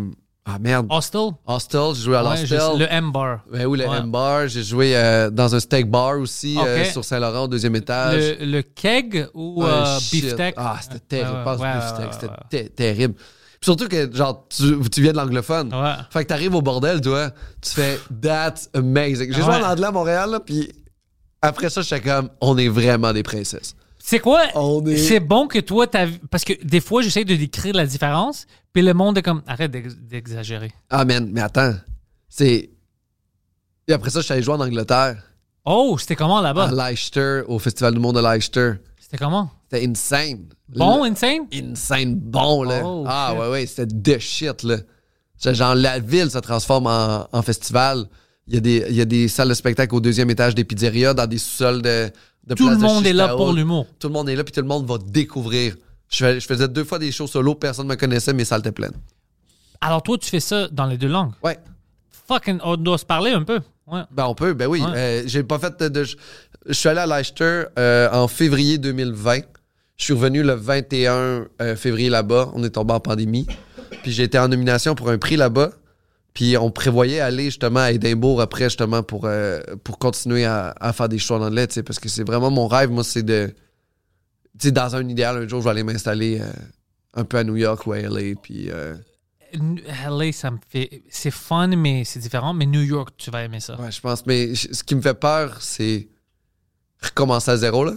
[SPEAKER 3] ah merde.
[SPEAKER 1] Hostel.
[SPEAKER 3] Hostel, j'ai joué à
[SPEAKER 1] Ouais, je-
[SPEAKER 3] l'Hostel.
[SPEAKER 1] le M bar.
[SPEAKER 3] Ben oui, le
[SPEAKER 1] Ouais.
[SPEAKER 3] M-Bar. J'ai joué euh, dans un steak bar aussi
[SPEAKER 1] Ok.
[SPEAKER 3] euh, sur Saint-Laurent au deuxième étage.
[SPEAKER 1] Le, le keg ou
[SPEAKER 3] Ouais,
[SPEAKER 1] euh,
[SPEAKER 3] shit.
[SPEAKER 1] beefsteak.
[SPEAKER 3] Ah, c'était terrible.
[SPEAKER 1] Ouais, ouais,
[SPEAKER 3] Pense
[SPEAKER 1] ouais,
[SPEAKER 3] beefsteak,
[SPEAKER 1] ouais,
[SPEAKER 3] c'était
[SPEAKER 1] ouais.
[SPEAKER 3] ter- terrible. Puis surtout que, genre, tu, tu viens de l'anglophone.
[SPEAKER 1] Ouais.
[SPEAKER 3] Fait que t'arrives au bordel, toi, tu fais That's amazing. J'ai joué
[SPEAKER 1] Ouais.
[SPEAKER 3] en anglais à Montréal, là, puis après ça, j'étais comme On est vraiment des princesses.
[SPEAKER 1] C'est quoi?
[SPEAKER 3] On est-
[SPEAKER 1] C'est bon que toi, t'as... parce que des fois, j'essaie de décrire la différence, puis le monde est comme, arrête d'ex- d'exagérer.
[SPEAKER 3] Ah, man, mais attends. C'est. Puis après ça, je suis allé jouer en Angleterre,
[SPEAKER 1] Oh, c'était comment là-bas?
[SPEAKER 3] à Leicester, au Festival du Monde de Leicester.
[SPEAKER 1] C'était comment?
[SPEAKER 3] C'était insane.
[SPEAKER 1] Bon,
[SPEAKER 3] Le-
[SPEAKER 1] insane?
[SPEAKER 3] insane bon, là.
[SPEAKER 1] Oh,
[SPEAKER 3] ah,
[SPEAKER 1] shit.
[SPEAKER 3] ouais, ouais, c'était de shit, là. C'est genre, la ville se transforme en, en festival. Il y, a des, il y a des salles de spectacle au deuxième étage des pizzerias, dans des sous-sols de, de
[SPEAKER 1] Tout le
[SPEAKER 3] places de
[SPEAKER 1] monde est là
[SPEAKER 3] schiste à
[SPEAKER 1] pour
[SPEAKER 3] eau.
[SPEAKER 1] l'humour.
[SPEAKER 3] Tout le monde est là, puis tout le monde va découvrir. Je, fais- je faisais deux fois des shows solo, personne ne me connaissait, mais salles étaient pleines.
[SPEAKER 1] Alors toi, tu fais ça dans les deux langues.
[SPEAKER 3] Ouais.
[SPEAKER 1] Fucking, on doit se parler un peu. Ouais.
[SPEAKER 3] Ben, on peut, ben oui.
[SPEAKER 1] Ouais.
[SPEAKER 3] Euh, j'ai pas fait de. de- je- Je suis allé à Leicester euh, en février 2020. Je suis revenu le 21 euh, février là-bas. On est tombé en pandémie. Puis j'ai été en nomination pour un prix là-bas. Puis on prévoyait aller justement à Édimbourg après, justement, pour, euh, pour continuer à, à faire des shows en anglais, tu sais, parce que c'est vraiment mon rêve, moi, c'est de. Tu sais, dans un idéal, un jour, je vais aller m'installer euh, un peu à New York ou à LA. Puis. euh,
[SPEAKER 1] LA, ça me fait. C'est fun, mais c'est différent. Mais New York, tu vas aimer ça.
[SPEAKER 3] Ouais, je pense. Mais je- ce qui me fait peur, c'est recommencer à zéro, là.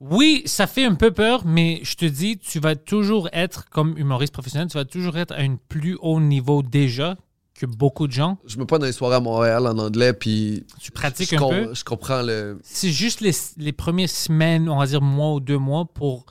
[SPEAKER 1] Oui, ça fait un peu peur, mais je te dis, tu vas toujours être, comme humoriste professionnel, tu vas toujours être à un plus haut niveau déjà que beaucoup de gens.
[SPEAKER 3] je me prends dans les soirées à Montréal en anglais, puis.
[SPEAKER 1] Tu pratiques
[SPEAKER 3] je
[SPEAKER 1] un
[SPEAKER 3] com-
[SPEAKER 1] peu?
[SPEAKER 3] Je comprends le.
[SPEAKER 1] C'est juste les, les premières semaines, on va dire mois ou deux mois, pour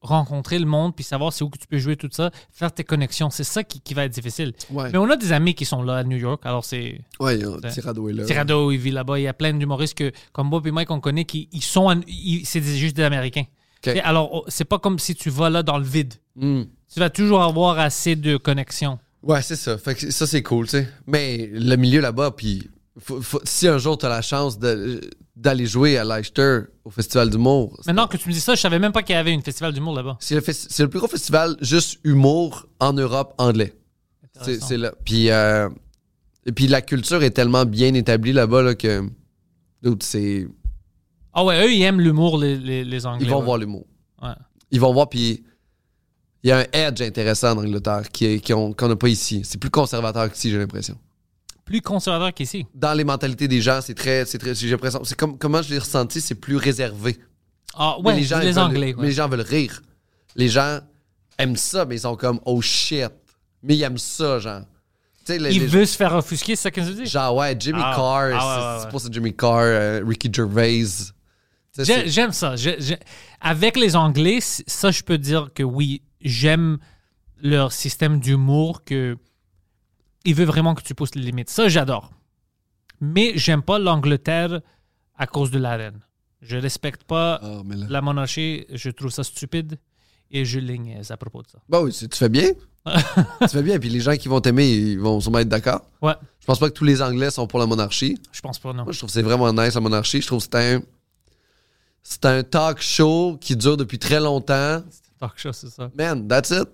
[SPEAKER 1] rencontrer le monde, puis savoir c'est où que tu peux jouer, tout ça, faire tes connexions. C'est ça qui, qui va être difficile.
[SPEAKER 3] Ouais.
[SPEAKER 1] Mais on a des amis qui sont là à New York, alors c'est...
[SPEAKER 3] Ouais, il y a un
[SPEAKER 1] C'est-
[SPEAKER 3] Tirado est là.
[SPEAKER 1] Tirado, il vit là-bas. Il y a plein d'humoristes que, comme Bob et Mike, qu'on connaît, qui ils sont, en- ils- c'est des- juste des Américains.
[SPEAKER 3] Ok.
[SPEAKER 1] Et Alors, oh, c'est pas comme si tu vas là dans le vide.
[SPEAKER 3] Hmm.
[SPEAKER 1] Tu vas toujours avoir assez de connexions.
[SPEAKER 3] Ouais, c'est ça. Fait que ça, c'est cool, tu sais. Mais le milieu là-bas, puis. faut- faut- si un jour, t'as la chance de- d'aller jouer à Leicester au Festival d'humour. c'est-
[SPEAKER 1] Maintenant que tu me dis ça, je savais même pas qu'il y avait une festival d'humour là-bas.
[SPEAKER 3] C'est le, fes- c'est le plus gros festival juste humour en Europe anglais. C'est
[SPEAKER 1] Intéressant.
[SPEAKER 3] c'est là. Puis, euh, et puis la culture est tellement bien établie là-bas là, que. dude, c'est-
[SPEAKER 1] Ah ouais, eux, ils aiment l'humour, les, les, les Anglais.
[SPEAKER 3] Ils vont
[SPEAKER 1] ouais.
[SPEAKER 3] voir l'humour.
[SPEAKER 1] Ouais.
[SPEAKER 3] ils vont voir, puis il y a un edge intéressant en Angleterre qui est- qui ont- qu'on n'a pas ici. C'est plus conservateur qu'ici, j'ai l'impression.
[SPEAKER 1] Plus conservateur qu'ici.
[SPEAKER 3] Dans les mentalités des gens, c'est très, c'est très, j'ai l'impression, c'est comme comment je l'ai ressenti, c'est plus réservé.
[SPEAKER 1] Ah
[SPEAKER 3] Mais
[SPEAKER 1] ouais, les,
[SPEAKER 3] ils veulent-
[SPEAKER 1] Anglais. ouais.
[SPEAKER 3] mais les gens veulent rire. Les gens aiment ça, mais ils sont comme oh shit. Mais ils aiment ça, genre. Tu sais, les,
[SPEAKER 1] ils
[SPEAKER 3] les-
[SPEAKER 1] veulent se faire offusquer, c'est ça que tu dis?
[SPEAKER 3] genre ouais, Jimmy
[SPEAKER 1] Ah,
[SPEAKER 3] Carr,
[SPEAKER 1] ah ouais,
[SPEAKER 3] c'est-
[SPEAKER 1] ouais,
[SPEAKER 3] c'est
[SPEAKER 1] ouais.
[SPEAKER 3] pour ça Jimmy Carr, euh, Ricky Gervais. Tu sais,
[SPEAKER 1] J'ai-
[SPEAKER 3] c'est-
[SPEAKER 1] J'aime ça. J'ai- j'ai- Avec les Anglais, c- ça, je peux dire que oui, j'aime leur système d'humour, que il veut vraiment que tu pousses les limites. Ça, j'adore. Mais j'aime pas l'Angleterre à cause de la reine. Je respecte pas
[SPEAKER 3] Ah, mais là-
[SPEAKER 1] la monarchie, je trouve ça stupide et je les niaise à propos de ça.
[SPEAKER 3] Bah oui, c'est- tu fais bien. tu fais bien, puis les gens qui vont t'aimer, ils vont sûrement être d'accord.
[SPEAKER 1] Ouais,
[SPEAKER 3] Je pense pas que tous les Anglais sont pour la monarchie.
[SPEAKER 1] je pense pas, non.
[SPEAKER 3] Moi, je trouve que c'est vraiment nice, la monarchie. Je trouve que c'est un. C'est un talk show qui dure depuis très longtemps.
[SPEAKER 1] Talk show, c'est ça.
[SPEAKER 3] Man, that's it.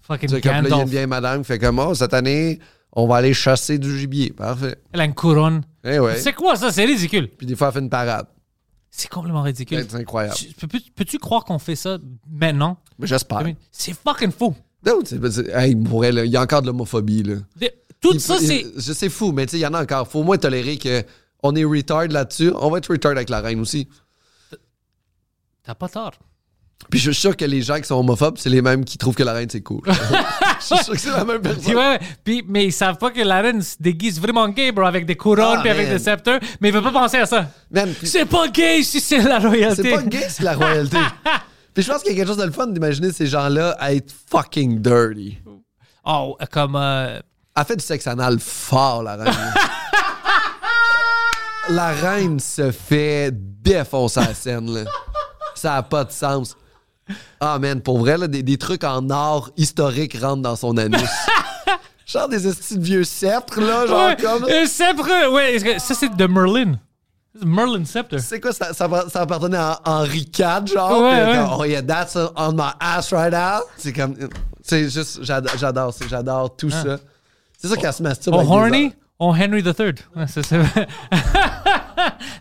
[SPEAKER 1] Fucking
[SPEAKER 3] Tu sais, comme là, il y a une
[SPEAKER 1] Gandalf.
[SPEAKER 3] vieille madame qui fait comme, oh, cette année, on va aller chasser du gibier. Parfait.
[SPEAKER 1] Elle a une couronne.
[SPEAKER 3] Eh ouais.
[SPEAKER 1] C'est quoi ça? C'est ridicule.
[SPEAKER 3] Puis des fois, elle fait une parade. Ben,
[SPEAKER 1] C'est complètement ridicule.
[SPEAKER 3] C'est incroyable. Ah.
[SPEAKER 1] Tu- peux- peux- Peux-tu croire qu'on fait ça maintenant?
[SPEAKER 3] Mais j'espère.
[SPEAKER 1] I mean, C'est fucking fou.
[SPEAKER 3] Dude, c'est- c'est- hey, pour elle, il y a encore de l'homophobie, là.
[SPEAKER 1] De- tout
[SPEAKER 3] Il-
[SPEAKER 1] ça,
[SPEAKER 3] il-
[SPEAKER 1] c'est.
[SPEAKER 3] Je sais fou, mais tu sais, il y en a encore. Faut au moins tolérer que on est retard là-dessus. On va être retard avec la reine aussi.
[SPEAKER 1] T'as pas tort.
[SPEAKER 3] Puis je suis sûr que les gens qui sont homophobes, c'est les mêmes qui trouvent que la reine, c'est cool. je suis sûr que c'est la même
[SPEAKER 1] Puis
[SPEAKER 3] personne.
[SPEAKER 1] ouais, puis- mais ils savent pas que la reine se déguise vraiment gay, bro, avec des couronnes
[SPEAKER 3] Ah,
[SPEAKER 1] puis avec
[SPEAKER 3] man.
[SPEAKER 1] des sceptres, mais ils veulent pas penser à ça.
[SPEAKER 3] Man,
[SPEAKER 1] C'est pas gay si c'est la royauté.
[SPEAKER 3] c'est pas gay, c'est la royauté. Puis je pense qu'il y a quelque chose de le fun d'imaginer ces gens-là à être fucking dirty.
[SPEAKER 1] Oh, comme. euh,
[SPEAKER 3] Elle fait du sexe anal fort, la reine. la reine se fait défoncer à la scène, là. Ça a pas de sens. Ah, man, pour vrai, là, des, des trucs en or historique rentrent dans son anus. genre des estis de vieux sceptres, là, genre
[SPEAKER 1] ouais,
[SPEAKER 3] Oh, comme...
[SPEAKER 1] un sceptre, ouais, est-ce que- ça c'est de Merlin. C'est Merlin sceptre.
[SPEAKER 3] C'est quoi, ça, ça, ça appartenait à Henri IV, genre?
[SPEAKER 1] Ouais,
[SPEAKER 3] Puis,
[SPEAKER 1] ouais.
[SPEAKER 3] Oh yeah, that's on my ass right now. C'est comme. C'est juste, j'adore, j'adore, ça, j'adore tout ça. C'est ça qu'elle se masturbe.
[SPEAKER 1] On
[SPEAKER 3] avec des
[SPEAKER 1] Ah. Oh. horny,
[SPEAKER 3] heures.
[SPEAKER 1] on Henry III. Ouais, ça, c'est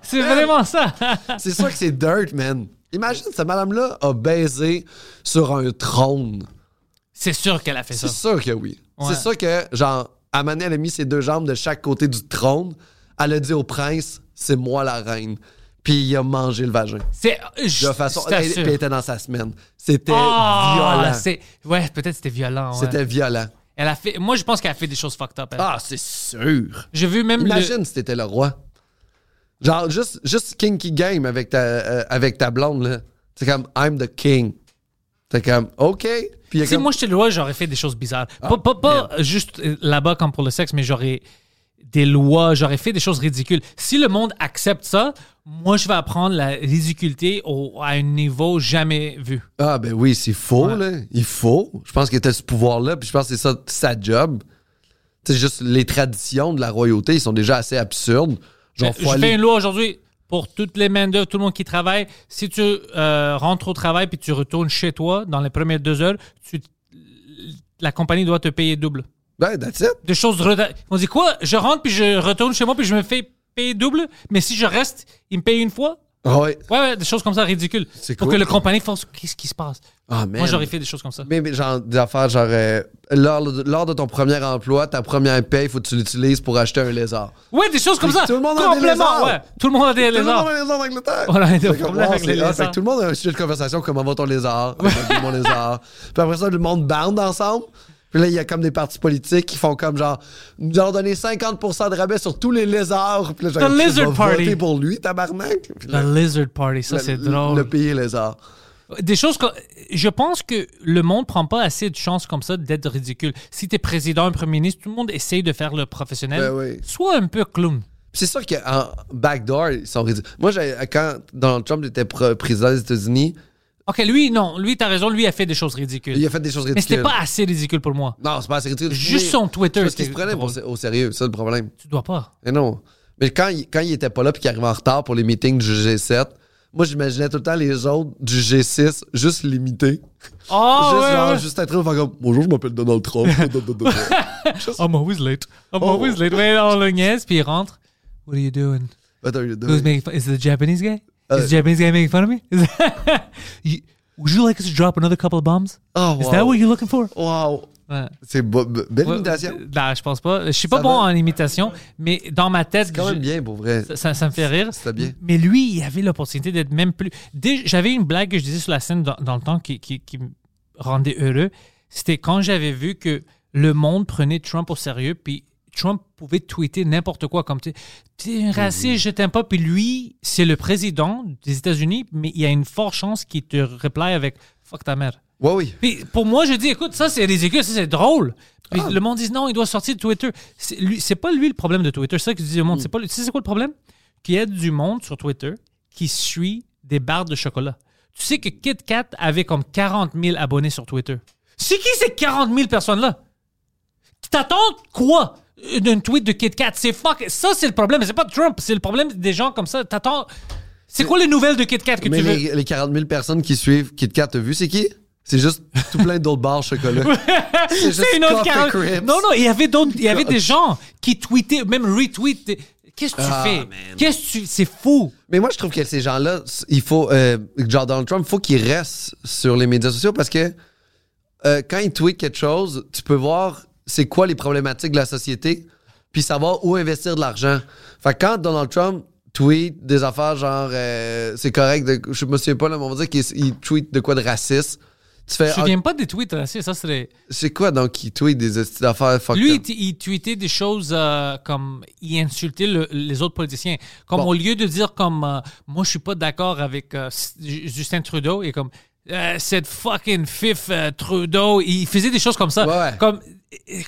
[SPEAKER 1] c'est vraiment ça.
[SPEAKER 3] C'est sûr que c'est dirt, man. Imagine, cette madame-là a baisé sur un trône.
[SPEAKER 1] C'est sûr qu'elle a fait ça.
[SPEAKER 3] C'est sûr que oui.
[SPEAKER 1] Ouais.
[SPEAKER 3] C'est sûr que, genre, Amané, elle a mis ses deux jambes de chaque côté du trône. Elle a dit au prince, c'est moi la reine. Puis il a mangé le vagin.
[SPEAKER 1] C'est. euh,
[SPEAKER 3] De façon.
[SPEAKER 1] je
[SPEAKER 3] Elle,
[SPEAKER 1] t'assure.
[SPEAKER 3] puis elle était dans sa semaine. C'était
[SPEAKER 1] Ah,
[SPEAKER 3] violent.
[SPEAKER 1] c'est- Ouais, peut-être c'était violent. ouais.
[SPEAKER 3] C'était violent.
[SPEAKER 1] Elle a fait. Moi, je pense qu'elle a fait des choses fucked up. elle.
[SPEAKER 3] Ah, c'est sûr.
[SPEAKER 1] J'ai vu même
[SPEAKER 3] Imagine
[SPEAKER 1] le.
[SPEAKER 3] si t'étais le roi. Genre, juste, juste kinky game avec ta, euh, avec ta blonde, là. C'est comme, I'm the king. T'es comme, OK. Puis il y a
[SPEAKER 1] Si
[SPEAKER 3] comme- Ah,
[SPEAKER 1] moi j'étais le roi, j'aurais fait des choses bizarres. pas pas- pas juste euh, là-bas comme pour le sexe, mais j'aurais des lois, j'aurais fait des choses ridicules. Si le monde accepte ça, moi, je vais apprendre la ridiculité au- à un niveau jamais vu.
[SPEAKER 3] Ah, ben oui, c'est faux, là. Il faut. Je pense qu'il était ce pouvoir-là, puis je pense que c'est ça, sa job. C'est juste les traditions de la royauté, ils sont déjà assez absurdes. Genre,
[SPEAKER 1] Ben, je
[SPEAKER 3] faut aller-
[SPEAKER 1] fais une loi aujourd'hui pour toutes les mains d'œuvre, tout le monde qui travaille. Si tu euh, rentres au travail puis tu retournes chez toi dans les premières deux heures, tu- la compagnie doit te payer double.
[SPEAKER 3] Ben, that's it.
[SPEAKER 1] Des choses. reda- On dit quoi Je rentre puis je retourne chez moi puis je me fais payer double, mais si je reste, ils me payent une fois.
[SPEAKER 3] Ah ouais.
[SPEAKER 1] Ouais, ouais, des choses comme ça ridicules.
[SPEAKER 3] C'est
[SPEAKER 1] Pour
[SPEAKER 3] quoi?
[SPEAKER 1] que le compagnie fasse qu'est-ce qui se passe.
[SPEAKER 3] Ah,
[SPEAKER 1] Moi,
[SPEAKER 3] man.
[SPEAKER 1] j'aurais fait des choses comme ça.
[SPEAKER 3] Mais, mais genre, des affaires, genre, euh, lors, de- lors de ton premier emploi, ta première paye, faut que tu l'utilises pour acheter un lézard.
[SPEAKER 1] Ouais, des choses comme
[SPEAKER 3] Puis
[SPEAKER 1] ça.
[SPEAKER 3] tout le monde a des
[SPEAKER 1] Complément,
[SPEAKER 3] lézards.
[SPEAKER 1] ouais. Tout le monde a des
[SPEAKER 3] Tout le
[SPEAKER 1] lézards.
[SPEAKER 3] monde a un lézard en Angleterre.
[SPEAKER 1] Voilà, il y a
[SPEAKER 3] C'est
[SPEAKER 1] un
[SPEAKER 3] comme,
[SPEAKER 1] problème
[SPEAKER 3] wow,
[SPEAKER 1] avec les
[SPEAKER 3] c'est hot.
[SPEAKER 1] lézards.
[SPEAKER 3] Fait que Tout le monde a un sujet de conversation, comment va ton lézard? Comment va mon lézard? Puis après ça, le monde bande ensemble. Puis là, il y a comme des partis politiques qui font comme genre, nous allons donner 50% de rabais sur tous les lézards. Puis là, genre,
[SPEAKER 1] The
[SPEAKER 3] tu
[SPEAKER 1] Lizard
[SPEAKER 3] vas
[SPEAKER 1] Party.
[SPEAKER 3] voter pour lui, tabarnak. Puis là,
[SPEAKER 1] La lizard party, ça,
[SPEAKER 3] le-
[SPEAKER 1] c'est
[SPEAKER 3] le-
[SPEAKER 1] drôle.
[SPEAKER 3] Le pays lézard.
[SPEAKER 1] Des choses que je pense que le monde prend pas assez de chances comme ça d'être ridicule. Si t'es président, un premier ministre, tout le monde essaye de faire le professionnel.
[SPEAKER 3] Ben oui.
[SPEAKER 1] Sois un peu clown.
[SPEAKER 3] Puis c'est sûr qu'en backdoor, ils sont ridicules. Moi, j'ai- quand Donald Trump était pr- président des États-Unis,
[SPEAKER 1] Ok, lui, non, lui, t'as raison, lui a fait des choses
[SPEAKER 3] il
[SPEAKER 1] ridicules.
[SPEAKER 3] a fait des choses
[SPEAKER 1] Mais
[SPEAKER 3] ridicules.
[SPEAKER 1] c'était pas assez ridicule pour moi.
[SPEAKER 3] Non, c'est pas assez ridicule.
[SPEAKER 1] Juste son Twitter,
[SPEAKER 3] Parce qu'il se
[SPEAKER 1] c'était
[SPEAKER 3] prenait pour- au sérieux, c'est le problème.
[SPEAKER 1] Tu dois pas.
[SPEAKER 3] Mais Eh non. Mais quand il, quand il était pas là puis qu'il arrivait en retard pour les meetings du G7, moi j'imaginais tout le temps les autres du G6 juste l'imiter.
[SPEAKER 1] Oh,
[SPEAKER 3] juste
[SPEAKER 1] ouais,
[SPEAKER 3] genre,
[SPEAKER 1] ouais.
[SPEAKER 3] juste être là, faire comme Bonjour, je m'appelle Donald Trump.
[SPEAKER 1] I'm always late. I'm
[SPEAKER 3] Oh.
[SPEAKER 1] always late. Ouais, on le niaise, puis il rentre. What are you doing?
[SPEAKER 3] What are you doing?
[SPEAKER 1] Who's Euh, making fun? Is it the Japanese guy? Is the Japanese guy making fun of me? Is- You- would you like us to drop another couple of bombs?
[SPEAKER 3] Oh,
[SPEAKER 1] Is
[SPEAKER 3] wow.
[SPEAKER 1] that what you're looking for?
[SPEAKER 3] Wow.
[SPEAKER 1] Ouais.
[SPEAKER 3] C'est bo- be- belle
[SPEAKER 1] Ouais,
[SPEAKER 3] imitation.
[SPEAKER 1] euh, Non, je pense pas. Je suis pas
[SPEAKER 3] Ça
[SPEAKER 1] bon en
[SPEAKER 3] va?
[SPEAKER 1] imitation, mais dans ma tête,
[SPEAKER 3] C'est quand
[SPEAKER 1] je-
[SPEAKER 3] même bien pour vrai.
[SPEAKER 1] ça- ça, ça me fait rire.
[SPEAKER 3] C'était bien.
[SPEAKER 1] Mais lui, il avait l'opportunité d'être même plus. Dès- J'avais une blague que je disais sur la scène dans, dans le temps qui, qui- qui me rendait heureux. C'était quand j'avais vu que le monde prenait Trump au sérieux, puis Trump pouvait tweeter n'importe quoi comme tu T'es un raciste, je t'aime pas. Puis lui, c'est le président des États-Unis, mais il y a une forte chance qu'il te replie avec fuck ta mère.
[SPEAKER 3] Ouais, oui. Ah.
[SPEAKER 1] Puis pour moi, je dis, écoute, ça c'est ridicule, ça c'est drôle. Puis le monde dit, non, il doit sortir de Twitter. C'est lui- c'est pas lui le problème de Twitter. C'est ça que je dis au monde.
[SPEAKER 3] Mm.
[SPEAKER 1] C'est pas lui. Tu sais, c'est quoi le problème? Qu'il y a du monde sur Twitter qui suit des barres de chocolat. Tu sais que Kit Kat avait comme 40 000 abonnés sur Twitter. C'est qui ces 40 000 personnes-là? T'attends quoi euh, d'un tweet de Kit Kat? C'est fuck. Ça, c'est le problème. C'est pas Trump. C'est le problème des gens comme ça. T'attends. C'est quoi les nouvelles de Kit Kat que
[SPEAKER 3] Mais
[SPEAKER 1] tu veux?
[SPEAKER 3] les, les 40 000 personnes qui suivent KitKat, t'as vu, c'est qui? C'est juste tout plein d'autres bars chocolat. c'est juste
[SPEAKER 1] C'est une autre
[SPEAKER 3] Coffee
[SPEAKER 1] carotte.
[SPEAKER 3] Crisps.
[SPEAKER 1] Non, non, il y avait d'autres, il y avait des gens qui tweetaient, même retweetaient. Qu'est-ce que tu
[SPEAKER 3] Ah,
[SPEAKER 1] fais?
[SPEAKER 3] man. Euh,
[SPEAKER 1] Qu'est-ce que tu, c'est fou.
[SPEAKER 3] Mais moi, je trouve que ces gens-là, c- il faut. Euh, genre, Donald Trump, faut qu'il reste sur les médias sociaux parce que euh, quand il tweet quelque chose, tu peux voir c'est quoi les problématiques de la société, puis savoir où investir de l'argent. Fait que quand Donald Trump tweet des affaires genre euh, c'est correct, de, je me souviens pas, là, mais on va dire qu'il il tweet de quoi de raciste, tu fais.
[SPEAKER 1] Je ne
[SPEAKER 3] ah,
[SPEAKER 1] viens pas des tweets racistes, ça serait.
[SPEAKER 3] c'est quoi donc il tweet des esti d'affaires fucked
[SPEAKER 1] Lui, il,
[SPEAKER 3] up?
[SPEAKER 1] t- il tweetait des choses euh, comme il insultait le- les autres politiciens. Comme
[SPEAKER 3] Bon.
[SPEAKER 1] au lieu de dire comme euh, moi je suis pas d'accord avec euh, Ju- Justin Trudeau et comme Euh, cette fucking fif euh, Trudeau, il faisait des choses comme ça,
[SPEAKER 3] Ouais, ouais.
[SPEAKER 1] comme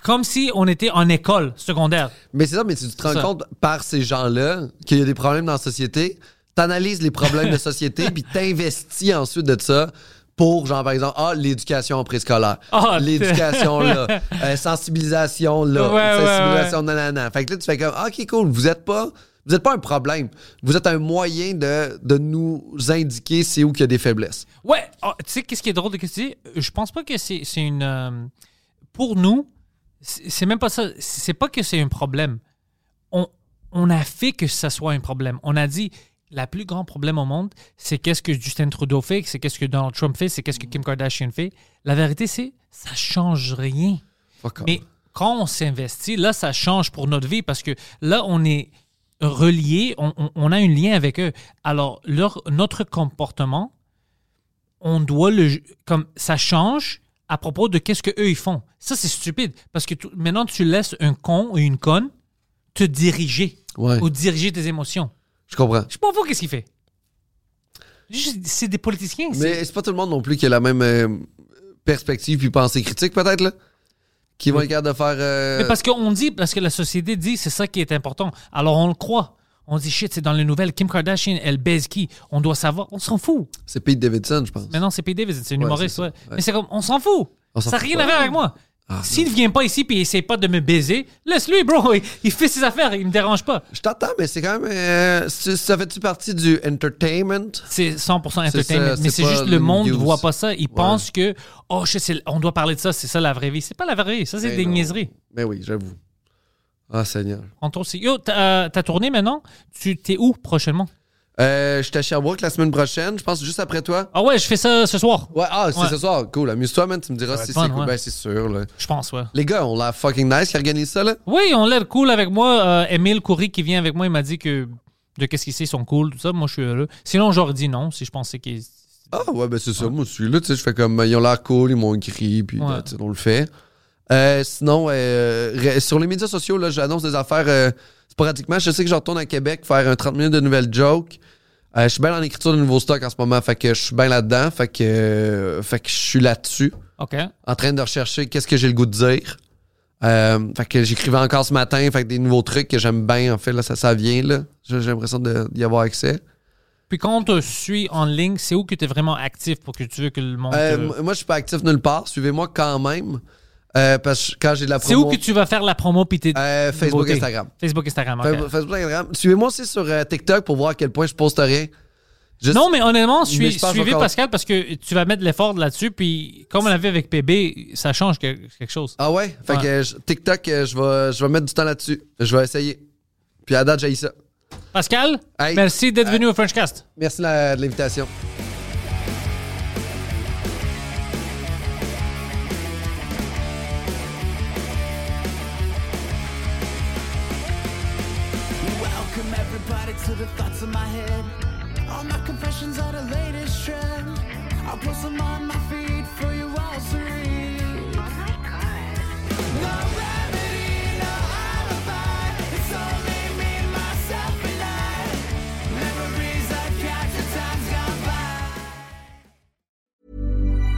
[SPEAKER 1] comme si on était en école secondaire.
[SPEAKER 3] Mais c'est ça, mais tu te rends
[SPEAKER 1] ça.
[SPEAKER 3] compte par ces gens-là qu'il y a des problèmes dans la société, t'analyses les problèmes de société, puis t'investis ensuite de ça pour, genre, par exemple, ah, l'éducation en préscolaire,
[SPEAKER 1] Ah,
[SPEAKER 3] l'éducation là, euh, sensibilisation là,
[SPEAKER 1] Ouais, ouais,
[SPEAKER 3] sensibilisation nanana. Fait que là, tu fais comme, Ah, ok, cool, vous êtes pas... Vous êtes pas un problème. Vous êtes un moyen de, de nous indiquer c'est où qu'il y a des faiblesses.
[SPEAKER 1] Ouais, ah, tu sais, qu'est-ce qui est drôle de ce que tu dis? Je pense pas que c'est c'est une. euh, pour nous, c'est c'est même pas ça. C'est pas que c'est un problème. On, on a fait que ça soit un problème. On a dit. La plus grand problème au monde, c'est qu'est-ce que Justin Trudeau fait, c'est qu'est-ce que Donald Trump fait, c'est qu'est-ce que Kim Kardashian fait. La vérité, c'est ça change rien.
[SPEAKER 3] Fuck off.
[SPEAKER 1] Mais quand on s'investit, là, ça change pour notre vie parce que là, on est relié, on, on- on a un lien avec eux. Alors, leur, notre comportement, on doit le. ju- Comme ça change à propos de qu'est-ce qu'eux, ils font. Ça, c'est stupide parce que tu- maintenant, tu laisses un con ou une conne te diriger
[SPEAKER 3] Ouais.
[SPEAKER 1] ou diriger tes émotions.
[SPEAKER 3] Je comprends.
[SPEAKER 1] Je sais pas vous qu'est-ce qu'il fait. Juste, C'est des politiciens. c'est-
[SPEAKER 3] Mais c'est pas tout le monde non plus qui a la même euh, perspective puis pensée critique, peut-être, là. qui vont être capables de faire. euh,
[SPEAKER 1] Mais parce qu'on dit, parce que la société dit, c'est ça qui est important. Alors on le croit. On dit shit, c'est dans les nouvelles. Kim Kardashian, elle baise qui On doit savoir. On s'en fout.
[SPEAKER 3] C'est Pete Davidson, je pense.
[SPEAKER 1] Mais non, c'est P. Davidson, c'est une
[SPEAKER 3] Ouais,
[SPEAKER 1] humoriste.
[SPEAKER 3] c'est ça.
[SPEAKER 1] ouais.
[SPEAKER 3] Ouais.
[SPEAKER 1] Mais c'est comme, on s'en fout.
[SPEAKER 3] On s'en
[SPEAKER 1] ça n'a
[SPEAKER 3] fout
[SPEAKER 1] rien
[SPEAKER 3] pas. Ah,
[SPEAKER 1] à voir avec moi. S'il ne vient pas ici et il essaie pas de me baiser, laisse-lui, bro. Il, il fait ses affaires, il me dérange pas.
[SPEAKER 3] Je t'entends, mais c'est quand même. euh, c'est- ça fait-tu partie du entertainment?
[SPEAKER 1] C'est 100%
[SPEAKER 3] C'est ça,
[SPEAKER 1] entertainment. mais
[SPEAKER 3] c'est
[SPEAKER 1] c'est
[SPEAKER 3] pas
[SPEAKER 1] juste
[SPEAKER 3] une
[SPEAKER 1] le monde ne
[SPEAKER 3] news.
[SPEAKER 1] voit pas ça. Ils pensent que, oh shit, c'est- on doit parler de ça, c'est ça la vraie vie. C'est pas la vraie vie, ça c'est
[SPEAKER 3] Ben
[SPEAKER 1] des
[SPEAKER 3] non.
[SPEAKER 1] niaiseries.
[SPEAKER 3] Mais oui, j'avoue. Ah, Seigneur.
[SPEAKER 1] On tourne aussi. Yo, t'as euh, t'as tourné maintenant? Tu t'es où prochainement?
[SPEAKER 3] Euh, je suis à Sherbrooke la semaine prochaine, je pense juste après toi.
[SPEAKER 1] Ah ouais, je fais ça ce soir.
[SPEAKER 3] Ouais, ah, c'est
[SPEAKER 1] Ouais.
[SPEAKER 3] ce soir. Cool, amuse-toi, man. Tu me diras si c'est
[SPEAKER 1] fun,
[SPEAKER 3] cool.
[SPEAKER 1] ouais.
[SPEAKER 3] Ben, c'est sûr, là.
[SPEAKER 1] Je pense, ouais.
[SPEAKER 3] Les gars, on l'a fucking nice qui organise ça, là.
[SPEAKER 1] Oui, on l'air cool avec moi. Euh, Émile Coury qui vient avec moi, il m'a dit que de qu'est-ce qu'il sait, ils sont cool, tout ça. Moi, je suis heureux. Sinon, j'aurais dit non si je pensais qu'il.
[SPEAKER 3] Ah, ouais, ben, c'est ça. Moi, je suis là, tu sais, je fais comme. euh, Ils ont l'air cool, ils m'ont écrit, puis,
[SPEAKER 1] Ouais.
[SPEAKER 3] euh, tu sais, on le fait. Euh, sinon, euh, re- sur les médias sociaux, là, j'annonce des affaires euh, sporadiquement. Je sais que je retourne à Québec faire un 30 minutes de nouvelles jokes. Euh, je suis bien en écriture de nouveaux stocks en ce moment, fait que je suis bien là-dedans, fait que, euh, fait que je suis là-dessus.
[SPEAKER 1] OK.
[SPEAKER 3] en train de rechercher qu'est-ce que j'ai le goût de dire. Euh, fait que j'écrivais encore ce matin, fait que des nouveaux trucs que j'aime bien, en fait, là, ça, ça vient, là. J'ai j'ai l'impression de- d'y avoir accès.
[SPEAKER 1] Puis quand on te suit en ligne, c'est où que tu es vraiment actif pour que tu veux que le monde.
[SPEAKER 3] Euh,
[SPEAKER 1] te-
[SPEAKER 3] m- Moi, je suis pas actif nulle part, suivez-moi quand même. Euh, parce que quand j'ai de la
[SPEAKER 1] c'est où
[SPEAKER 3] promo...
[SPEAKER 1] que tu vas faire la promo puis t'es.
[SPEAKER 3] Euh, Facebook,
[SPEAKER 1] nouveauté.
[SPEAKER 3] Instagram.
[SPEAKER 1] Facebook, Instagram. OK.
[SPEAKER 3] Fa- Facebook, Instagram. Suivez-moi aussi sur euh, TikTok pour voir à quel point je poste rien. Juste-
[SPEAKER 1] Non, mais honnêtement, suis,
[SPEAKER 3] Mais je pense
[SPEAKER 1] suivez
[SPEAKER 3] encore-
[SPEAKER 1] Pascal parce que tu vas mettre de l'effort là-dessus. Puis comme on l'avait avec PB, ça change que- quelque chose.
[SPEAKER 3] Ah ouais? Fait
[SPEAKER 1] Ouais.
[SPEAKER 3] que euh, je- TikTok, euh, je vais, je vais mettre du temps là-dessus. Je vais essayer. Puis à date, j'ai ça.
[SPEAKER 1] Pascal,
[SPEAKER 3] Hey.
[SPEAKER 1] merci d'être venu au Frenchcast.
[SPEAKER 3] Merci la- de l'invitation.
[SPEAKER 2] Welcome everybody to the thoughts in my head. All my confessions are the latest trend. I'll post them on my feed for you all to read. No remedy, no alibi. It's only me, myself, and I. Memories I capture, time's gone by.